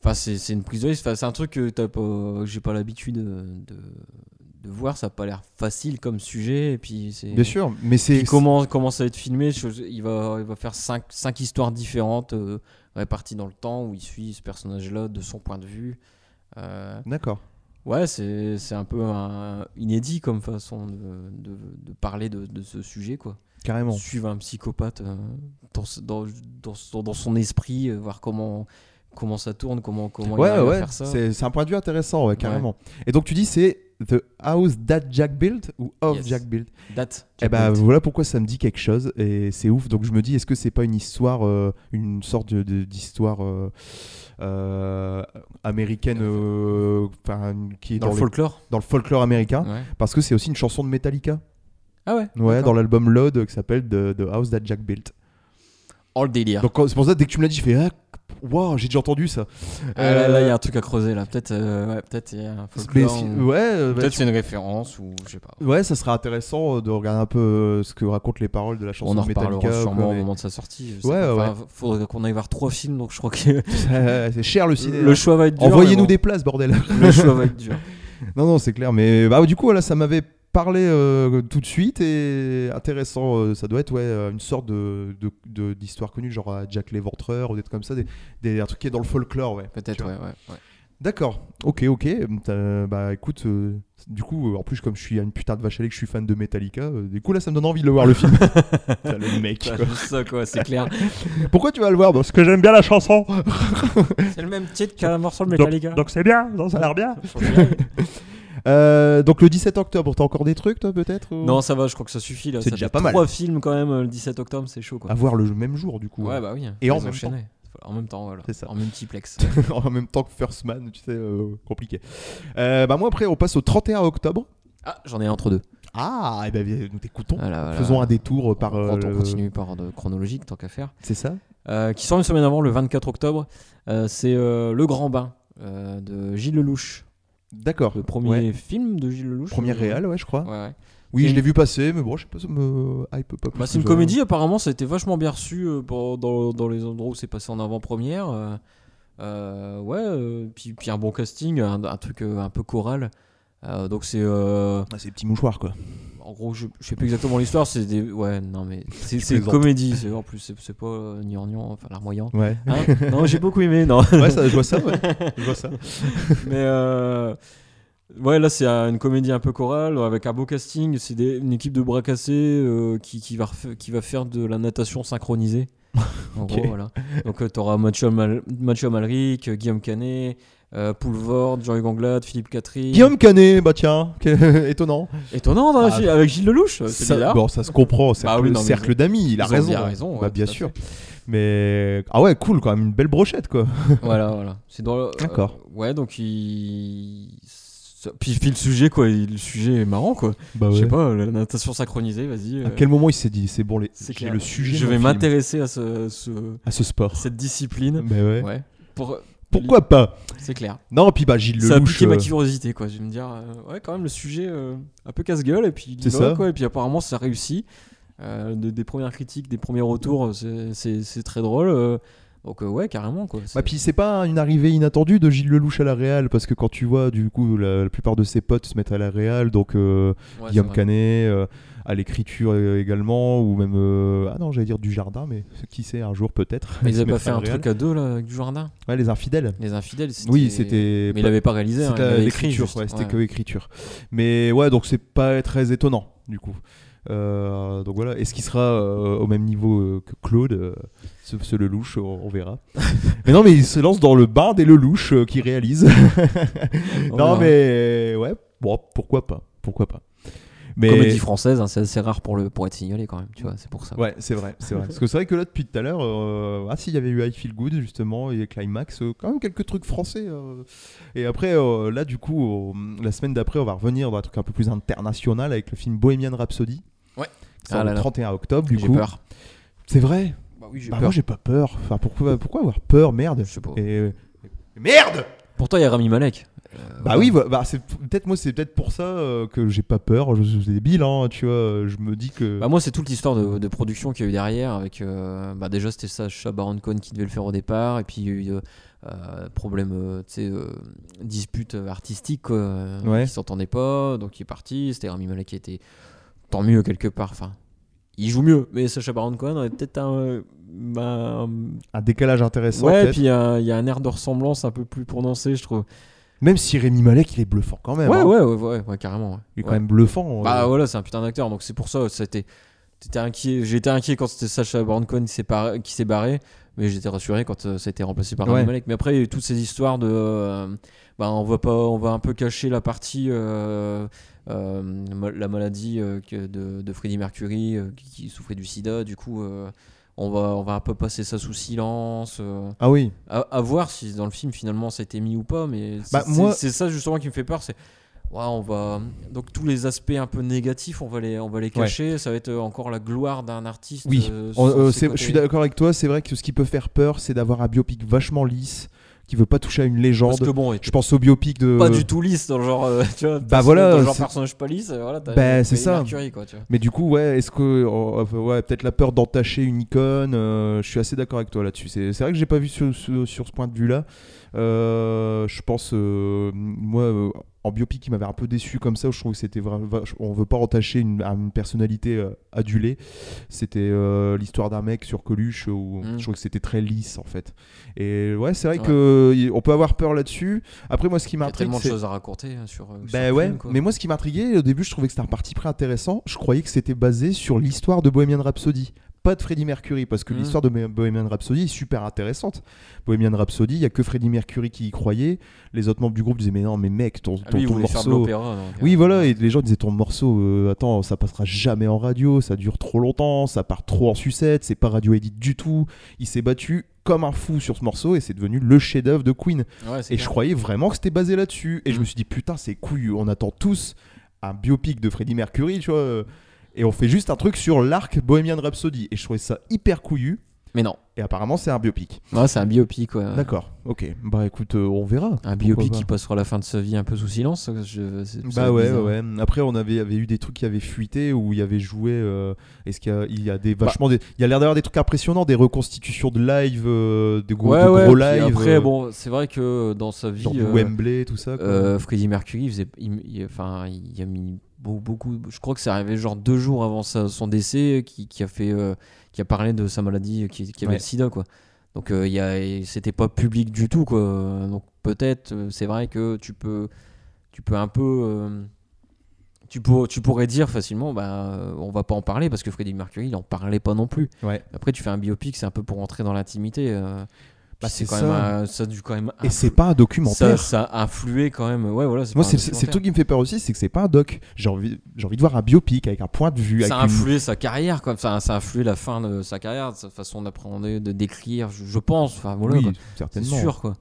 Enfin, c'est, c'est une prise de risque. Enfin, c'est un truc que t'as pas, que j'ai pas l'habitude de, de- de voir. Ça a pas l'air facile comme sujet. Et puis c'est. Bien sûr, mais Puis c'est. comment, comment ça va être filmé je- il va, il va faire cinq, cinq histoires différentes euh, réparties dans le temps où il suit ce personnage-là de son point de vue. Euh, D'accord. Ouais, c'est c'est un peu un- inédit comme façon de, de- de parler de, de ce sujet, quoi. Carrément. Suivre un psychopathe euh, dans, ce- dans, dans son- dans son esprit, euh, voir comment, comment ça tourne, comment, comment il Ouais, arrive à ouais, faire ça. c'est c'est un point de vue intéressant, ouais, carrément. Et donc tu dis c'est The House That Jack Built ou Of Yes. Jack Built Date. Eh ben Jack Belt. voilà pourquoi ça me dit quelque chose et c'est ouf. Donc je me dis, est-ce que c'est pas une histoire, euh, une sorte de- de- d'histoire euh, euh, américaine, euh, enfin qui est dans, le dans, le, Hein folklore. dans le folklore américain Ouais. Parce que c'est aussi une chanson de Metallica, Ah ouais. ouais, dans d'accord. l'album Load euh, qui s'appelle The, The House That Jack Built. Oh le délire. Donc quand- c'est pour ça dès que tu me l'as dit, je fais, ah, wow, j'ai déjà entendu ça. Ah, là, Euh, là, il y a un truc à creuser là. Peut-être, euh, ouais, peut-être il y a un mais folklore. si- ou- ouais, euh, bah, Peut-être c'est une référence ou je sais pas. Ouais, ça serait intéressant euh, de regarder un peu euh, ce que racontent les paroles de la chanson On en de Metallica. reparlera quoi, sûrement au mais- moment de sa sortie. je sais Ouais, pas. ouais, Enfin, Faudrait qu'on aille voir trois films, donc je crois que c'est cher le ciné. le hein. choix va être dur. mais Envoyez-nous bon. des places, bordel. Le choix va être dur. non, non, c'est clair. Mais bah, du coup, voilà, ça m'avait parlé euh, tout de suite et intéressant. euh, ça doit être ouais, euh, une sorte de, de- de- d'histoire connue, genre à Jack l'Éventreur ou des trucs comme ça, des, des- un truc qui est dans le folklore, ouais. Tu Peut-être, vois. ouais, ouais, ouais. D'accord. Ok, ok. Euh, bah écoute, euh, du coup, euh, en plus comme je suis une putain de vache à lait, que je suis fan de Metallica, euh, du coup là, ça me donne envie de le voir le film. Putain, le mec. T'as quoi. vu Bah, ça, quoi, c'est clair. Pourquoi tu vas le voir Parce Parce que j'aime bien la chanson. c'est le même titre qu'un morceau de Donc- Metallica. Donc c'est bien, non, ça a l'air bien. Euh, donc le 17 octobre, t'as encore des trucs toi peut-être ou- non, ça va, je crois que ça suffit. là. C'est Ça déjà fait pas mal. Trois films quand même euh, le 17 octobre, c'est chaud, quoi. À voir le même jour du coup. hein. ouais, bah oui. Et en les même enchaîner. En même temps, voilà. C'est ça. En multiplex. en même temps que First Man, tu sais, euh, compliqué. Euh, bah moi après, on passe au 31 octobre. ah, j'en ai un entre deux. Ah, et ben viens, nous t'écoutons. Voilà, voilà. Faisons un détour euh, On- par. on- euh, on le- continue par ordre chronologique, tant qu'à faire. C'est ça Euh, qui sort une semaine avant, le 24 octobre. Euh, c'est euh, Le Grand Bain euh, de Gilles Lelouch. D'accord. Le premier Ouais. film de Gilles Lelouch. Premier euh, réal, ouais, je crois. Ouais, ouais. Oui, C'est je l'ai une- vu passer, mais bon, je sais pas, ça me hype pas plus Bah, que c'est une ça. comédie, apparemment, ça a été vachement bien reçu euh, pour- dans, dans les endroits où c'est passé en avant-première. euh, euh, ouais, euh, puis, puis un bon casting, un, un truc euh, un peu choral. Euh, donc c'est euh, Ah, c'est petit mouchoir quoi. en gros je, je sais plus exactement l'histoire c'est des ouais non mais c'est Je c'est une plaisante. comédie c'est en plus c'est c'est pas euh, gnangnan, enfin larmoyant Ouais. Hein non j'ai beaucoup aimé non ouais, ça, je vois ça, ouais. Je vois ça. mais euh, ouais là c'est euh, une comédie un peu chorale avec un beau casting c'est des- une équipe de bras cassés euh, qui, qui va refa- qui va faire de la natation synchronisée en Ok. gros voilà donc euh, t'auras Mathieu, Mal- Mathieu Amalric euh, Guillaume Canet euh, Poulvord Jean-Hugues Anglade Philippe Catherine Guillaume Canet, bah tiens, que- étonnant. étonnant hein, Ah, Gilles- avec Gilles Lelouch c'est Ça- bizarre Bon, ça se comprend, c'est Bah un oui, peu non, le mais cercle ils- d'amis, il a Ils ont raison. bien raison ouais, bah, bien tout à sûr. fait. Mais ah ouais, cool quand même, une belle brochette quoi. voilà voilà c'est dans le- D'accord. euh, ouais donc il ça- puis, puis le sujet quoi il- le sujet est marrant quoi Bah je sais pas la natation synchronisée vas-y À euh, quel moment il s'est dit, c'est bon les, C'est j'ai clair. le sujet. Je dans vais le film. m'intéresser à ce, ce- à ce sport. cette discipline. Mais ouais. Ouais. Pour, Pourquoi pas C'est clair. Non, puis bah Gilles ça a Lelouch. piqué ma euh, curiosité, quoi. Je vais me dire, euh, ouais, quand même, le sujet euh, un peu casse-gueule, et puis il y C'est va, ça. quoi. Et puis apparemment, ça réussit. Euh, de- des premières critiques, des premiers retours, euh, c'est- c'est c'est très drôle. euh. donc, euh, ouais, carrément, quoi. C'est- Bah, puis c'est pas une arrivée inattendue de Gilles Lelouch à la Real parce que quand tu vois du coup la, la plupart de ses potes se mettent à la Real donc euh, ouais, c'est Guillaume vrai. Canet euh, à l'écriture euh, également ou même euh, ah non j'allais dire du jardin mais qui sait un jour peut-être Mais ils se avaient pas mettre fait à la un Real. truc à deux, là, avec du jardin ouais les infidèles Les infidèles, c'était. oui c'était Mais il avait pas réalisé, hein, c'était il à avait écrit. l'écriture juste. ouais, c'était Ouais. que écriture mais ouais donc c'est pas très étonnant du coup Euh, donc voilà est-ce qu'il sera euh, au même niveau euh, que Claude euh, ce, ce Lelouch on, on verra mais non mais il se lance dans le bain des Lelouch euh, qui réalise On non verra. mais ouais bon pourquoi pas pourquoi pas mais Comédie française, hein, c'est assez rare pour, le, pour être signalé, quand même, tu vois, c'est pour ça. Ouais, c'est vrai, c'est vrai. Parce que c'est vrai que là, depuis tout à l'heure, euh, ah si, il y avait eu I Feel Good justement et Climax, euh, quand même quelques trucs français. euh. Et après, euh, là, du coup, euh, la semaine d'après, on va revenir dans un truc un peu plus international avec le film Bohemian Rhapsody. Ouais. Qui sort Ah là le là. 31 octobre, du J'ai coup. peur. C'est vrai. Bah oui, j'ai Bah moi, j'ai pas peur. Enfin, pourquoi, pourquoi avoir peur, merde. Je sais pas. Et merde. Pourtant, il y a Rami Malek. Euh, Bah oui, voilà, bah, c'est peut-être moi, c'est peut-être pour ça euh, que j'ai pas peur. Je suis débile, hein, tu vois. Je me dis que. Bah moi, c'est toute l'histoire de, de production qu'il y a eu derrière. Avec, euh, bah déjà, c'était Sacha Baron Cohen qui devait le faire au départ. Et puis, il y a eu euh, euh, problème, euh, tu sais, euh, dispute euh, artistique, quoi. euh, Ouais. Ils s'entendaient pas, donc il est parti. C'était Rami Malek qui était tant mieux quelque part. Enfin, il joue mieux. Mais Sacha Baron Cohen aurait peut-être un. euh, bah, un- un décalage intéressant. ouais, peut-être. puis un- il y a un air de ressemblance un peu plus prononcé, je trouve. Même si Rémi Malek, il est bluffant quand même. Ouais, hein. ouais, ouais, ouais, ouais, carrément. ouais. Il est quand Ouais. même bluffant. Bah euh. voilà, c'est un putain d'acteur, donc c'est pour ça, ça a été- t'étais inquiet. J'étais inquiet quand c'était Sacha Baron Cohen qui s'est par- qui s'est barré, mais j'étais rassuré quand euh, ça a été remplacé par Rami Ouais. Malek. Mais après, il y a eu toutes ces histoires de, euh, bah on va pas, on va un peu cacher la partie, euh, euh, ma- la maladie euh, que- de, de Freddie Mercury euh, qui, qui souffrait du SIDA. Du coup, euh, on va, on va un peu passer ça sous silence. euh, Ah oui. à, à voir si dans le film finalement ça a été mis ou pas, mais c'est Bah, c'est- moi- c'est ça justement qui me fait peur. C'est ouais, on va donc tous les aspects un peu négatifs, on va les on va les cacher. Ça va être euh, encore la gloire d'un artiste. Oui. euh, On- sans euh, ses c'est- côtés. je suis d'accord avec toi. C'est vrai que ce qui peut faire peur, c'est d'avoir un biopic vachement lisse, qui veut pas toucher à une Parce légende. que bon, il était Je pense au biopic de. pas du tout lisse dans le genre, euh, tu vois. Bah parce que voilà, dans le genre c'est- personnage pas lisse. euh, Voilà, t'as- Bah, t'as c'est Freddie ça. Mercury, quoi, tu vois. Mais du coup, ouais, est-ce que oh, euh, ouais, peut-être la peur d'entacher une icône euh, Je suis assez d'accord avec toi là-dessus. C'est c'est vrai que j'ai pas vu sur, sur- sur ce point de vue-là. Euh, je pense, euh, moi, euh, en biopic, il m'avait un peu déçu comme ça. Je trouve que c'était vra- va- on veut pas entacher une, une personnalité euh, adulée. C'était euh, l'histoire d'un mec sur Coluche où Mm. je trouve que c'était très lisse en fait. Et ouais, c'est vrai Ouais. que y- on peut avoir peur là-dessus. Après, moi, ce qui Il y a m'intrigue, tellement de c'est choses à raconter hein, sur. euh, sur bah le ouais, film, quoi. mais moi ce qui m'intriguait au début, je trouvais que c'était un parti pris intéressant. Je croyais que c'était basé sur l'histoire de Bohemian Rhapsody, pas de Freddie Mercury, parce que Mm. l'histoire de Bohem- Bohemian Rhapsody est super intéressante. Bohemian Rhapsody, il y a que Freddie Mercury qui y croyait. Les autres membres du groupe disaient mais non, mais mec, ton, Ah, ton- lui, il ton voulait faire de morceau. l'opéra. donc, euh, Oui, voilà, et les gens disaient ton morceau, euh, attends, ça passera jamais en radio, ça dure trop longtemps, ça part trop en sucette, c'est pas radio edit du tout. Il s'est battu comme un fou sur ce morceau et c'est devenu le chef-d'œuvre de Queen. Ouais, c'est Et clair. je croyais vraiment que c'était basé là-dessus. Et je Mm. me suis dit, putain, c'est couillu. On attend tous un biopic de Freddie Mercury, tu vois. euh, Et on fait juste un truc sur l'arc Bohemian Rhapsody. Et je trouvais ça hyper couillu. Mais non, Et apparemment, c'est un biopic. Non, c'est un biopic, quoi. D'accord, ok. Bah écoute, euh, on verra. Un Pourquoi biopic pas. qui passera la fin de sa vie un peu sous silence. je- c'est- c'est Bah ouais, bizarre. ouais, ouais. Après, on avait, avait eu des trucs qui avaient fuité où il y avait joué. euh, Est-ce qu'il y a, il y a des Bah. vachement des. Il y a l'air d'avoir des trucs impressionnants, des reconstitutions de live, euh, de gros, Ouais, de ouais, gros puis live. Après, euh, bon, c'est vrai que dans sa vie, genre du euh, Wembley, tout ça. quoi. euh, Freddie Mercury, il faisait, il- il- enfin, il a mis beau- beaucoup. Je crois que c'est arrivé genre deux jours avant sa- son décès, qui, qui a fait, euh, qui a parlé de sa maladie, euh, qui, qui avait Ouais. le SIDA, quoi. Donc, euh, il y a- et c'était pas public du tout, quoi. Donc, peut-être, euh, c'est vrai que tu peux, tu peux un peu. euh, tu, pour- tu pourrais dire facilement, bah, euh, on va pas en parler parce que Freddie Mercury, il en parlait pas non plus. Ouais. Après, tu fais un biopic, c'est un peu pour entrer dans l'intimité. euh. Bah, Puis c'est c'est quand ça. même un- ça a dû quand même Et c'est pas un ça, documentaire. ça a influé quand même. Ouais, voilà. Moi, pas un c'est le- c'est le documentaire. truc qui me fait peur aussi, c'est que c'est pas un doc. J'ai envie, j'ai envie de voir un biopic avec un point de vue. Ça a avec une- influé sa carrière, comme ça, ça a influé la fin de sa carrière, de sa façon d'appréhender, de décrire, je, je pense. Enfin, voilà, Oui, quoi. c'est bah, certainement. sûr, quoi.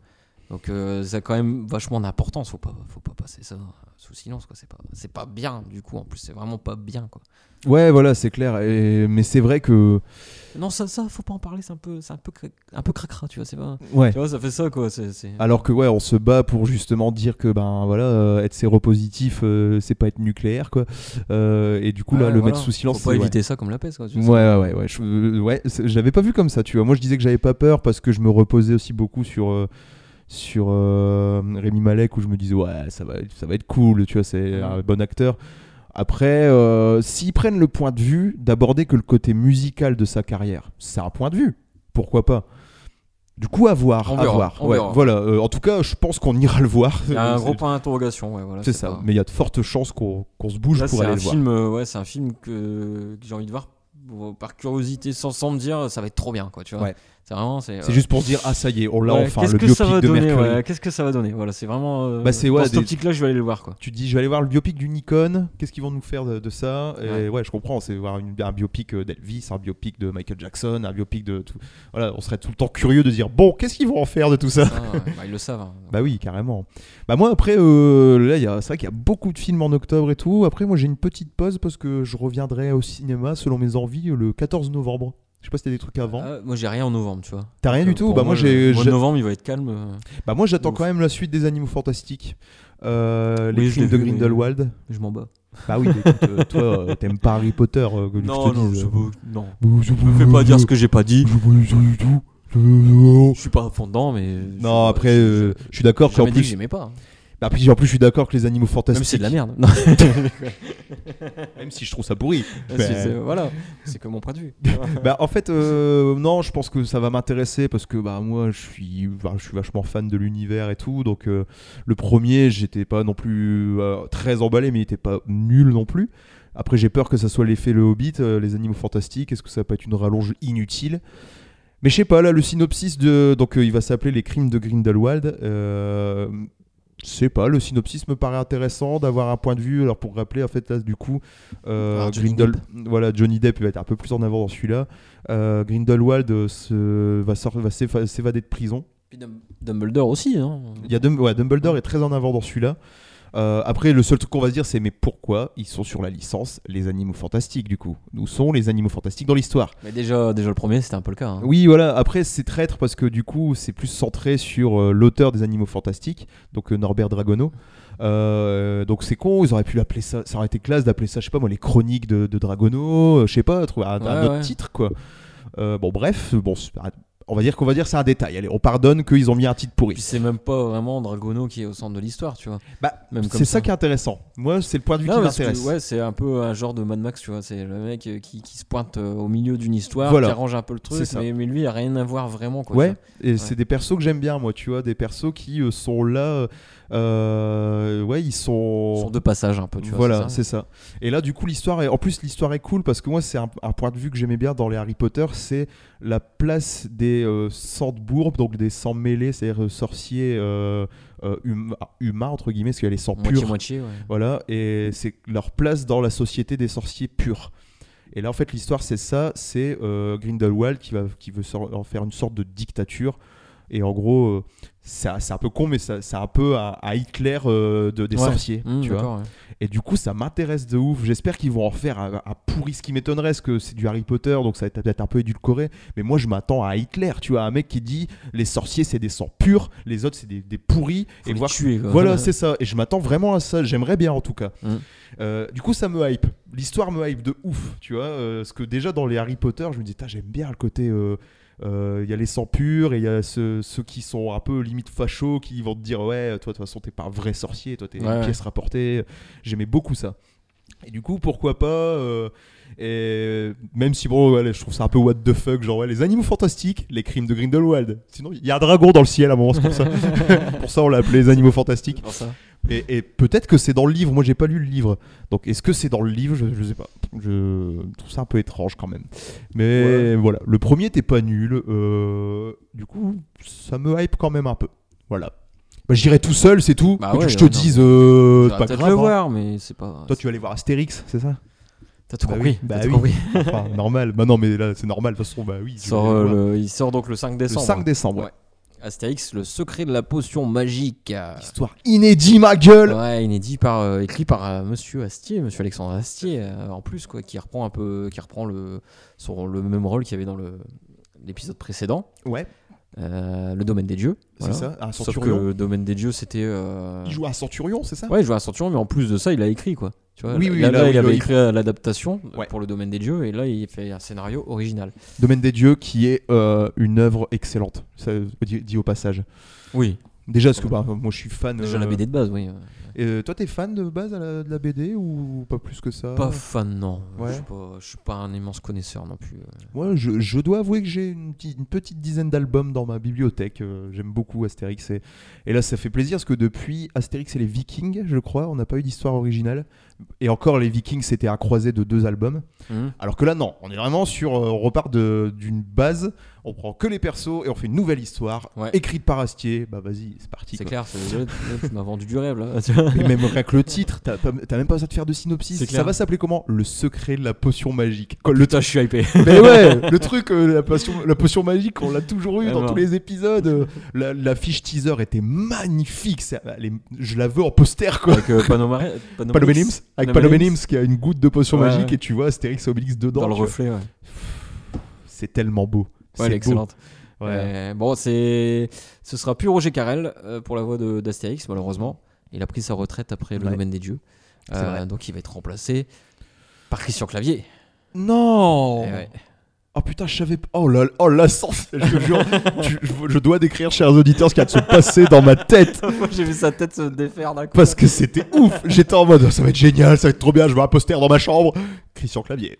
Donc, euh, ça a quand même vachement d'importance. Faut pas, faut pas passer ça sous silence, quoi. C'est pas, c'est pas bien, du coup. En plus, c'est vraiment pas bien, quoi. Ouais, voilà, c'est clair. Et- Mais c'est vrai que. Non, ça, ça, faut pas en parler. C'est un peu, c'est un peu, cra- un peu cracra, tu vois. C'est pas. Ouais. Ah, Tu vois, ça fait ça, quoi. C'est, c'est- Alors que ouais, on se bat pour justement dire que ben voilà, euh, être séropositif, euh, c'est pas être nucléaire quoi. Euh, et du coup là, Ouais, le voilà. mettre sous silence, Faut pas c'est- ouais. éviter ça comme la peste, quoi. tu Ouais, vois, ouais, ouais, ouais. Je, euh, ouais, c'est- je l'avais pas vu comme ça, tu vois. Moi, je disais que j'avais pas peur parce que je me reposais aussi beaucoup sur euh, sur euh, Rémi Malek où je me disais ouais, ça va, ça va être cool, tu vois, c'est un bon acteur. Après, euh, s'ils prennent le point de vue d'aborder que le côté musical de sa carrière, c'est un point de vue. Pourquoi pas Du coup, à voir, On à verra, voir. on Ouais, verra. Voilà. euh, en tout cas, je pense qu'on ira le voir. Il y a un C'est- gros point d'interrogation, ouais, voilà. C'est ça. pas- Mais il y a de fortes chances qu'on qu'on se bouge Là, pour c'est aller un le voir. film, euh, ouais, c'est un film que, que j'ai envie de voir pour- par curiosité, sans, sans me dire ça va être trop bien, quoi. Tu vois. Ouais. C'est vraiment, c'est. C'est juste pour dire ah ça y est, on l'a là enfin euh, qu'est-ce le que biopic ça va de donner Mercury. ouais, Qu'est-ce que ça va donner Voilà, c'est vraiment. euh, Bah, c'est, ouais, dans cette des- optique-là, je vais aller le voir, quoi. Tu te dis, je vais aller voir le biopic du Nikon. Qu'est-ce qu'ils vont nous faire de, de ça Et Ouais. ouais. je comprends. C'est voir une- un biopic euh, d'Elvis, un biopic de Michael Jackson, un biopic de tout. Voilà, on serait tout le temps curieux de dire, bon, qu'est-ce qu'ils vont en faire de tout ça Ça, ouais, bah, ils le savent. hein. Bah oui, carrément. Bah moi, après, euh, là, il y a- c'est vrai qu'il y a beaucoup de films en octobre et tout. Après, moi, j'ai une petite pause parce que je reviendrai au cinéma, selon mes envies, le 14 novembre. Je sais pas si t'as des trucs avant. Ah, moi, j'ai rien en novembre, tu vois. T'as rien Euh, du tout pour Bah moi, j'ai. le mois j'ai- de novembre, il va être calme. euh, Bah moi, j'attends Ouf. quand même la suite des Animaux Fantastiques, euh, les Oui, je films l'ai de vu, mais- Grindelwald. Je m'en bats. Bah oui, mais écoute, euh, toi, euh, t'aimes pas Harry Potter, euh, que je te dise. non. Je Je vais pas dire ce que j'ai pas dit. Je peux dire du tout. Euh, Je suis pas fondant, mais. je- Non, après, je- euh, je- je suis d'accord j'ai qu'en jamais dit que plus, j'aimais pas. hein. Bah, puis en plus, je suis d'accord que les animaux Même fantastiques, si c'est de la merde. même si je trouve ça pourri. C'est- Ben- c'est- Voilà, c'est que mon point de vue. bah en fait, euh, non, je pense que ça va m'intéresser parce que bah moi, je suis, bah, je suis vachement fan de l'univers et tout, donc euh, le premier, j'étais pas non plus euh, très emballé, mais il était pas nul non plus. Après, j'ai peur que ça soit l'effet Le Hobbit, euh, les animaux fantastiques. Est-ce que ça va pas être une rallonge inutile Mais je sais pas, là, le synopsis de. Donc, euh, il va s'appeler Les crimes de Grindelwald. Euh, Je sais pas, le synopsis me paraît intéressant d'avoir un point de vue. Alors, pour rappeler, en fait, là, du coup, euh, Alors, Johnny Grindel- Voilà, Johnny Depp il va être un peu plus en avant dans celui-là. Euh, Grindelwald euh, se... va, sor- va s'effa- s'évader de prison. Puis Dum- Dumbledore aussi, hein. non Il y a Dum- ouais, Dumbledore est très en avant dans celui-là. Euh, après, le seul truc qu'on va se dire, c'est mais pourquoi ils sont sur la licence les animaux fantastiques du coup Où sont les animaux fantastiques dans l'histoire Mais déjà, déjà le premier, c'était un peu le cas. hein. Oui, voilà. Après, c'est traître parce que du coup, c'est plus centré sur euh, l'auteur des animaux fantastiques, donc euh, Norbert Dragono. Euh, donc c'est con, ils auraient pu l'appeler ça, ça aurait été classe d'appeler ça, je sais pas moi, les chroniques de, de Dragono, euh, je sais pas, trouver un, un Ouais, autre ouais. titre quoi. Euh, bon, bref, bon, c'est pas- on va dire qu'on va dire c'est un détail. Allez, on pardonne qu'ils ont mis un titre pourri. Puis c'est même pas vraiment Dragono qui est au centre de l'histoire, tu vois. Bah, Même comme c'est ça. ça. qui est intéressant. Moi, c'est le point de vue Non, qui parce que, m'intéresse. ouais, c'est un peu un genre de Mad Max, tu vois. C'est le mec euh, qui, qui se pointe euh, au milieu d'une histoire, Voilà. qui arrange un peu le C'est truc, ça. mais, mais lui, il a rien à voir vraiment, quoi. Ouais, tu et c'est des persos que j'aime bien, moi, tu vois, des persos qui euh, sont là. euh, ouais, ils sont. vois. Sur deux passages, un peu, tu vois. voilà, c'est c'est ça. Et là, du coup, l'histoire est. En plus, l'histoire est cool parce que moi, c'est un, un point de vue que j'aimais bien dans les Harry Potter c'est la place des euh, sangs de bourbe, donc des sangs mêlés, c'est-à-dire euh, sorciers euh, euh, hum- ah, humains, entre guillemets, parce qu'il y a les sangs purs. Moitié-moitié, ouais. Voilà, et c'est leur place dans la société des sorciers purs. Et là, en fait, l'histoire, c'est ça c'est euh, Grindelwald qui, va, qui veut sor- en faire une sorte de dictature Et en gros, euh, c'est un c'est un peu con, mais ça- c'est un peu à, à Hitler euh, de, des Ouais. sorciers. Mmh, tu vois. d'accord, ouais. Et du coup, ça m'intéresse de ouf. J'espère qu'ils vont en refaire un, un pourri. Ce qui m'étonnerait, c'est que c'est du Harry Potter, donc ça va être peut-être un peu édulcoré. Mais moi, je m'attends à Hitler, tu vois, un mec qui dit les sorciers, c'est des sangs purs, les autres, c'est des, des pourris. Faut et les voir. tuer, quoi. Voilà, c'est ça. Et je m'attends vraiment à ça. J'aimerais bien, en tout cas. Mm. Euh, du coup, ça me hype. L'histoire me hype de ouf, tu vois. euh, parce que déjà, dans les Harry Potter, je me dis, Tain, j'aime bien le côté. euh, euh, Il y a les sangs purs et il y a ceux, ceux qui sont un peu limite fachos qui vont te dire ouais toi de toute façon t'es pas un vrai sorcier toi t'es Ouais, une ouais. pièce rapportée j'aimais beaucoup ça et du coup pourquoi pas euh, et même si bon ouais, je trouve ça un peu what the fuck genre ouais, les animaux fantastiques les crimes de Grindelwald sinon il y a un dragon dans le ciel à un moment c'est pour ça pour ça on l'a appelé les animaux fantastiques Pour ça. et, et peut-être que c'est dans le livre. Moi, j'ai pas lu le livre. Donc, est-ce que c'est dans le livre je, je sais pas. Je trouve ça un peu étrange quand même. Mais voilà, le premier était pas nul. euh, du coup, ça me hype quand même un peu. Voilà. Bah, J'irai tout seul, c'est tout. Bah Que tu- ouais, je te non, dise, euh, Faudra c'est pas peut-être grave. le hein. voir, mais c'est pas. Toi, tu vas aller voir Astérix, c'est ça T'as tout Bah compris. oui, bah t'as tout oui. compris. Enfin, normal. Bah non, mais là, c'est normal. De toute façon, bah oui. Il je sort, vais euh, aller voir. le- il sort donc le 5 Le décembre. 5 décembre. ouais. Astérix, le secret de la potion magique. Histoire inédite, ma gueule. Ouais, inédit par euh, écrit par euh, Monsieur Astier, Monsieur Alexandre Astier, euh, en plus quoi, qui reprend un peu, qui reprend le son, le même rôle qu'il y avait dans le l'épisode précédent, Ouais, euh, le domaine des dieux. c'est voilà. ça. Un Sauf que centurion. le domaine des dieux, c'était. euh, Il joue un centurion, c'est ça Ouais, il joue un centurion, mais en plus de ça, il a écrit quoi. Tu vois, Oui, là, oui, là, là, oui, il avait oui. écrit euh, l'adaptation euh, Ouais. pour le domaine des dieux, et là, il fait un scénario original. Domaine des Dieux, qui est euh, une œuvre excellente, ça, dit, dit au passage. Oui, Déjà, parce que bah, moi je suis fan. déjà euh, la BD de base, oui. euh. euh, toi, t'es fan de base à la- de la BD ou pas plus que ça Pas fan, non. Ouais. Je suis pas- je suis pas un immense connaisseur non plus. euh. Moi, je, je dois avouer que j'ai une, petite- une petite dizaine d'albums dans ma bibliothèque. Euh, J'aime beaucoup Astérix. Et, et là, ça fait plaisir parce que depuis Astérix et les Vikings, je crois, on n'a pas eu d'histoire originale. Et encore, les Vikings, c'était un croisé de deux albums. Hum. Alors que là, non, on est vraiment sur. euh, on repart de- d'une base, on prend que les persos et on fait une nouvelle histoire Ouais. écrite par Astier. Bah, vas-y, c'est parti. C'est quoi. clair, c'est- là, tu m'as vendu du rêve là. Et même rien que le titre, t'as pas- t'as même pas besoin de faire de synopsis. C'est clair. Oh, Ça va s'appeler comment Le secret de la potion magique. Quoi, Le le temps, je suis hypé. mais ouais, le truc, euh, la, potion, la potion magique, on l'a toujours eu Ah dans bon. tous les épisodes. Euh, La, la fiche teaser était magnifique. ça- elle est- je la veux en poster, quoi. Avec euh, Panomar- Panomix Palomenims, avec Panomenims. Palomenims qui a une goutte de potion Ouais, magique ouais. et tu vois Astérix et Obélix dedans. dans le tu vois. reflet. Ouais, Ouais, C'est tellement beau. elle c'est est excellente. beau. Ouais. Euh, bon, c'est ce sera plus Roger Carrel euh, pour la voix de- d'Astérix malheureusement. Il a pris sa retraite après le Ouais. domaine des dieux, C'est Euh, vrai. donc il va être remplacé par Christian Clavier. Non Eh ouais. Oh putain, je savais pas. Oh là, oh la sens Je te jure, tu- je, je dois décrire, chers auditeurs, ce qui a de se passer dans ma tête. Moi, J'ai vu sa tête se défaire d'un coup. Parce que c'était ouf. J'étais en mode, ça va être génial, ça va être trop bien, je veux un poster dans ma chambre. Christian Clavier.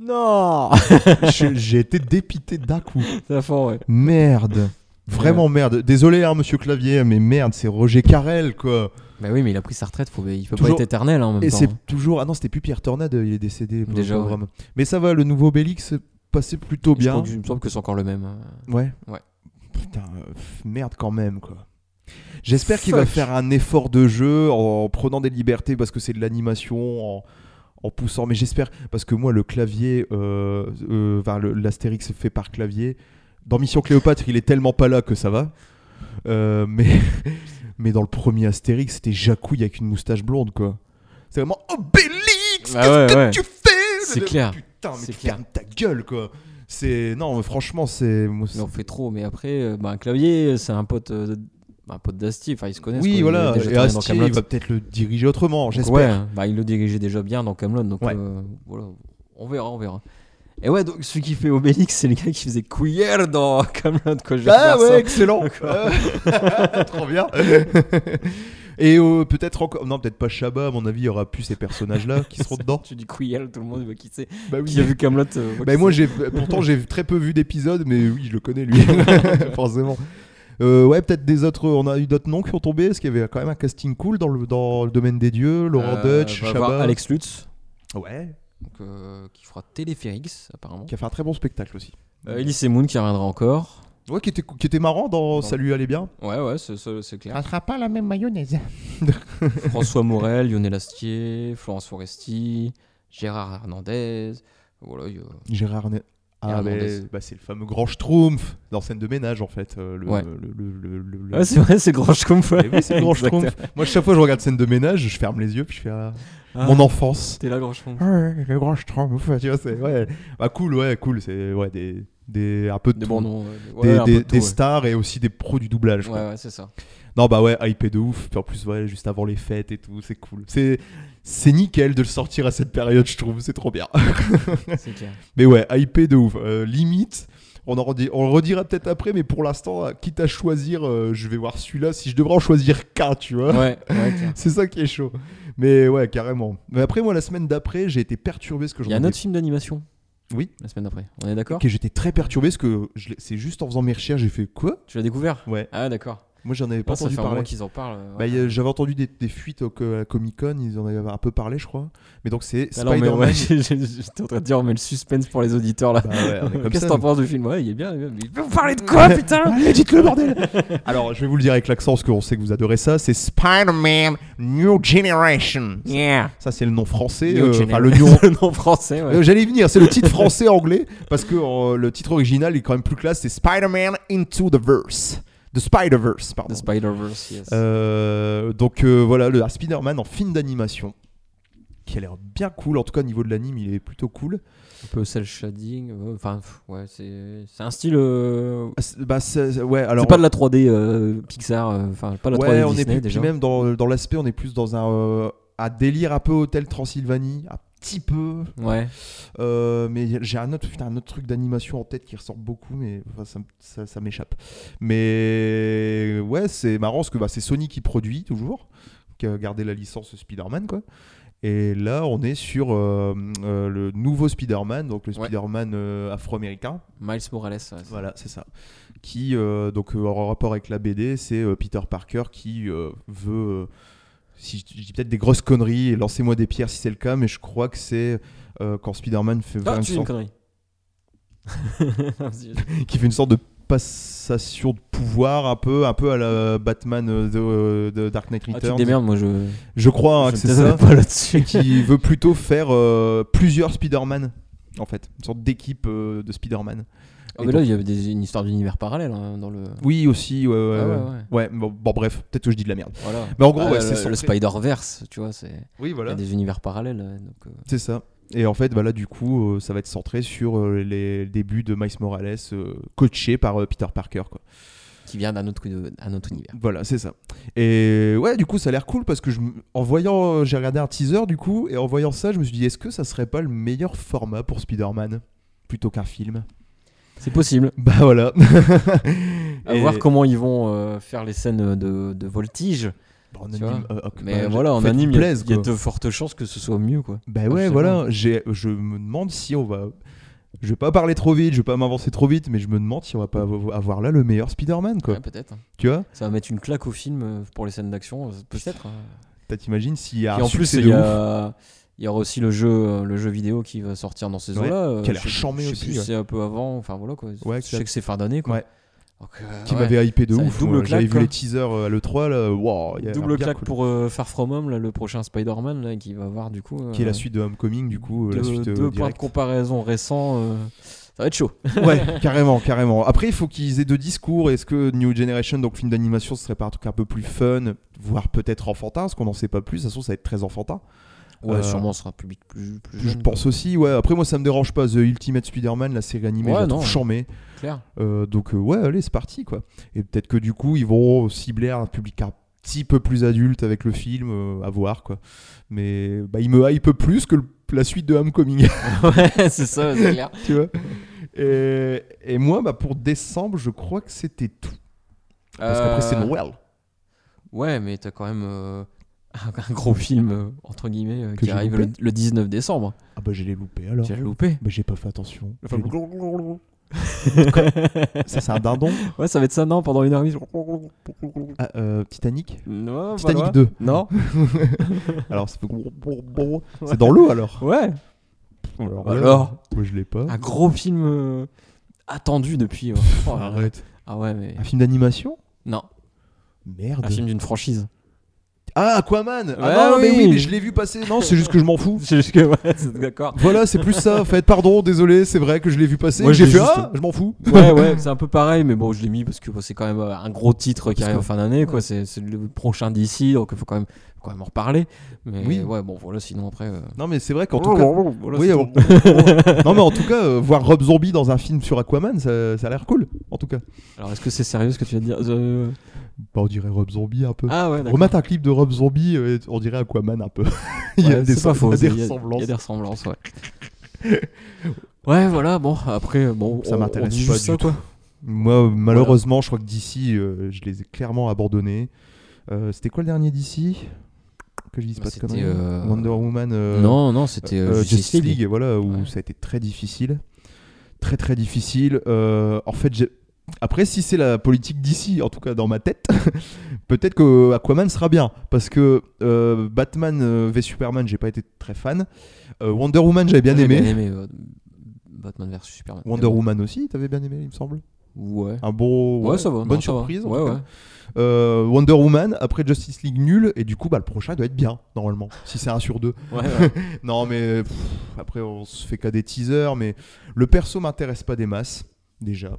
Non, J'ai j'ai été dépité d'un coup. c'est fort. Ouais. Merde. Vraiment merde. Désolé, hein, monsieur Clavier, mais merde, c'est Roger Carrel, quoi. Bah oui, mais il a pris sa retraite. Faut, il peut Toujours- pas être éternel hein, en même Et temps. c'est toujours. Ah non, c'était plus Pierre Tornade, il est décédé. le Déjà, pauvre ouais. homme. Mais ça va, le nouveau Bélix passait plutôt Je crois bien. que- Il me semble que c'est encore le même. hein. Ouais. Ouais. Putain, euh, pff, merde quand même, quoi. J'espère qu'il va Fuck. faire un effort de jeu en prenant des libertés parce que c'est de l'animation, en, en poussant. Mais j'espère, parce que moi, le clavier, euh, euh, enfin, le- l'Astérix fait par clavier. Dans Mission Cléopâtre, il est tellement pas là que ça va. Euh, mais, mais dans le premier Astérix, c'était Jacouille avec une moustache blonde, quoi. C'est vraiment Obélix Ah Qu'est-ce ouais, que ouais. tu fais C'est clair. Putain, mais Ah, C'est tu clair. fermes ta gueule, quoi. C'est. Non, mais franchement, c'est. moi, c'est- Il en fait trop, mais après, euh, bah, un clavier, c'est un pote, euh, un pote d'Asti, enfin ils se connaissent. quoi, Oui, il a voilà. déjà Et travaillé dans Astier, Kaamelott. il va peut-être le diriger autrement, Donc, j'espère. ouais, bah, il le dirigeait déjà bien dans Camelot, donc Ouais. euh, voilà, on verra, on verra. Et ouais, donc celui qui fait Obélix, c'est le gars qui faisait Queer dans Camelot, quoi. je vais Ah faire ouais, ça. excellent. Euh, Trop bien. Et euh, peut-être encore. Non, peut-être pas Shabba, à mon avis, il y aura plus ces personnages-là qui seront dedans. Tu dis Queer, tout le monde va qui c'est. Bah oui. Qui a vu Camelot Bah, moi, j'ai pourtant j'ai très peu vu d'épisodes, mais oui, je le connais lui, forcément. Euh, ouais, peut-être des autres. On a eu d'autres noms qui ont tombé. Parce qu'il y avait quand même un casting cool dans le, dans le domaine des dieux. Laurent Dutch, Shabba. Euh, Alex Lutz, Ouais, donc, euh, qui fera Téléférix apparemment. qui a fait un très bon spectacle aussi. Euh, Elise et Moon qui reviendra encore. Ouais, qui était, qui était marrant dans Ça lui allait bien. Ouais, ouais, c'est- c'est c'est clair. sera pas la même mayonnaise. François Morel, Lionel Astier, Florence Foresti, Gérard Hernandez. Voilà, il y a- Gérard Hernandez. Ah, mais Hernandez. bah, c'est le fameux grand Schtroumpf dans scène de ménage en fait. euh, le, Ouais. le- le- le- le- le- Ouais, c'est vrai, c'est grand Schtroumpf. Eh oui, c'est le grand Schtroumpf. Moi, chaque fois que je regarde scène de ménage, je ferme les yeux puis je fais ah, mon enfance. Ah, T'es là, grand Schtroumpf. le grand Schtroumpf, tu vois, c'est ouais. Bah, cool, ouais, cool. C'est ouais, des, des, un peu de Des tout. bons noms. ouais. des, Ouais, un peu des- de tout, des ouais. stars et aussi des pros du doublage. quoi. Ouais, ouais, c'est ça. Non, bah ouais, hypé de ouf. Puis en plus, ouais, juste avant les fêtes et tout, c'est cool. C'est, c'est nickel de le sortir à cette période, je trouve. C'est trop bien. C'est clair. mais ouais, hypé de ouf. Euh, limite, on, en redira, on le redira peut-être après, mais pour l'instant, euh, quitte à choisir, euh, je vais voir celui-là si je devrais en choisir qu'un, tu vois. Ouais, ouais, clair. C'est ça qui est chaud. Mais ouais, carrément. Mais après, moi, la semaine d'après, j'ai été perturbé ce que je Il y a un autre film d'animation. Oui. La semaine d'après. On est d'accord Ok, j'étais très perturbé parce que je l'ai- c'est juste en faisant mes recherches, j'ai fait quoi Tu l'as découvert Ouais. Ah, d'accord. Moi, j'en avais pas Ah, Ça entendu fait un parler. moment qu'ils en parlent. euh, Bah, ouais. il y a- J'avais entendu des, des fuites au, à la Comic Con, ils en avaient un peu parlé, je crois. Mais donc c'est Ah non, mais Spider-Man. ouais, j'ai- j'ai- j'étais en train de dire, on met le suspense pour les auditeurs là. Bah ouais, on est comme Qu'est-ce ça, que t'en nous. penses du film Ouais, il est bien. il est bien. Mais vous parlez de quoi, putain Allez, dites-le, bordel Alors, je vais vous le dire avec l'accent, parce qu'on sait que vous adorez ça. C'est Spider-Man New Generation. Yeah. Ça, c'est le nom français. New euh, Generation. Enfin, le nom. Le nom français, ouais. Euh, J'allais y venir, c'est le titre français-anglais, parce que euh, le titre original est quand même plus classe, c'est Spider-Man Into the Verse. The Spider-Verse, pardon. The Spider-Verse, yes. Euh, donc euh, voilà, le un Spider-Man en film d'animation qui a l'air bien cool. En tout cas, au niveau de l'anime, il est plutôt cool. Un peu cel-shading. euh, Enfin, pff, ouais, c'est c'est un style. euh, Ah, c'est- Bah, c'est- c'est- ouais, alors. c'est pas de la 3D euh, Pixar, euh, enfin, pas la 3D ouais, on Disney est plus, déjà. puis même dans, dans l'aspect, on est plus dans un, euh, un délire un peu hôtel Transylvanie, un petit peu. Ouais, Euh, mais j'ai un autre, putain, un autre truc d'animation en tête qui ressort beaucoup, mais enfin, ça, m- ça- ça m'échappe. Mais ouais, c'est marrant parce que bah, c'est Sony qui produit toujours, qui a gardé la licence Spider-Man, quoi. Et là, on est sur euh, euh, le nouveau Spider-Man, donc le Ouais. Spider-Man euh, afro-américain. Miles Morales. ouais, c'est- Voilà, c'est ça. Qui, euh, donc, euh, en rapport avec la BD, c'est euh, Peter Parker qui euh, veut. euh, si je je dis peut-être des grosses conneries, et lancez-moi des pierres si c'est le cas, mais je crois que c'est euh, quand Spider-Man fait, Ah, une tu dis une sorte, connerie. Ah, qui fait une sorte de passation de pouvoir un peu, un peu à la Batman euh, de, euh, de Dark Knight ah, tu te Returns. démerdes, moi je. je crois hein, je que c'est me tape ça. pas là-dessus. qui veut plutôt faire euh, plusieurs Spider-Man, en fait. Une sorte d'équipe euh, de Spider-Man. Ah, Et mais donc- là, il y avait des- une histoire d'univers parallèle hein, dans le. Oui, aussi. Ouais, ouais, Ah ouais, ouais. Ouais, bon, bon, bref, peut-être que je dis de la merde. Voilà. Mais Bah, en gros, Ah, ouais, le- c'est le, centré- Spider-Verse, tu vois, c'est il Oui, y a voilà. des univers parallèles. ouais, Donc, euh, C'est ça. Et en fait, bah là, du coup, euh, ça va être centré sur euh, les débuts de Miles Morales, euh, coaché par euh, Peter Parker. Quoi. qui vient d'un autre, coup de- un autre univers. Voilà, c'est ça. Et ouais, du coup, ça a l'air cool parce que je, m- en voyant, euh, j'ai regardé un teaser du coup, et en voyant ça, je me suis dit, est-ce que ça serait pas le meilleur format pour Spider-Man plutôt qu'un film C'est possible. Bah voilà. À Et- voir comment ils vont euh, faire les scènes de, de voltige. Bah, en tu anime, euh, ok, Mais bah, voilà, en faites-vous anime, il y a- plaise, il y, a quoi. de fortes chances que ce soit mieux, quoi. Bah ouais, Absolument. voilà. J'ai, je me demande si on va. Je vais pas parler trop vite, je vais pas m'avancer trop vite, mais je me demande si on va pas avo- avoir là le meilleur Spider-Man, quoi. Ouais, peut-être. hein. Tu vois Ça va mettre une claque au film euh, pour les scènes d'action, euh, peut-être. hein. T'as- T'imagines s'il y a Puis un en plus, succès il y, de ouf. a- il y aura aussi le jeu, euh, le jeu vidéo qui va sortir dans ces Ouais, eaux-là. euh, qui a l'air je sais- charmé je sais aussi, plus ouais. si C'est un peu avant, enfin voilà quoi. Ouais, je qui a- sais que c'est fin d'année quoi. Ouais. Donc, euh, Qui ouais. m'avait hypé de Ça va ouf. être double moi. J'avais claque, vu quoi. les teasers euh, à l'E3, là. Waouh, il y a Double l'air bien claque cool. pour euh, Far From Home, là, le prochain Spider-Man là, qui va voir du coup. Qui est euh, la suite de Homecoming, du coup, euh, Deux, la suite deux euh, points de directe. comparaison récents. euh, ça va être chaud. Ouais, carrément, carrément. Après, il faut qu'ils aient deux discours. Est-ce que New Generation, donc film d'animation, ce serait pas un truc un peu plus fun, voire peut-être enfantin, parce qu'on n'en sait pas plus. De toute façon, ça va être très enfantin. Ouais, Euh, sûrement, ce sera un public plus, plus Je jeune, pense aussi, ouais. Après, moi, ça me dérange pas. The Ultimate Spider-Man, la série animée, Ouais, je la non. trouve charmée. quoi. Clair. Euh, donc, euh, ouais, allez, c'est parti, quoi. Et peut-être que du coup, ils vont cibler un public un petit peu plus adulte avec le film, euh, à voir, quoi. Mais bah, il me hype plus que le- la suite de Homecoming, ouais, c'est ça, c'est clair. tu vois. Et, et moi, bah, pour décembre, je crois que c'était tout. Parce qu'après, c'est Euh, Noël. Ouais, mais t'as quand même euh, un, un gros film, euh, entre guillemets, euh, Que qui j'ai arrive le, loupé le 19 décembre. Ah, bah, j'ai les loupé alors. Tu as loupé. Bah, j'ai pas fait attention. Le J'ai fameux loupé. Ça, c'est un dindon. Ouais, ça va être ça, non, pendant une heure et demie. Ah, euh, Titanic Non, pas Titanic loin. 2. Non Alors, c'est c'est dans l'eau alors Ouais. Alors, Alors, Ah, Moi je l'ai pas. un gros film euh, attendu depuis. euh, oh là là. Arrête. Ah ouais, mais. Un film d'animation Non, Merde. un film d'une franchise. Ah, Aquaman Ouais, Ah non, mais oui. oui, mais je l'ai vu passer. Non, c'est juste que je m'en fous. C'est juste que, ouais, c'est- d'accord. Voilà, c'est plus ça en fait. Pardon, désolé, c'est vrai que je l'ai vu passer. Moi, je J'ai l'ai fait juste- ah, je m'en fous. Ouais, ouais, c'est un peu pareil, mais bon, je l'ai mis parce que bon, c'est quand même euh, un gros titre qui arrive en fin d'année, quoi. C'est c'est le prochain d'ici, donc il faut quand même, faut quand même en reparler. Mais Oui. ouais, bon, voilà, sinon après. euh, Non, mais c'est vrai qu'en tout cas, Oh, voilà, oui, c'est alors- tout. non mais en tout cas, euh, voir Rob Zombie dans un film sur Aquaman, ça, ça a l'air cool. En tout cas, Alors, est-ce que c'est sérieux ce que tu viens de dire Euh, bah, on dirait Rob Zombie un peu. Ah ouais, d'accord. Remate un clip de Rob Zombie, euh, on dirait Aquaman un peu. il y a Ouais, des, c'est pas il y a faux, des il y a- ressemblances. Il y a des ressemblances, ouais. ouais, voilà, bon, après, bon, Ça on- m'intéresse on dit pas juste du ça, tout. quoi. Moi, malheureusement, je crois que d'ici, je les ai clairement abandonnés. Euh, C'était quoi le dernier d'ici Que je dise Bah, pas de c'était, conneries. euh, Wonder Woman. euh, non, non, c'était euh, euh, Justice League. voilà, où Ouais. ça a été très difficile. Très très difficile. Euh, en fait, j'ai- après, si c'est la politique d'ici, en tout cas dans ma tête, peut-être que Aquaman sera bien. Parce que euh, Batman euh, v Superman, j'ai pas été très fan. Euh, Wonder Woman, j'avais bien J'ai aimé. euh, Batman vs Superman. Wonder Mais bon. Woman aussi, t'avais bien aimé, il me semble. Ouais. Un beau. Ouais, ouais, ça va. Bonne non, ça va. surprise. en Ouais, tout ouais. cas. Euh, Wonder Woman, après Justice League nul, et du coup, bah, le prochain doit être bien, normalement, si c'est un sur deux. Ouais, ouais. Non, mais pff, après, on se fait qu'à des teasers, mais le perso m'intéresse pas des masses, déjà.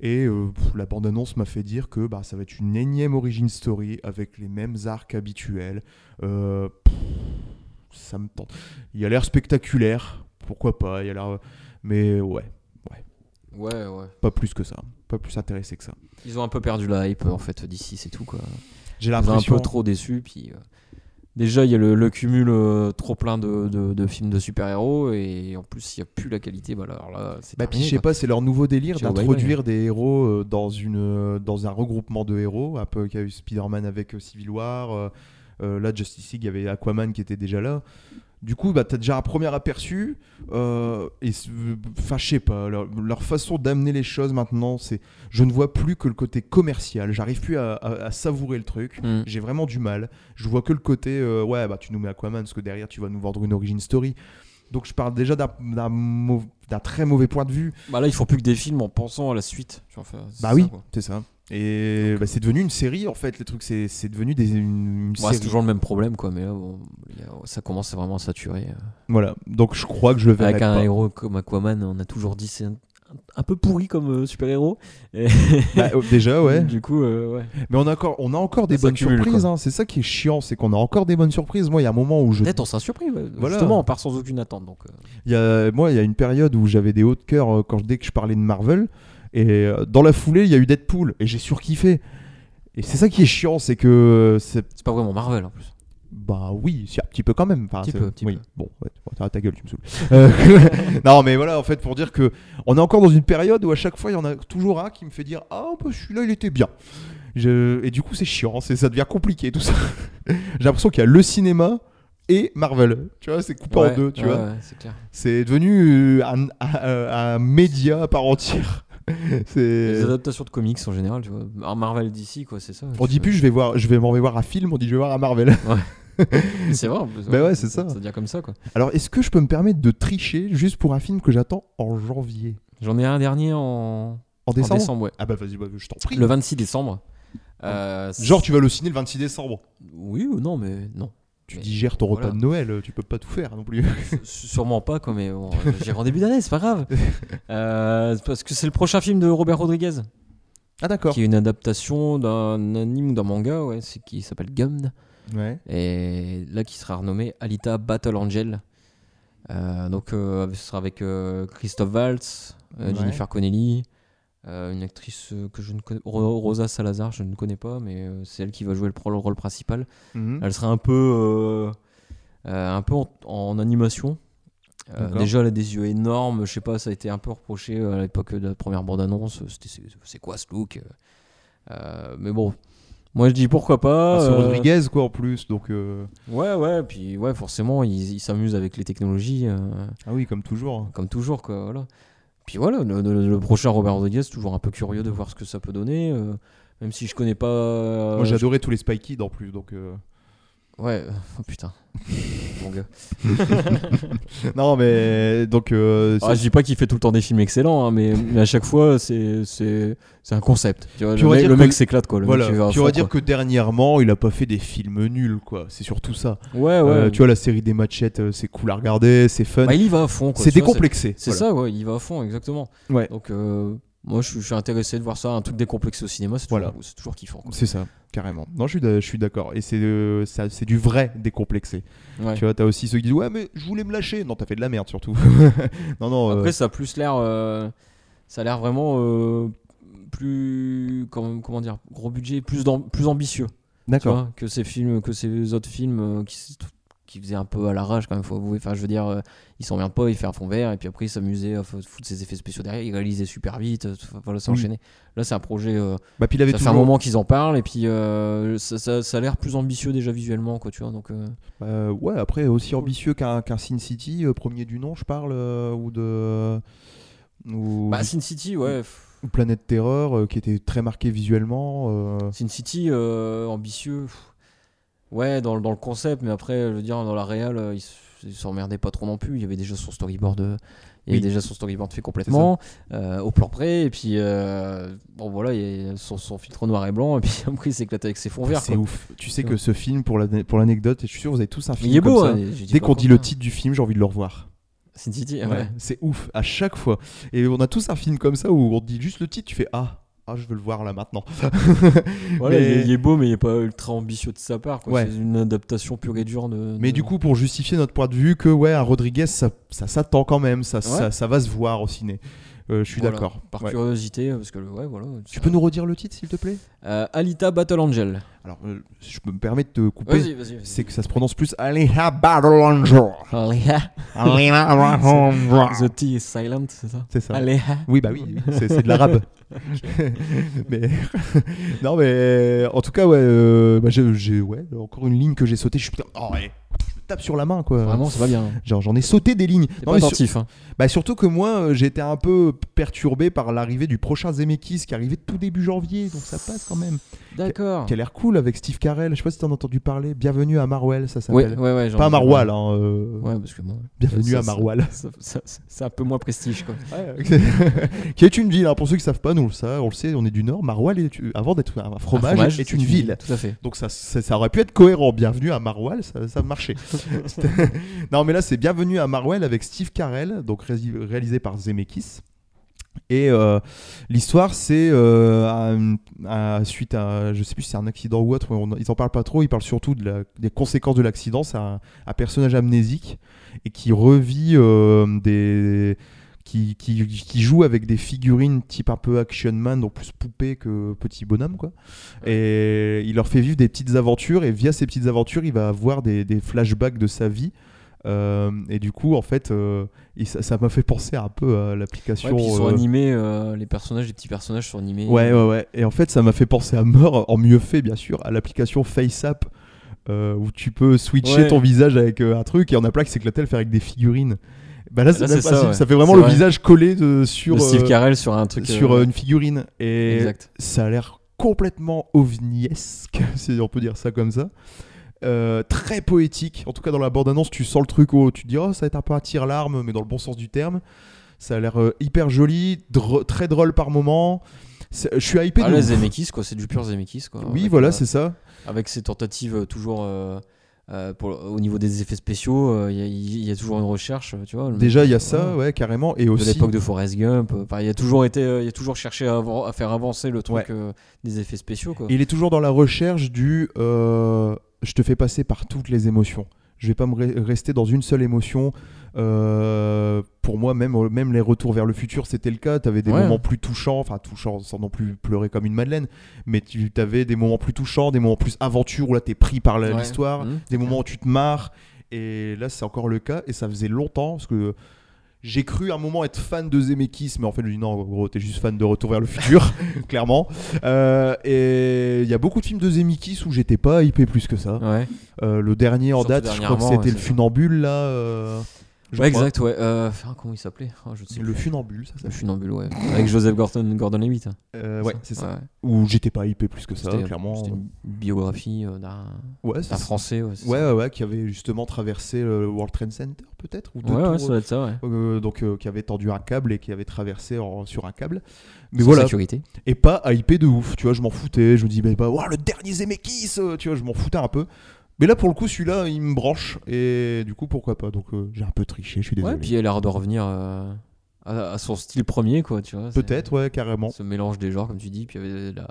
Et euh, pff, la bande-annonce m'a fait dire que bah, ça va être une énième origin story avec les mêmes arcs habituels. Euh, pff, ça me tente. Il a l'air spectaculaire, pourquoi pas, il a l'air. Mais ouais, Ouais, ouais. pas plus que ça, pas plus intéressé que ça. Ils ont un peu perdu la hype en fait d'ici, c'est tout quoi. J'ai Ils ont un l'impression. peu trop déçu. Puis euh, déjà il y a le, le cumul euh, trop plein de, de- de films de super-héros et en plus il n'y a plus la qualité. Bah alors là, c'est Bah, puis terminé, je sais quoi. pas, c'est leur nouveau délire Tu vois, ouais, d'introduire des héros euh, dans, une, euh, dans un regroupement de héros, un peu qu'il y a eu Spider-Man avec euh, Civil War, euh, euh, là Justice League, il y avait Aquaman qui était déjà là. Du coup, bah, t'as déjà un premier aperçu, euh, et c- enfin, je sais pas, leur, leur façon d'amener les choses maintenant, c'est je ne vois plus que le côté commercial, j'arrive plus à, à- à savourer le truc. Mm. J'ai vraiment du mal. Je vois que le côté, euh, ouais, bah tu nous mets Aquaman parce que derrière tu vas nous vendre une origin story. Donc je parle déjà d'un- d'un mau- d'un très mauvais point de vue. Bah là ils font plus que des films en pensant à la suite. Tu vois, enfin, c'est Bah ça, oui, quoi. c'est ça. Et bah, c'est devenu une série en fait. Le truc, c'est c'est devenu des, une, une Bon, série. c'est toujours le même problème quoi, mais là bon, il y a- ça commence à vraiment saturer. euh. Voilà. Donc je crois que je le verrai Avec un pas. héros comme Aquaman, on a toujours dit c'est un, un peu pourri comme euh, super-héros. Bah, euh, déjà, ouais. Du coup, euh, ouais. Mais on a encore, on a encore des Ça bonnes cumule, surprises. quoi. hein. C'est ça qui est chiant, c'est qu'on a encore des bonnes surprises. Moi, il y a un moment où je, Peut-être on s'est surpris. ouais. Voilà. Justement, on part sans aucune attente. Donc, euh, il y a, moi, il y a une période où j'avais des hauts de cœur euh, quand dès que je parlais de Marvel. Et euh, dans la foulée, il y a eu Deadpool et j'ai surkiffé. Et c'est ça qui est chiant, c'est que euh, c'est c'est pas vraiment Marvel en plus. Bah oui, si, un petit peu quand même. Enfin, Petit c'est- peu, petit oui. peu. Bon, ouais, bon, t'arrêtes ta gueule, tu me saoules. Euh, non, mais voilà, en fait, pour dire que on est encore dans une période où à chaque fois, il y en a toujours un qui me fait dire Ah, bah, celui-là, il était bien. Je- Et du coup, c'est chiant, c'est- ça devient compliqué tout ça. J'ai l'impression qu'il y a le cinéma et Marvel. Tu vois, c'est coupé en Ouais, deux, tu ouais, vois. ouais, c'est clair. C'est devenu euh, un, un- un média à part entière. Les c'est. adaptations de comics en général, tu vois. Alors, Marvel d'ici, quoi, c'est ça. On dit plus, je vais voir, je vais m'en voir un film. On dit, je vais voir un Marvel. Mais C'est vrai en plus. Bah ouais, c'est ça. Ça devient comme ça, quoi. Alors, est-ce que je peux me permettre de tricher juste pour un film que j'attends en janvier J'en ai un dernier en, En en décembre ouais. Ah bah vas-y, bah, je t'en prie. Le 26 décembre. Euh, c'est- Genre, tu vas le ciné le 26 décembre. Oui ou non, mais non. Tu Mais digères ton voilà. repas de Noël, euh, tu peux pas tout faire non plus. S- Sûrement pas, quoi, mais bon, euh, j'irai en début d'année, c'est pas grave. Euh, parce que c'est le prochain film de Robert Rodriguez, Ah d'accord. qui est une adaptation d'un anime ou d'un manga, ouais, c'est qui s'appelle Gumd. Ouais. et là qui sera renommé Alita Battle Angel. Euh, donc euh, ce sera avec euh, Christophe Waltz, euh, Ouais. Jennifer Connelly, euh, une actrice euh, que je ne connais, Ro- Rosa Salazar, je ne connais pas, mais euh, c'est elle qui va jouer le, pro- le rôle principal. Mhm. Elle sera un peu, euh, euh, un peu en, en animation. Euh, D'accord. déjà, elle a des yeux énormes. Je sais pas, ça a été un peu reproché euh, à l'époque de la première bande-annonce. euh, c'était, C'est c'est quoi ce look Euh, euh, Mais bon, moi je dis pourquoi pas. Ah, c'est euh, Rodriguez quoi en plus, donc euh, Ouais, ouais, puis ouais, forcément, ils ils s'amusent avec les technologies, euh, ah oui comme toujours. comme toujours, quoi, voilà. Puis voilà, le, le- le prochain Robert Rodriguez, toujours un peu curieux de voir ce que ça peut donner, euh, même si je connais pas... euh, Moi j'adorais tous les Spy Kids en plus, donc euh, Ouais, euh, oh, putain. Mon gars. Non, mais donc. euh, c'est- Ah, je dis pas qu'il fait tout le temps des films excellents, hein, mais, mais à chaque fois, c'est c'est c'est un concept. Tu vois, Tu le, aurais mec, dire le que- mec s'éclate quoi. Le voilà, mec, il va à tu fond, vas dire quoi. que dernièrement, il a pas fait des films nuls, quoi. C'est surtout ça. Ah Ouais, ouais. Euh, tu vois, la série des matchettes, euh, c'est cool à regarder, c'est fun. Bah, il y va à fond. quoi, c'est tu vois, décomplexé. C'est voilà. ça, ouais, il va à fond, exactement. Ouais. Donc, euh, moi, je, suis- je suis intéressé de voir ça, un truc décomplexé au cinéma, c'est Voilà. toujours, c'est toujours kiffant. Quoi. C'est ça, carrément. Non, je suis d'a- je suis d'accord. Et c'est euh, ça- c'est du vrai décomplexé. Ouais. Tu vois, t'as aussi ceux qui disent Ouais, mais je voulais me lâcher. Non, t'as fait de la merde surtout. non, non. euh, Après, ça a plus l'air. euh, ça a l'air vraiment euh, plus. Comment, comment dire Gros budget, plus, d'am- plus ambitieux. tu D'accord. vois, que ces films, que ces autres films euh, qui, s- qui faisaient un peu à l'arrache quand même, faut avouer. Enfin, je veux dire, euh, ils s'emmerdent pas, ils faisaient un fond vert et puis après ils s'amusaient à f- foutre ses effets spéciaux derrière, ils réalisaient super vite, euh, tout- voilà, ça Oui. enchaînait. Là, c'est un projet. euh, Bah, puis il avait ça fait un toujours. moment qu'ils en parlent et puis euh, ça, ça- ça a l'air plus ambitieux déjà visuellement, quoi, tu vois. Donc, euh, Euh, ouais, après, aussi ambitieux qu'un qu'un Sin City, euh, premier du nom, je parle, euh, ou de. Ou, bah, Sin City, ouais. pff, ou Planète Terreur, euh, qui était très marqué visuellement. euh, Sin City, euh, ambitieux. pff, Ouais, dans, le- dans le concept, mais après, je veux dire, dans la réal, euh, ils s- ils s'emmerdaient pas trop non plus. Il y avait déjà son storyboard, euh, il y avait Oui. déjà son storyboard fait complètement, euh, au plan près, et puis euh, bon voilà, il y a son, son filtre noir et blanc, et puis après il s'éclate avec ses fonds verts. C'est quoi. ouf. Tu sais que ce film, pour l'ane- pour l'anecdote, et je suis sûr, vous avez tous un film. Il est comme beau. ça. hein, je dis Dès pas qu'on le dit le contraire. titre du film, j'ai envie de le revoir. Sin City, ouais. Ouais, C'est ouf, à chaque fois. Et on a tous un film comme ça où on te dit juste le titre, tu fais Ah, ah je veux le voir là maintenant. Voilà, Mais- il, est, il est beau, mais il n'est pas ultra ambitieux de sa part. quoi. Ouais. C'est une adaptation pure et dure de. Mais de- du coup, pour justifier notre point de vue, que ouais, un Rodriguez, ça, ça s'attend quand même, ça, ça, ça va se voir au ciné. Euh, je suis Voilà, d'accord. Par Ouais. curiosité, parce que le- ouais, voilà. Tu ça- peux nous redire le titre, s'il te plaît Euh, Alita Battle Angel. Alors, euh, si je peux me permettre de te couper. Vas-y, vas-y. Ah, vas-y. C'est que ça se prononce plus Aleha Battle Angel. Alita. Aleha Battle Angel. The T is silent, c'est ça C'est ça. Alita. Oui, bah oui, oui, c'est c'est de l'arabe. mais non, mais en tout cas, ouais, euh, bah, j'ai- j'ai ouais, encore une ligne que j'ai sautée. Je suis putain, oh, ouais, je me tape sur la main quoi. Vraiment, c'est pas bien. Genre, j'en ai sauté des lignes. T'es pas Non, mais sur- attentif. hein. bah, surtout que moi, euh, j'étais un peu perturbé par l'arrivée du prochain Zemeckis qui arrivait tout début janvier, donc ça passe quand même. D'accord. Qui a l'air cool avec Steve Carell. Je sais pas si t'en as entendu parler. Bienvenue à Marwell, ça Ouais, s'appelle. ouais, ouais. j'en Pas ai à parlé. Marwell, hein, euh, Ouais, parce que bon. Bienvenue ça, à ça- Marwell. ça- ça- ça- C'est un peu moins prestige, quoi. qui est une ville, hein, pour ceux qui savent pas, nous ça, on le sait, on est du Nord. Maroilles, est- avant d'être un fromage, Un fromage, est c'est une ville. Tout à fait. Donc ça, ça, ça aurait pu être cohérent. Bienvenue à Maroilles, ça, ça marchait. C'était- non, mais là, c'est Bienvenue à Maroilles avec Steve Carell, donc ré- réalisé par Zemeckis. Et euh, l'histoire, c'est euh, un- un- suite à, je sais plus si c'est un accident ou autre, on- ils en parlent pas trop, ils parlent surtout de la- des conséquences de l'accident. C'est un, un personnage amnésique et qui revit euh, des. Qui, qui, qui joue avec des figurines type un peu action man, donc plus poupée que petit bonhomme, quoi. Et il leur fait vivre des petites aventures, et via ces petites aventures, il va avoir des, des flashbacks de sa vie. Euh, et du coup, en fait, euh, il- ça ça m'a fait penser un peu à Ouais, l'application. puis ils sont euh, animés, euh, les personnages, les petits personnages sont animés. Ouais, ouais, ouais. Et en fait, ça m'a fait penser à mort, en mieux fait, bien sûr, à l'application FaceApp, euh, où tu peux switcher Ouais. ton visage avec euh, un truc, et il y en a plein qui s'éclataient à le faire avec des figurines. Bah là, Là, c'est le c'est même ça, principe. ça, ouais. fait vraiment C'est le vrai. visage collé de- sur, de Steve euh, Carell sur un truc. sur euh, euh, une figurine. Et Exact. ça a l'air complètement ovniesque, si on peut dire ça comme ça. Euh, très poétique. En tout cas, dans la bande-annonce, tu sens le truc où tu te dis, oh, ça va être un peu un tire-larme, mais dans le bon sens du terme. Ça a l'air euh, hyper joli, dr- très drôle par moment. C'est- Je suis hypé Ah de là, ouf. Zemeckis, quoi, c'est du pur Zemeckis, quoi. Oui, Avec, voilà, euh, c'est ça. Avec ses tentatives euh, toujours euh, euh, pour, au niveau des effets spéciaux, euh, il y a- il y, a toujours une recherche, euh, tu vois. le mec, Déjà, il y euh, a ça, voilà. ouais, carrément. Et De aussi, l'époque de Forrest Gump, euh, enfin, il y a toujours été, euh, il y a toujours cherché à, avan- à faire avancer le truc Ouais. euh, des effets spéciaux, quoi. il est toujours dans la recherche du euh, je te fais passer par toutes les émotions. Je vais pas me re- rester dans une seule émotion. Euh, pour moi, même, même les retours vers le futur, c'était le cas. Tu avais des Ouais. moments plus touchants, enfin touchants sans non plus pleurer comme une madeleine, mais tu avais des moments plus touchants, des moments plus aventure où là, tu es pris par la- Ouais. l'histoire. Mhm. des moments où tu te marres. Et là, c'est encore le cas. Et ça faisait longtemps parce que j'ai cru à un moment être fan de Zemeckis, mais en fait, je me dis non, gros, t'es juste fan de Retour vers le futur, clairement. Euh, et il y a beaucoup de films de Zemeckis où j'étais pas hypé plus que ça. Ouais. Euh, le dernier en Surtout date, je crois que dernièrement, c'était ouais, le c'est ça. funambule là. euh, je Ouais, crois. exact, ouais. Euh, enfin, comment il s'appelait Oh, Je ne sais Le plus. funambule, ça Le s'appelle. funambule, ouais. Avec Joseph Gordon, Gordon Levitt. hein. Euh, ouais, c'est ça. ouais. Ou j'étais pas hypé plus que ça, C'était- clairement. C'était une biographie euh, d'un Ouais, c'est d'un français. Ouais, c'est Ouais, ça. ouais, ouais, qui avait justement traversé le World Trade Center, peut-être ou deux ouais, ouais, tours, ça doit être ça, ouais. euh, donc euh, qui avait tendu un câble et qui avait traversé en- sur un câble. Mais Sans voilà, sécurité. et pas hypé de ouf, tu vois, je m'en foutais, je me dis, bah, bah ouah, le dernier Zemeckis, euh, tu vois, je m'en foutais un peu. Mais là, pour le coup, celui-là, il me branche, et du coup, pourquoi pas, donc euh, j'ai un peu triché, je suis désolé. Ouais, puis elle a l'air de revenir euh, à, à son style premier, quoi, tu vois. c'est- Peut-être, ouais, carrément. Ce mélange des genres, comme tu dis, puis il y avait la,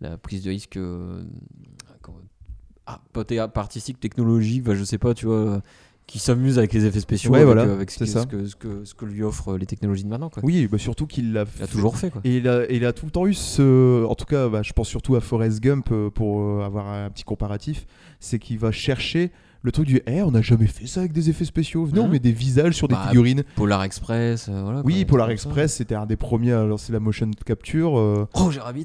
la- la prise de risque. euh, comment- ah, côté artistique, technologique, bah, je sais pas, tu vois, euh, qui s'amuse avec les effets spéciaux, Ouais, avec, voilà, euh, avec ce, c'est que, ça. ce, que, ce, que, ce que lui offrent les technologies de maintenant, quoi. Oui, bah, surtout qu'il l'a Il a fait- toujours fait, quoi. Et il, a, et il a tout le temps eu ce. En tout cas, bah, je pense surtout à Forrest Gump euh, pour euh, avoir un petit comparatif. C'est qu'il va chercher le truc du. Eh, on n'a jamais fait ça avec des effets spéciaux. Venez, on Mhm. met des visages sur Bah, des figurines. Polar Express, euh, voilà. quoi, Oui, des Polar trucs comme ça. Express, c'était un des premiers à lancer la motion capture. euh, Roger Rabbit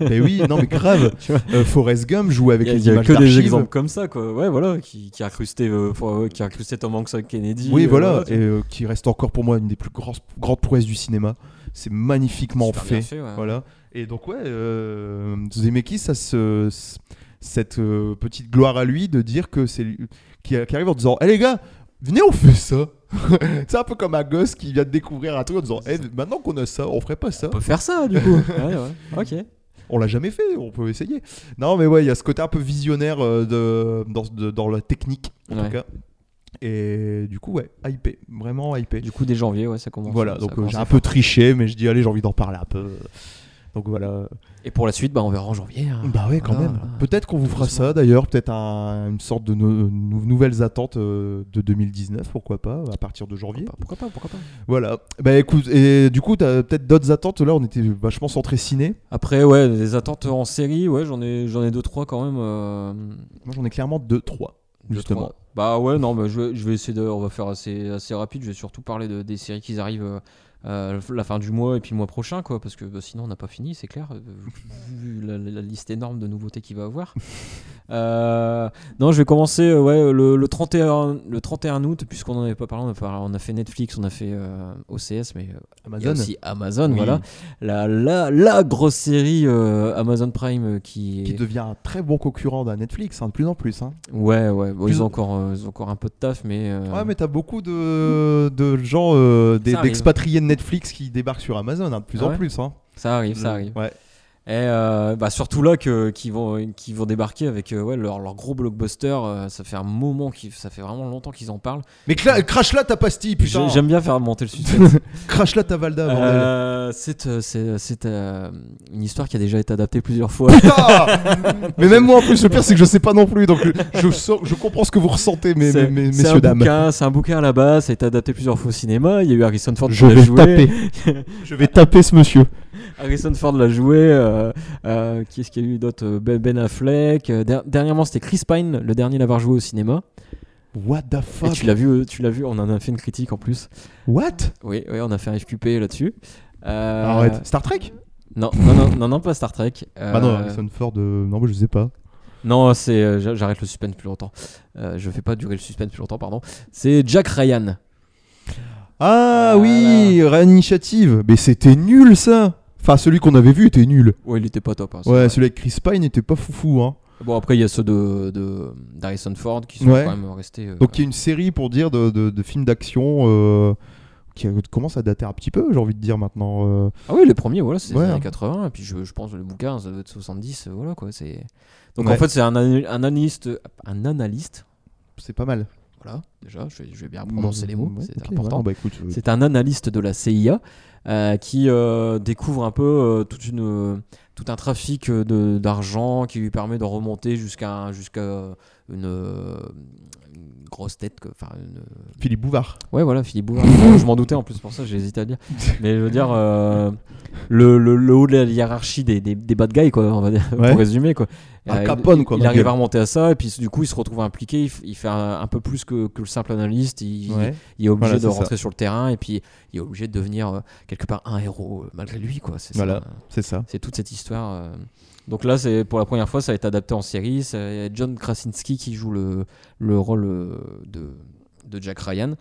mais oui, non, mais grave. Tu vois. Euh, Forrest Gump joue avec Il y a- les il y a images que des d'archives. exemples comme ça, quoi. Ouais, voilà, qui, qui a incrusté, euh, pour- euh, qui a incrusté Tom Hanks avec Kennedy. Oui, euh, voilà, tu et euh, qui reste encore pour moi une des plus grosses- grandes prouesses du cinéma. C'est magnifiquement vois. Super bien fait. ouais. Voilà. Et donc ouais, euh, Zemeckis, ça se, s- cette euh, petite gloire à lui de dire que c'est lui- qui, qui arrive en disant, hé les gars, venez on fait ça. c'est un peu comme un gosse qui vient de découvrir un truc en disant, Eh, maintenant qu'on a ça, on ferait pas ça. On peut faire ça, du coup. ouais, ouais. Ok. On l'a jamais fait, on peut essayer. Non mais ouais, il y a ce côté un peu visionnaire euh, de, dans, de- dans la technique en Ouais. tout cas. Et du coup ouais, hypé, vraiment hypé. Du coup, dès janvier, ouais, ça commence. Voilà, ça donc euh, commence j'ai à un faire. peu triché, mais je dis allez, j'ai envie d'en parler un peu. Donc voilà, Et pour la suite, bah, on verra en janvier. hein. Bah ouais, quand Voilà, même. voilà. Peut-être qu'on vous fera Doucement. ça d'ailleurs, peut-être un- une sorte de no- nou- nouvelles attentes euh, de 2019, pourquoi pas, à partir de janvier. Bah, Pourquoi pas, pourquoi pas. Voilà. Bah écoute, et du coup, t'as peut-être d'autres attentes. Là, on était vachement centré ciné. Après, ouais, des attentes en série, ouais, j'en ai, j'en ai deux, trois quand même. euh, Moi, j'en ai clairement deux, trois. deux, Justement. trois. Bah ouais, non, mais je, vais- je vais essayer de. On va faire assez, assez rapide. Je vais surtout parler de, des séries qui arrivent. euh, euh, la fin du mois et puis le mois prochain quoi parce que bah, sinon on n'a pas fini c'est clair euh, vu la, la- la liste énorme de nouveautés qu'il va avoir Euh, non je vais commencer euh, ouais le, le 31 le 31 août puisqu'on n'en avait pas parlé on a, par- on a fait Netflix on a fait euh, OCS mais euh, Il y a Amazon. aussi Amazon, Oui. voilà. La, la, la grosse série euh, Amazon Prime euh, qui, est- Qui devient un très bon concurrent d'un Netflix, hein, de plus en plus. hein. Ouais, ouais. bon, Plus- ils, ont encore, euh, ils ont encore un peu de taf, mais. euh, Ouais, mais t'as beaucoup de, de gens, euh, des- Ça arrive. d'expatriés de Netflix qui débarquent sur Amazon, hein, de plus Ah en ouais plus. hein. Ça arrive, ça arrive. Ouais. Et euh, bah, surtout là que, qui, vont, qui vont débarquer avec euh, ouais, leur, leur gros blockbuster. euh, ça fait un moment, qu'ils- ça fait vraiment longtemps qu'ils en parlent. Mais cla- crache là ta pastille, putain J'ai- J'aime bien faire monter le succès. Crache là ta Valda, bordel Euh, c'est euh, c'est- c'est, euh, une histoire qui a déjà été adaptée plusieurs fois. Putain mais même moi en plus, le pire c'est que je sais pas non plus, donc je, sens- je comprends ce que vous ressentez, mes, C'est- mes- mes- c'est un messieurs dames. bouquin- C'est un bouquin à la base, ça a été adapté plusieurs fois au cinéma. Il y a eu Harrison Ford Je qui l'a vais joué. taper. Je vais taper ce monsieur. Harrison Ford l'a joué. euh, euh, qui est-ce qu'il y a eu d'autre Ben Ben Affleck. euh, der- dernièrement, c'était Chris Pine, le dernier à l'avoir joué au cinéma. What the Et fuck tu l'as vu, euh, tu l'as vu. On en a fait une critique en plus. What Oui, oui, on a fait un FQP là-dessus. Euh, Arrête. Star Trek Non, non, non, non, non, pas Star Trek. Euh, Bah non, Harrison Ford, euh, non, mais je sais pas. non, c'est, euh, j'a- j'arrête le suspense plus longtemps. Euh, je fais pas durer le suspense plus longtemps, pardon. C'est Jack Ryan. Ah Voilà. oui, réinitiative. Mais c'était nul ça Enfin, celui qu'on avait vu était nul. Ouais, il était pas top. hein, c'est Ouais, vrai. celui avec Chris Pine n'était pas foufou. Hein. Bon, après, il y a ceux de, de, d'Harrison Ford qui sont Ouais. quand même restés. euh, Donc il y a une série pour dire de, de- de films d'action euh, qui commence à dater un petit peu, j'ai envie de dire maintenant. euh. Ah oui, les premiers, voilà, c'est Ouais. hein. les années 80. Et puis, je, je pense que le bouquin, ça doit être 70. euh, Voilà, quoi. C'est... Donc, en Ouais. fait, c'est un, ana- un analyste. Un analyste. C'est pas mal. Voilà, déjà, je, vais- je vais bien prononcer les mots. Mmh, Ouais, Ah, c'est ok, important. ouais, bah écoute, euh, C'est un analyste de la CIA euh, qui euh, découvre un peu euh, toute une, euh, tout un trafic euh, de- d'argent qui lui permet de remonter jusqu'à un- jusqu'à euh, une, euh, une grosse tête, que- enfin une, Philippe Bouvard. Ouais, voilà, Philippe Bouvard. Bon, je m'en doutais en plus, pour ça j'ai hésité à le dire. Mais je veux dire, euh, le, le- le haut de la hiérarchie des, des, des bad guys, quoi, on va dire, Ouais. pour résumer. Quoi. Al Euh, Capone, il- quoi, Il ma arrive gueule. à remonter à ça, et puis du coup, il se retrouve impliqué, il, f- il fait un, un peu plus que, que le simple analyste, il, il est obligé Voilà, de c'est ça. rentrer sur le terrain, et puis il est obligé de devenir euh, quelque part un héros, euh, malgré lui, quoi. C'est ça. Voilà. C'est ça. C'est toute cette histoire. euh. Donc là, c'est pour la première fois, ça va être adapté en série. C'est John Krasinski qui joue le, le rôle euh, de, de Jack Ryan.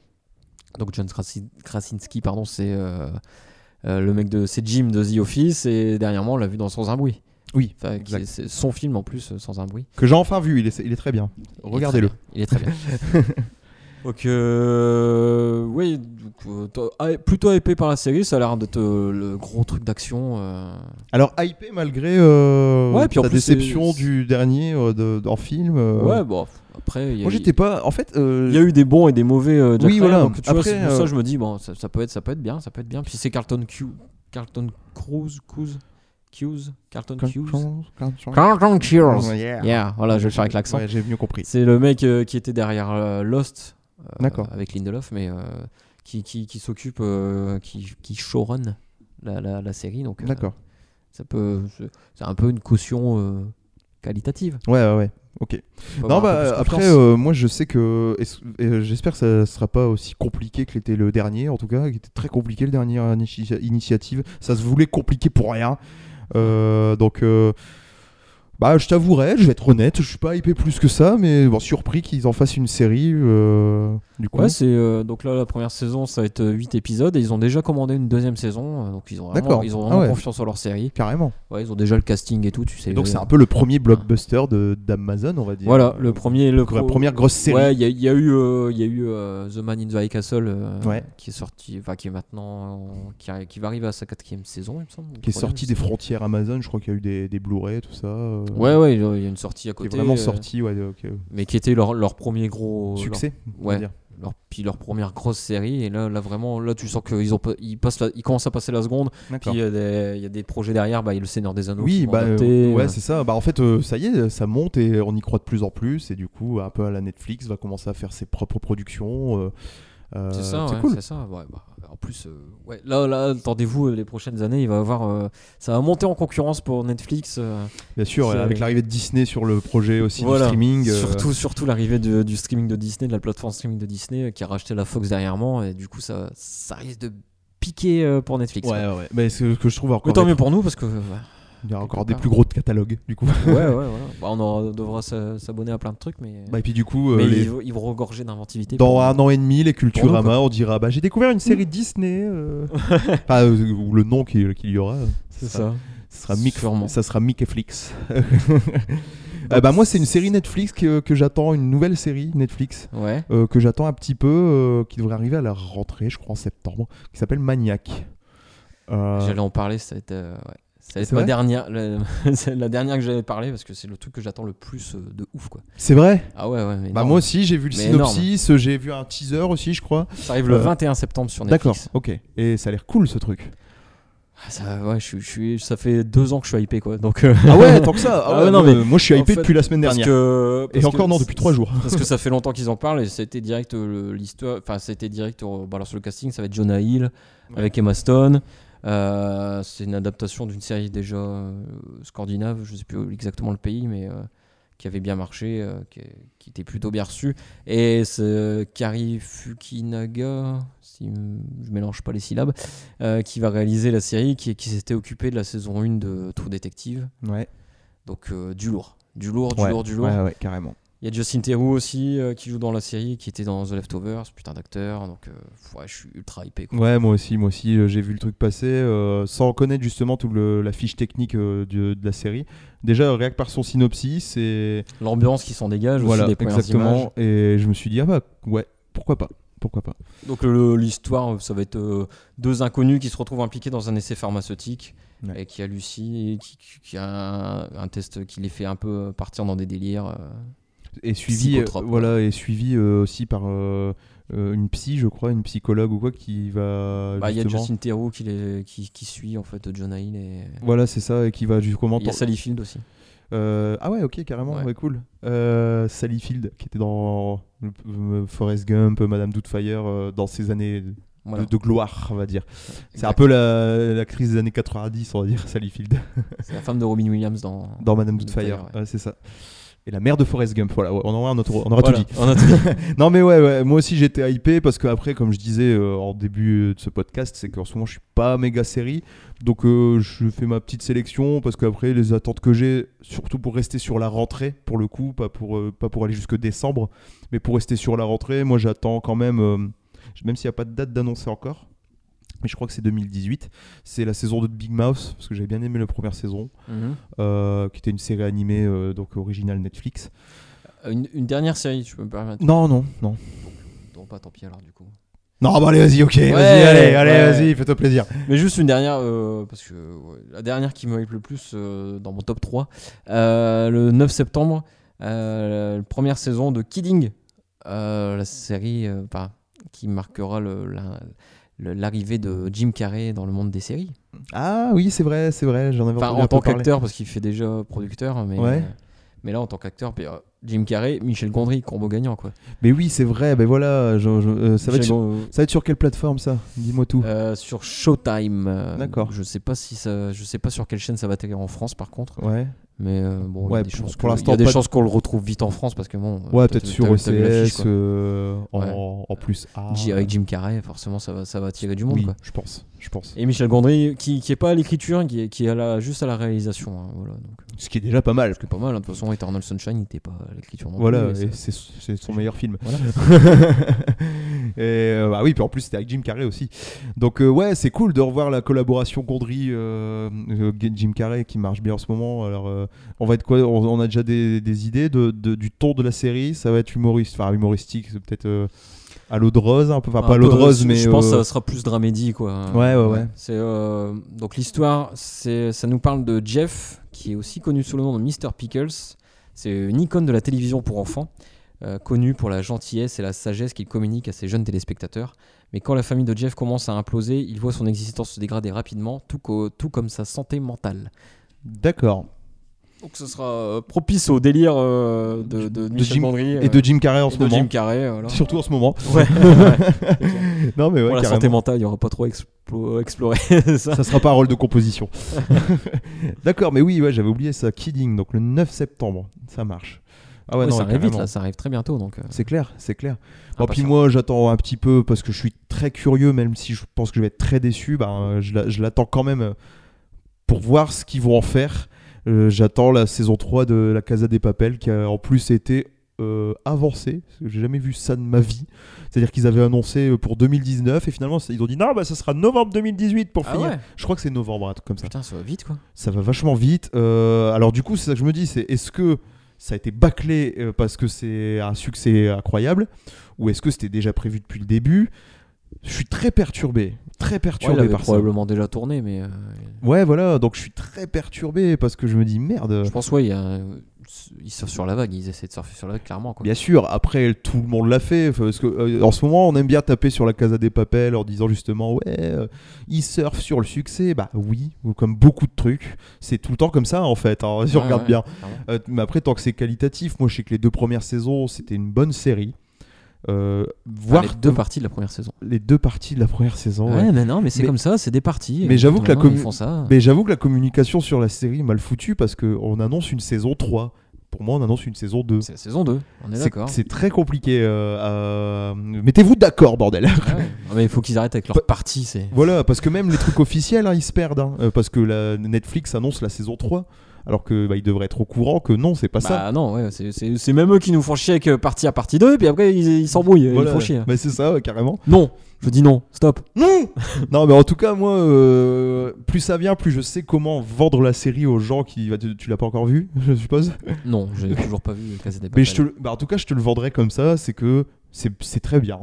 Donc John Krasi- Krasinski, pardon, c'est euh, euh, le mec de, c'est Jim de The Office et dernièrement on l'a vu dans Sans un bruit. Oui, Enfin, qui- exact. c'est son film en plus euh, Sans un bruit. Que j'ai enfin vu, il est, il est très bien. Il est Regardez-le. très bien. Il est très bien. Donc, euh, oui, donc, euh, toi- ah, plutôt hypé par la série, ça a l'air d'être euh, le gros truc d'action. euh. Alors hypé malgré euh, Ouais, puis en la plus, déception c'est- du dernier euh, de, en film. euh. Ouais, bon, après, il y, a Moi eu- j'étais pas. En fait, euh, il y a eu des bons et des mauvais. euh, Jack Oui, Ryan, voilà. donc, tu vois, Après, c'est pour euh, ça que je me dis, bon, ça, ça peut être, ça peut être bien, ça peut être bien. Puis c'est Carlton Q, Carlton Cruise, Cruise, Cuse, Carlton Cuse. Carlton Cruise. Yeah. Yeah, voilà, je vais le faire avec l'accent. Ouais, j'ai mieux compris. C'est le mec euh, qui était derrière euh, Lost, euh, D'accord. avec Lindelof, mais euh, qui, qui, qui s'occupe, euh, qui, qui showrun la, la, la série. Donc, euh, D'accord. ça peut, c'est- c'est un peu une caution euh, qualitative. Ouais, ouais, ouais. Ok. Faut Non, avoir un peu bah plus après, confiance. euh, moi je sais que. est-ce- et, euh, J'espère que ça sera pas aussi compliqué que l'était le dernier, en tout cas, qui était très compliqué le dernier euh, initi- initiative. Ça se voulait compliqué pour rien. Euh, donc. euh, Bah, je t'avouerai, je vais être honnête, je suis pas hypé plus que ça, mais bon, surpris qu'ils en fassent une série. euh, du coup, Ouais, c'est euh, donc là la première saison, ça va être 8 épisodes et ils ont déjà commandé une deuxième saison, euh, donc ils ont vraiment, D'accord. ils ont Ah vraiment ouais. confiance en leur série. carrément. Ouais, ils ont déjà le casting et tout, tu sais. Et donc, euh, c'est un peu le premier blockbuster de- d'Amazon, on va dire. Voilà, le premier, le La pro- première grosse série. Ouais, il y, a- il y a eu, euh, il y a eu euh, The Man in the High Castle euh, Ouais. qui est sorti, enfin qui est maintenant, euh, qui, arri- qui va arriver à sa quatrième saison, il me semble. ou qui est troisième, sorti je sais des frontières Amazon, je crois qu'il y a eu des, des Blu-ray, tout ça. euh, pas. Ouais, ouais, il y a il y a une sortie à Qui est côté. vraiment euh, sorti, ouais, de- ok, Mais qui était leur, leur premier gros leur- succès. on va ouais. dire. leur, puis leur première grosse série et là là vraiment là tu sens qu'ils ont pas- ils passent la- ils commencent à passer la seconde puis euh, D'accord. il y, a des- il y a des projets derrière bah il y a le Seigneur des Anneaux qui Oui, vont bah, euh, adapter, euh, ouais, c'est ça. Bah, en fait, euh, ça y est, ça monte et on y croit de plus en plus. Et du coup, un peu à la Netflix, va commencer à faire ses propres productions. euh, euh, c'est ça ouais, cool. c'est ça ouais, bah, en plus euh, ouais là là attendez-vous euh, les prochaines années il va y avoir euh, ça va monter en concurrence pour Netflix euh, Bien sûr, C'est- avec l'arrivée de Disney sur le projet aussi Voilà. du streaming. euh, Surtout, surtout l'arrivée de- du streaming de Disney, de la plateforme streaming de Disney euh, qui a racheté la Fox derrière moi et du coup ça, ça risque de piquer euh, pour Netflix. Ouais, ouais, ouais. Mais ce que je trouve Mais encore, tant mieux pour nous parce que euh, bah, il y a encore quelque des part. plus gros de catalogues, du coup. ouais, ouais, voilà. Bah, on aura- devra s'a- s'abonner à plein de trucs, mais, Bah, et puis du coup, euh, mais les- ils, vont- ils vont regorger d'inventivité. dans pour- un an et demi, les Pour nous, Mm. Culturama, on dira, bah j'ai découvert une série Disney. euh. Enfin, euh, ou le nom qu'il qu'il y aura. euh, C'est ça. Ça sera Mick, Sûrement. ça sera Mick et Flix. Euh, bah, moi, c'est une série Netflix que, que j'attends, une nouvelle série Netflix Ouais. euh, que j'attends un petit peu, euh, qui devrait arriver à la rentrée, je crois, en septembre, qui s'appelle Maniac. Euh, J'allais en parler, ça va être, euh, ouais. Ça va être C'est ma vrai dernière, la, c'est la dernière que j'avais parlé parce que c'est le truc que j'attends le plus euh, de ouf quoi. c'est vrai Ah ouais, ouais. mais Bah non, moi aussi j'ai vu le Mais synopsis, j'ai vu un teaser aussi je crois. ça arrive le euh, 21 septembre sur Netflix. D'accord, ok. Et ça a l'air cool ce truc. Ah, Ça, ouais, je, suis- je suis, ça fait deux ans que je suis hypé, quoi. Donc, euh, Ah ouais, tant que ça. Ah Ah ouais, ouais, non, moi, mais- moi je suis en hypé fait, depuis la semaine parce dernière. que, parce et encore que non, depuis trois jours. Parce que ça fait longtemps qu'ils en parlent et c'était direct euh, le- l'histoire. Enfin, c'était direct euh, bah, alors sur le casting, ça va être Jonah Hill avec Emma Stone. Euh, c'est une adaptation d'une série déjà euh, scandinave, je sais plus exactement le pays, mais euh, qui avait bien marché, euh, qui, qui était plutôt bien reçue. Et c'est euh, Kari Fukinaga, si je mélange pas les syllabes, euh, qui va réaliser la série, qui, qui s'était occupée de la saison 1 de True Detective. Ouais. Donc euh, du lourd, du lourd, du ouais, lourd, du lourd. Ouais, ouais, carrément. Il y a Justin Theroux aussi euh, qui joue dans la série, qui était dans The Leftovers, putain d'acteur. Donc euh, ouais, je suis ultra hypé. Quoi. Ouais, moi aussi, moi aussi, euh, j'ai vu le truc passer euh, sans connaître justement toute la fiche technique euh, du- de la série. Déjà, euh, rien que par son synopsis et Ah, L'ambiance qui s'en dégage voilà, aussi des premières exactement. images. Et je me suis dit ah bah ouais, pourquoi pas, pourquoi pas. Donc le- l'histoire, euh, ça va être euh, deux inconnus qui se retrouvent impliqués dans un essai pharmaceutique Ouais. et qui hallucinent, et qui, qui- qui a un, un test qui les fait un peu partir dans des délires. euh. Et suivi, euh, Psychotrope. voilà, et suivi euh, aussi par euh, euh, une psy, je crois, une psychologue ou quoi, qui va Bah, Il y a justement- Justin Theroux qui, les- qui, qui suit en fait Jonah Hill et Voilà, c'est ça, et qui va justement. il y a Sally Field aussi. Euh, ah ouais, ok, carrément, Ouais. ouais, cool. Euh, Sally Field, qui était dans euh, Forrest Gump, Madame Doubtfire, euh, dans ses années Voilà. de, de gloire, on va dire. C'est Exact. un peu la, la crise des années 90, on va dire, Sally Field, C'est la femme de Robin Williams dans. dans Madame Doubtfire, Doubtfire. Ouais, c'est ça. Et la mère de Forrest Gump, voilà, ouais, on, aura un autre, on aura Voilà, tout dit. on a tout dit. Non, mais ouais, ouais, moi aussi j'étais hypé parce que, après, comme je disais euh, en début de ce podcast, c'est qu'en ce moment je suis pas méga série. Donc euh, je fais ma petite sélection parce qu'après, les attentes que j'ai, surtout pour rester sur la rentrée, pour le coup, pas pour, euh, pas pour aller jusque décembre, mais pour rester sur la rentrée, moi j'attends quand même. euh, même s'il n'y a pas de date d'annoncer encore. Mais je crois que c'est 2018. C'est la saison 2 de Big Mouth, parce que j'avais bien aimé la première saison, Mhm. euh, qui était une série animée euh, donc originale Netflix. Euh, Une, une dernière série, je peux me permettre. Non, non, non. Non, pas tant pis alors du coup. Non, bah allez, vas-y, ok, Ouais, vas-y, allez, allez, ouais. vas-y, fais-toi plaisir. Mais juste une dernière, euh, parce que ouais, la dernière qui me hype le plus euh, dans mon top 3, euh, le 9 septembre, euh, la première saison de Kidding, euh, la série euh, enfin, qui marquera le- la- le- l'arrivée de Jim Carrey dans le monde des séries. Ah oui, c'est vrai, c'est vrai, j'en avais Enfin, entendu en un peu tant parler. qu'acteur, parce qu'il fait déjà producteur, mais, euh, Ouais. mais là, en tant qu'acteur, puis, euh, Jim Carrey, Michel Gondry, combo gagnant, quoi. Mais oui, c'est vrai, ben voilà, je- je- euh, ça, va être Michel sur, Gondry, ça va être sur quelle plateforme ça Dis-moi tout. euh, sur Showtime. euh, D'accord. Je sais pas si ça, je sais pas sur quelle chaîne ça va atterrir en France, par contre. Ouais, Mais euh, bon, il y Ouais, a des pour- chances pour que- il y l'instant, a des pas de- chances qu'on le retrouve vite en France parce que bon. euh, ouais t'as- peut-être t'as- sur E t'as- t'as vu l'affiche, OCS, quoi. euh, en, Ouais. en plus. Ah, J- Avec Jim Carrey, forcément, ça va, ça va attirer du monde. oui, quoi. je pense, je pense. Et Michel Gondry, qui, qui est pas à l'écriture, hein, qui est, qui est à la- juste à la réalisation. hein, voilà, donc, euh, Ce qui est déjà pas mal. parce que pas mal, hein, de toute façon, Eternal Sunshine, il était pas à l'écriture non Voilà, plus. mais et ça- c'est c'est son meilleur film. Voilà. et euh, bah oui, puis en plus c'était avec Jim Carrey aussi. Donc euh, ouais, c'est cool de revoir la collaboration Gondry euh, euh, Jim Carrey qui marche bien en ce moment. Alors euh, on va être quoi on, on a déjà des, des idées de, de- du ton de la série. Ça va être humoriste, enfin humoristique, c'est peut-être euh, à l'eau de rose un peu, enfin pas un à l'eau de peu, rose, je- mais Je pense que euh, ça sera plus dramédie, quoi. Ouais, ouais, ouais. C'est, euh, donc l'histoire, c'est, ça nous parle de Jeff, qui est aussi connu sous le nom de Mr. Pickles. C'est une icône de la télévision pour enfants, euh, connu pour la gentillesse et la sagesse qu'il communique à ses jeunes téléspectateurs. Mais quand la famille de Jeff commence à imploser, il voit son existence se dégrader rapidement, tout, co- tout comme sa santé mentale. d'accord. Donc ce sera euh, propice au délire euh, de, de, Michel Jim- Gondry, Et euh, de Jim Carrey en et ce de moment. Jim Carrey. euh, voilà. Surtout en ce moment. Ouais, ouais. non mais ouais, pour la carrément. santé mentale, il n'y aura pas trop à explo- explorer ça. ça sera pas un rôle de composition. D'accord, mais oui, ouais, j'avais oublié ça. Kidding, donc le 9 septembre, ça marche. Ah ouais, Ouais, non, ça arrive vite, carrément. là, ça arrive très bientôt. Donc, euh, C'est clair, c'est clair. Ah, Bon, pas puis sûr. moi, j'attends un petit peu parce que je suis très curieux, même si je pense que je vais être très déçu. Ben, euh, je la- je l'attends quand même euh, pour voir ce qu'ils vont en faire. Euh, j'attends la saison 3 de La Casa des Papels qui a en plus été euh, avancée. J'ai jamais vu ça de ma vie. C'est-à-dire qu'ils avaient annoncé euh, pour 2019 et finalement, c'est- ils ont dit non, bah, ça sera novembre 2018 pour Ah finir. ouais Je crois que c'est novembre, un truc comme ça. Putain, ça va vite quoi. Ça va vachement vite. Euh, alors du coup, c'est ça que je me dis, c'est est-ce que ça a été bâclé euh, parce que c'est un succès incroyable ou est-ce que c'était déjà prévu depuis le début Je suis très perturbé, très Ouais, il perturbé avait par probablement déjà tourné, mais euh, ça. Ouais, voilà, donc je suis très perturbé parce que je me dis merde. je pense, ouais, il y a, euh, ils surfent sur la vague, ils essaient de surfer sur la vague, clairement. Quoi. Bien sûr, après tout le monde l'a fait. Enfin, Parce que, euh, en ce moment, on aime bien taper sur la Casa des Papels en disant justement, ouais, euh, ils surfent sur le succès. Bah oui, comme beaucoup de trucs, c'est tout le temps comme ça en fait. hein, si on Ouais, regarde ouais, bien. clairement. Euh, mais après, tant que c'est qualitatif, moi je sais que les deux premières saisons, c'était une bonne série. Euh, Enfin, voir Ah, les deux parties de la première saison. les deux parties de la première saison. Ouais, ouais. mais non, mais c'est Mais- comme ça, c'est des parties. mais et j'avoue au bout que la d'un moment, ils commu- font ça. Mais j'avoue que la communication sur la série est mal foutue parce qu'on annonce une saison 3. Pour moi, on annonce une saison 2. C'est la saison 2, on est C'est- d'accord. C'est très compliqué. euh, à- Mettez-vous d'accord, bordel. Ah ouais. Non, mais il faut qu'ils arrêtent avec Bah, leur partie, c'est. voilà, parce que même les trucs officiels, hein, ils se perdent. hein, euh, parce que la Netflix annonce la saison 3. Alors que bah, ils devraient être au courant que non, c'est pas ça. Bah non, ouais, c'est- c'est c'est même eux qui nous font chier avec euh, partie à partie 2, et puis après ils ils s'embrouillent, ils Voilà. font chier. Mais c'est ça, ouais, carrément. Non, je dis non, stop. Non, mais en tout cas, moi, euh, plus ça vient, plus je sais comment vendre la série aux gens qui. bah, Tu, tu l'as pas encore vu, je suppose. Non, j'ai toujours pas vu Casa des Mais je te, le- bah, en tout cas, je te le vendrai comme ça, c'est que c'est c'est très bien.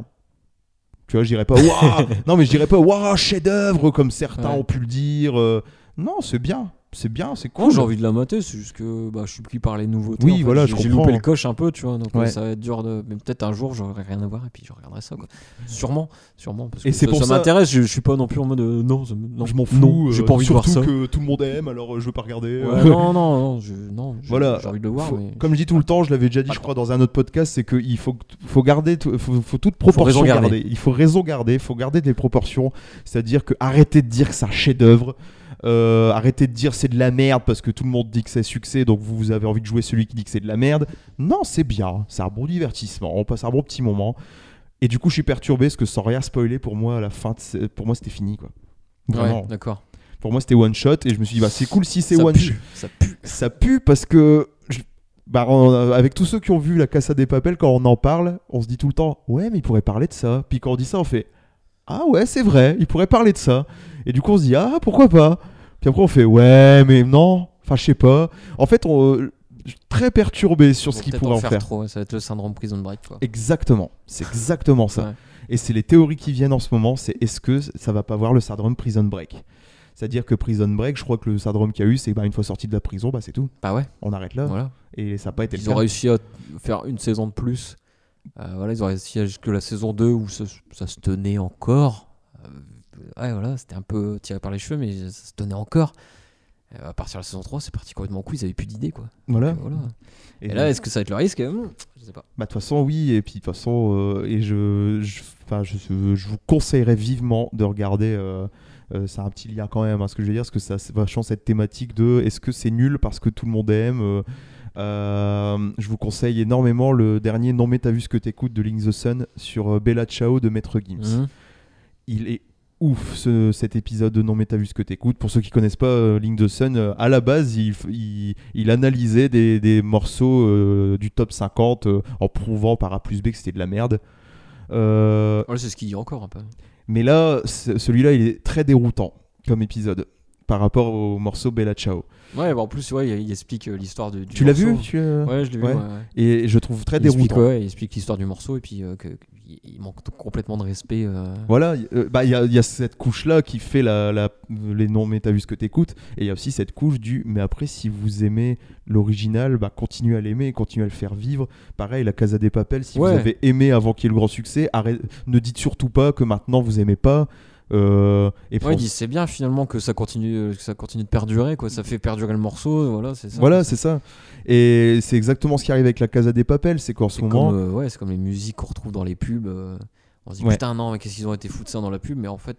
Tu vois, je dirais pas waouh. non, mais je dirais pas waouh chef-d'œuvre comme certains Ouais. ont pu le dire. euh, non, c'est bien, c'est bien, c'est Moi cool. j'ai envie de la mater, c'est juste que bah, je suis pris par les nouveautés. Oui, en fait. voilà, J'ai- je J'ai comprends. loupé le coche un peu, tu vois, donc euh, Ouais. ça va être dur de. Mais peut-être un jour j'aurai rien à voir et puis je regarderai ça, quoi. Sûrement, sûrement. Parce que Et c'est ça, pour ça ça- m'intéresse, je, je suis pas non plus en mode euh, non, ça me- non, je m'en fous. non, j'ai euh, pas envie de voir surtout ça. que tout le monde aime, alors euh, je veux pas regarder. Ouais, non, non, non, je- non, j'ai Voilà. j'ai envie de le voir, Faut- mais. Comme je dis tout le temps, je l'avais déjà dit, je crois, dans un autre podcast, c'est qu'il faut, faut garder, tout- faut, faut toute proportion raison garder. garder. Il faut raison garder, il faut garder des proportions. C'est-à-dire que arrêtez de dire que c'est un chef-d'œuvre, euh, arrêtez de dire c'est de la merde parce que tout le monde dit que c'est succès, donc vous, vous avez envie de jouer celui qui dit que c'est de la merde. Non, c'est bien, c'est un bon divertissement, on passe un bon petit moment. Et du coup, je suis perturbé parce que sans rien spoiler, pour moi, à la fin, de ce- pour moi, c'était fini, quoi. Vraiment. Ouais, d'accord. Pour moi, c'était one shot et je me suis dit, bah, c'est cool si c'est Ça one shot pue, Ça pue. ça pue parce que je- bah, on- avec tous ceux qui ont vu la Casa des Papels, quand on en parle, on se dit tout le temps ouais, mais il pourrait parler de ça. Puis quand on dit ça, on fait ah ouais, c'est vrai, il pourrait parler de ça. Et du coup, on se dit ah pourquoi pas. Puis après, on fait ouais, mais non, enfin je sais pas. En fait, on je suis très perturbé sur ce qu'il pourrait en faire. trop, ça va être le syndrome prison break quoi. Exactement, c'est exactement ça. Ouais. Et c'est les théories qui viennent en ce moment, c'est est-ce que ça va pas voir le syndrome Prison Break C'est-à-dire que Prison Break, je crois que le syndrome qu'il y a eu, c'est bah, une fois sorti de la prison, bah c'est tout, Bah ouais, on arrête là. voilà. Et ça n'a pas été le Ils cas. ont réussi à faire une saison de plus. Euh, voilà, ils ont réussi à jusque la saison 2 où ça, ça se tenait encore. Euh, ouais, voilà, c'était un peu tiré par les cheveux, mais ça se tenait encore. Euh, à partir de la saison 3, c'est parti complètement en couille, ils avaient plus d'idée quoi. Voilà. Voilà. Et, Et, là, est-ce que ça va être le risque Hum, Je sais pas. bah, de toute façon, oui, et puis de toute façon, euh, et je, je, enfin, je, je vous conseillerais vivement de regarder. euh, euh, c'est un petit lien quand même, hein, ce que je veux dire, parce que ça c'est vachement cette thématique de est-ce que c'est nul parce que tout le monde aime euh, euh, Je vous conseille énormément le dernier Non mais t'as vu ce que t'écoutes de Link the Sun sur euh, Bella Ciao de Maître Gims. Hum. il est ouf ce- cet épisode de Non mais t'as vu ce que t'écoutes. Pour ceux qui connaissent pas euh, Link the Sun, euh, à la base il, f- il, il analysait des, des morceaux euh, du top 50 euh, en prouvant par A plus B que c'était de la merde. Euh, Voilà, c'est ce qu'il dit encore un peu. mais là, ce- celui-là il est très déroutant comme épisode par rapport au morceau Bella Ciao. Ouais, bah, en plus, ouais, il, il explique euh, l'histoire du, du Tu l'as morceau. vu tu, euh, Ouais, je l'ai vu. Ouais. ouais, ouais. Et je trouve très il explique, déroutant. ouais, il explique l'histoire du morceau et puis euh, que- qu'il il manque t- complètement de respect. euh. Voilà, il bah, il y, a- il y a cette couche-là qui fait la, la- les noms, mais t'as vu ce que t'écoutes. Et il y a aussi cette couche du, mais après, si vous aimez l'original, bah, continuez à l'aimer, continuez à le faire vivre. Pareil, la Casa des Papels, si Ouais. vous avez aimé avant qu'il y ait le grand succès, arrête- ne dites surtout pas que maintenant vous aimez pas. Euh, et Ouais, France- il dit c'est bien finalement que ça continue, que ça continue de perdurer, quoi. Ça fait perdurer le morceau, voilà, c'est ça. voilà, c'est ça. Et c'est exactement ce qui arrive avec la Casa des Papels, c'est qu'en ce c'est comme, moment. euh, ouais, c'est comme les musiques qu'on retrouve dans les pubs. euh, on se dit Ouais. putain non, mais qu'est-ce qu'ils ont été fous de ça dans la pub, mais en fait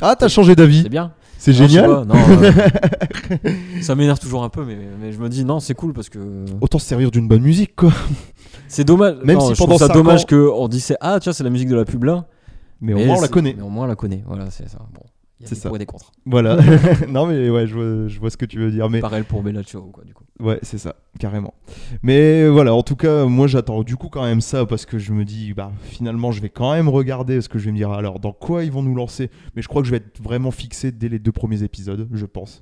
Ah, t'as changé d'avis c'est bien. C'est Non, je sais génial pas, non, euh, ça m'énerve toujours un peu, mais, mais je me dis non, c'est cool parce que Autant se servir d'une bonne musique, quoi. c'est dommage. Oh, Même non, si je trouve pendant ça cinq dommage ans- que on dit c'est ah tiens c'est la musique de la pub là, Mais au moins, on la c'est- connaît. Mais au moins on la connaît, voilà c'est ça. Bon, il y a C'est des ça. pour et des contre. Voilà. non, mais ouais, je vois, je vois ce que tu veux dire. Mais Pareil pour Bellaccio quoi du coup. Ouais, c'est ça, carrément. Mais voilà, en tout cas, moi j'attends du coup quand même ça parce que je me dis, bah finalement, je vais quand même regarder ce que je vais me dire. Alors, dans quoi ils vont nous lancer Mais je crois que je vais être vraiment fixé dès les deux premiers épisodes, je pense.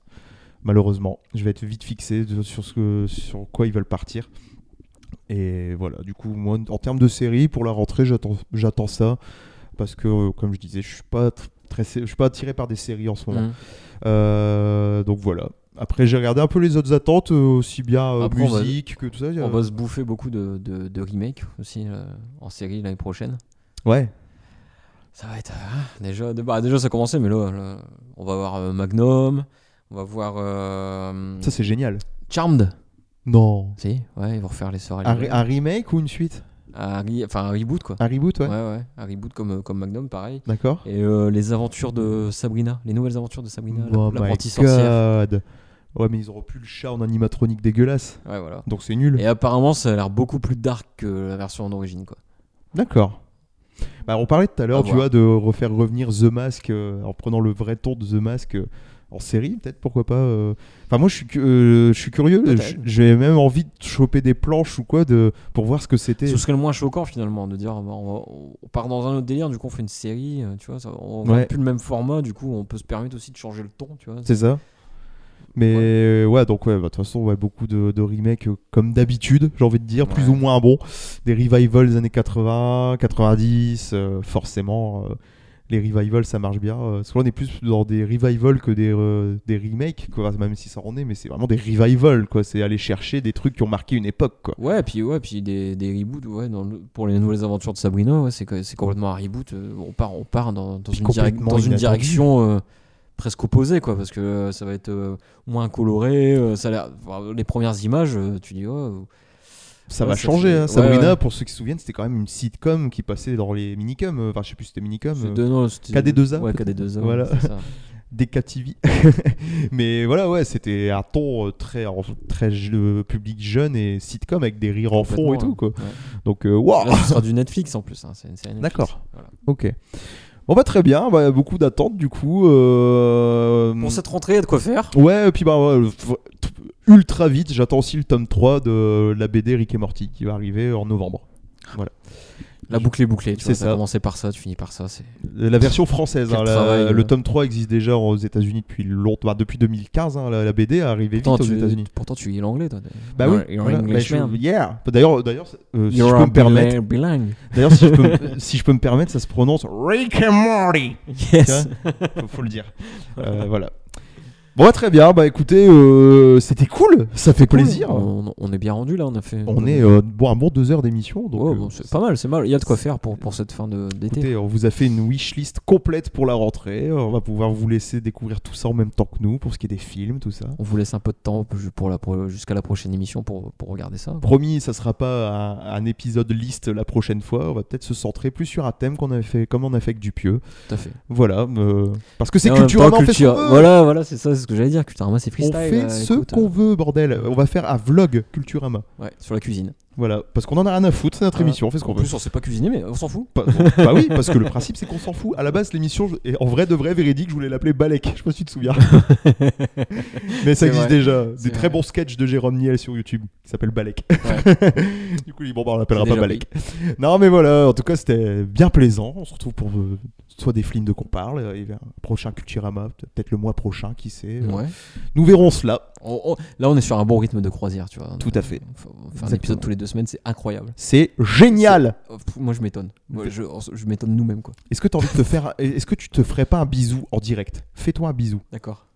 Malheureusement, je vais être vite fixé de- sur ce que, sur quoi ils veulent partir. Et voilà, du coup, moi, en termes de série, pour la rentrée, j'attends, j'attends ça parce que, euh, comme je disais, je suis pas tr- très, je suis pas attiré par des séries en ce moment. Hum. Euh, donc voilà. Après, j'ai regardé un peu les autres attentes, euh, aussi bien euh, Après, on va- musique que tout ça. euh, On va se bouffer beaucoup de, de, de remakes aussi euh, en série l'année prochaine. Ouais. Mm. Ça va être. euh, déjà, de- bah, déjà, ça a commencé, mais là, là, on va voir euh, Magnum, on va voir euh, Ça, c'est génial. Charmed. Non. Si, ouais, ils vont refaire les sœurs. Un, Halliwell. un remake ou une suite Un re- Enfin, un reboot, quoi. Un reboot, ouais. ouais. ouais, un reboot comme, euh, comme Magnum, pareil. D'accord. Et euh, les aventures de Sabrina, les nouvelles aventures de Sabrina, la- Oh my l'apprentie sorcière. god. Ouais, mais ils auront plus le chat en animatronique dégueulasse. Ouais, voilà. Donc c'est nul. Et apparemment, ça a l'air beaucoup plus dark que la version d'origine, quoi. D'accord. Bah, on parlait tout à l'heure, À tu voir. vois, de refaire revenir The Mask euh, en prenant le vrai tour de The Mask euh, en série, peut-être, pourquoi pas. euh. Enfin, moi, je suis, cu- euh, je suis curieux. Peut-être. je- J'ai même envie de choper des planches ou quoi de, pour voir ce que c'était. Ce serait le moins choquant finalement de dire on, va- on va- on part dans un autre délire, du coup on fait une série, euh, tu vois, ça- on n'a Ouais. plus le même format, du coup on peut se permettre aussi de changer le ton, tu vois. C'est ça. Mais euh, ouais, donc ouais, bah, de toute façon, ouais, beaucoup de, de remakes euh, comme d'habitude, j'ai envie de dire, plus Ouais. ou moins bon. Des revivals des années 80, 90, euh, forcément. euh, les revivals, ça marche bien. Euh, souvent, on est plus dans des revivals que des, euh, des remakes, quoi, même si ça en est, mais c'est vraiment des revivals, quoi. C'est aller chercher des trucs qui ont marqué une époque, quoi. Ouais, puis ouais, puis des, des reboots, ouais, dans le- pour les nouvelles aventures de Sabrina, ouais, c'est que- c'est complètement un reboot. euh, on part, on part dans, dans Puis une, direc- complètement dans une inattendu. direction euh, presque opposée, quoi, parce que euh, ça va être euh, moins coloré. euh, ça a l'air- enfin, les premières images, euh, tu dis, ouais, euh, Ça Ouais, va ça changer, fait- hein. ouais, Sabrina, ouais. pour ceux qui se souviennent, c'était quand même une sitcom qui passait dans les minicums. euh, Enfin, je sais plus si c'était minicum. c'est euh, de- non, c'était- KD2A, Ouais, peut-être. KD2A. Voilà. c'est ça. Deka TV. Mais voilà, ouais, c'était un ton euh, très, en- très je- euh, public jeune et sitcom avec des rires en fond et Complètement, tout, quoi. ouais. Donc, euh, waouh Là, ce sera du Netflix en plus, hein, c'est une série Netflix. D'accord. Voilà. Ok. Bon, bah, très bien. Bah, beaucoup d'attentes, du coup. euh, Pour cette rentrée, il y a de quoi faire. Ouais, et puis, bah, ouais, f- t- ultra vite. J'attends aussi le tome 3 de la BD Rick et Morty qui va arriver en novembre. La boucle est bouclée. C'est C'est ça. ça. T'as commencé par ça, tu finis par ça. C'est La version française, Quel hein, la- travail, euh. le tome 3 existe déjà aux États-Unis depuis longtemps, bah, depuis 2015. hein, la, la BD est arrivée vite Pourtant, aux tu- États-Unis. Pourtant, tu lis l'anglais, toi. Bah You're- oui, you're voilà. Bah, je- Englishman. yeah. D'ailleurs, d'ailleurs, euh, si, je You're peux a me permettre, bila- bilingue. d'ailleurs si, je peux me- si je peux me permettre, ça se prononce Rick and Morty. Yes. faut, faut le dire. Euh, voilà. Bon, très bien. Bah écoutez, euh, c'était cool. Ça fait plaisir. On, on est bien rendu là, on a fait. On est euh, bon, un bon deux heures d'émission. Donc, Ouais, euh, Oh, bon, c'est pas mal, c'est mal. Il y a de quoi faire pour, pour cette fin de- d'été. écoutez, on vous a fait une wishlist complète pour la rentrée. On va pouvoir vous laisser découvrir tout ça en même temps que nous pour ce qui est des films, tout ça. On vous laisse un peu de temps pour- pour la, pour- jusqu'à la prochaine émission pour, pour regarder ça. Promis, ça sera pas un, un épisode liste la prochaine fois. On va peut-être se centrer plus sur un thème qu'on avait fait, comme on a fait avec Dupieux. Tout à fait. Voilà, euh, parce que c'est Et en même culture. temps, on en fait ce culture. qu'on veut. Voilà, voilà, c'est ça, c'est ce que j'allais dire. Culturama, c'est On freestyle. fait euh, ce écoute, qu'on veut, bordel. On va faire un vlog Culturama. euh, ouais, sur la cuisine. Voilà, parce qu'on en a rien à foutre, c'est notre Voilà. émission, on fait ce qu'on En veut. plus, on sait pas cuisiner, mais on s'en fout. Pas- bon, bah oui, parce que le principe c'est qu'on s'en fout. À la base, l'émission, je- et en vrai de vrai véridique, je voulais l'appeler Balek, je sais pas si tu te souviens. Mais ça C'est existe vrai. déjà. Des C'est très vrai. bons sketchs de Jérôme Niel sur YouTube qui s'appelle Balek. du coup, il dit, bon, bah, on l'appellera C'est pas déjà Balek. Non, mais voilà, en tout cas, c'était bien plaisant. On se retrouve pour euh, soit des films de qu'on parle, euh, il y a un prochain Culturama, peut-être le mois prochain, qui sait. euh. Ouais. Nous verrons cela. On- on- là, on est sur un bon rythme de croisière, tu vois. Tout à fait. Faut- faut faire un Exactement. épisode tous les deux semaines, c'est incroyable. C'est génial. Oh, pff, Moi, je m'étonne. Moi, je je m'étonne nous-mêmes, quoi. Est-ce que t'as envie de te faire, est-ce que tu te ferais pas un bisou en direct Fais-toi un bisou. D'accord.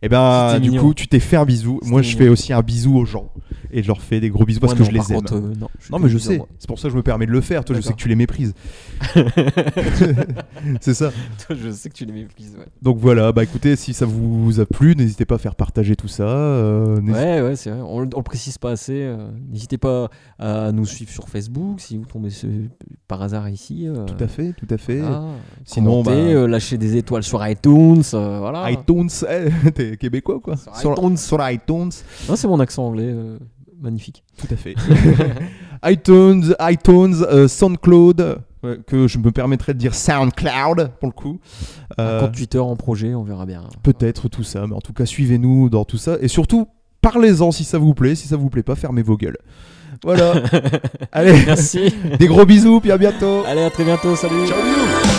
Et ben C'était du mignon. coup tu t'es fait un bisou. C'était Moi je mignon. fais aussi un bisou aux gens et je leur fais des gros bisous parce Moi, que non, je les par aime. contre, euh, non, suis Non mais je bizarre, sais, moi. c'est pour ça que je me permets de le faire. Toi je sais D'accord. que tu les méprises. c'est ça. Toi, je sais que tu les méprises. Ouais, Donc voilà, bah écoutez, si ça vous a plu, n'hésitez pas à faire partager tout ça. euh, n'hésitez- ouais, ouais, c'est vrai. On, le- on le précise pas assez. euh, N'hésitez pas à nous suivre sur Facebook si vous tombez ce- par hasard ici. euh, Tout à fait, tout à fait. voilà. Sinon, Commentez, bah- Ah, euh, lâchez des étoiles sur iTunes. euh, voilà. iTunes, eh, t'es québécois ou quoi Sur iTunes. sur iTunes. Non, c'est mon accent anglais. euh, magnifique. Tout à fait. iTunes, iTunes, euh, SoundCloud, ouais, que je me permettrais de dire SoundCloud pour le coup. Un Euh, compte Twitter en projet, on verra bien. Peut-être tout ça, mais en tout cas, suivez-nous dans tout ça. Et surtout, parlez-en si ça vous plaît. Si ça vous plaît pas, fermez vos gueules. Voilà. Allez, Merci. des gros bisous, puis à bientôt. Allez, à très bientôt. Salut. Ciao, bisous.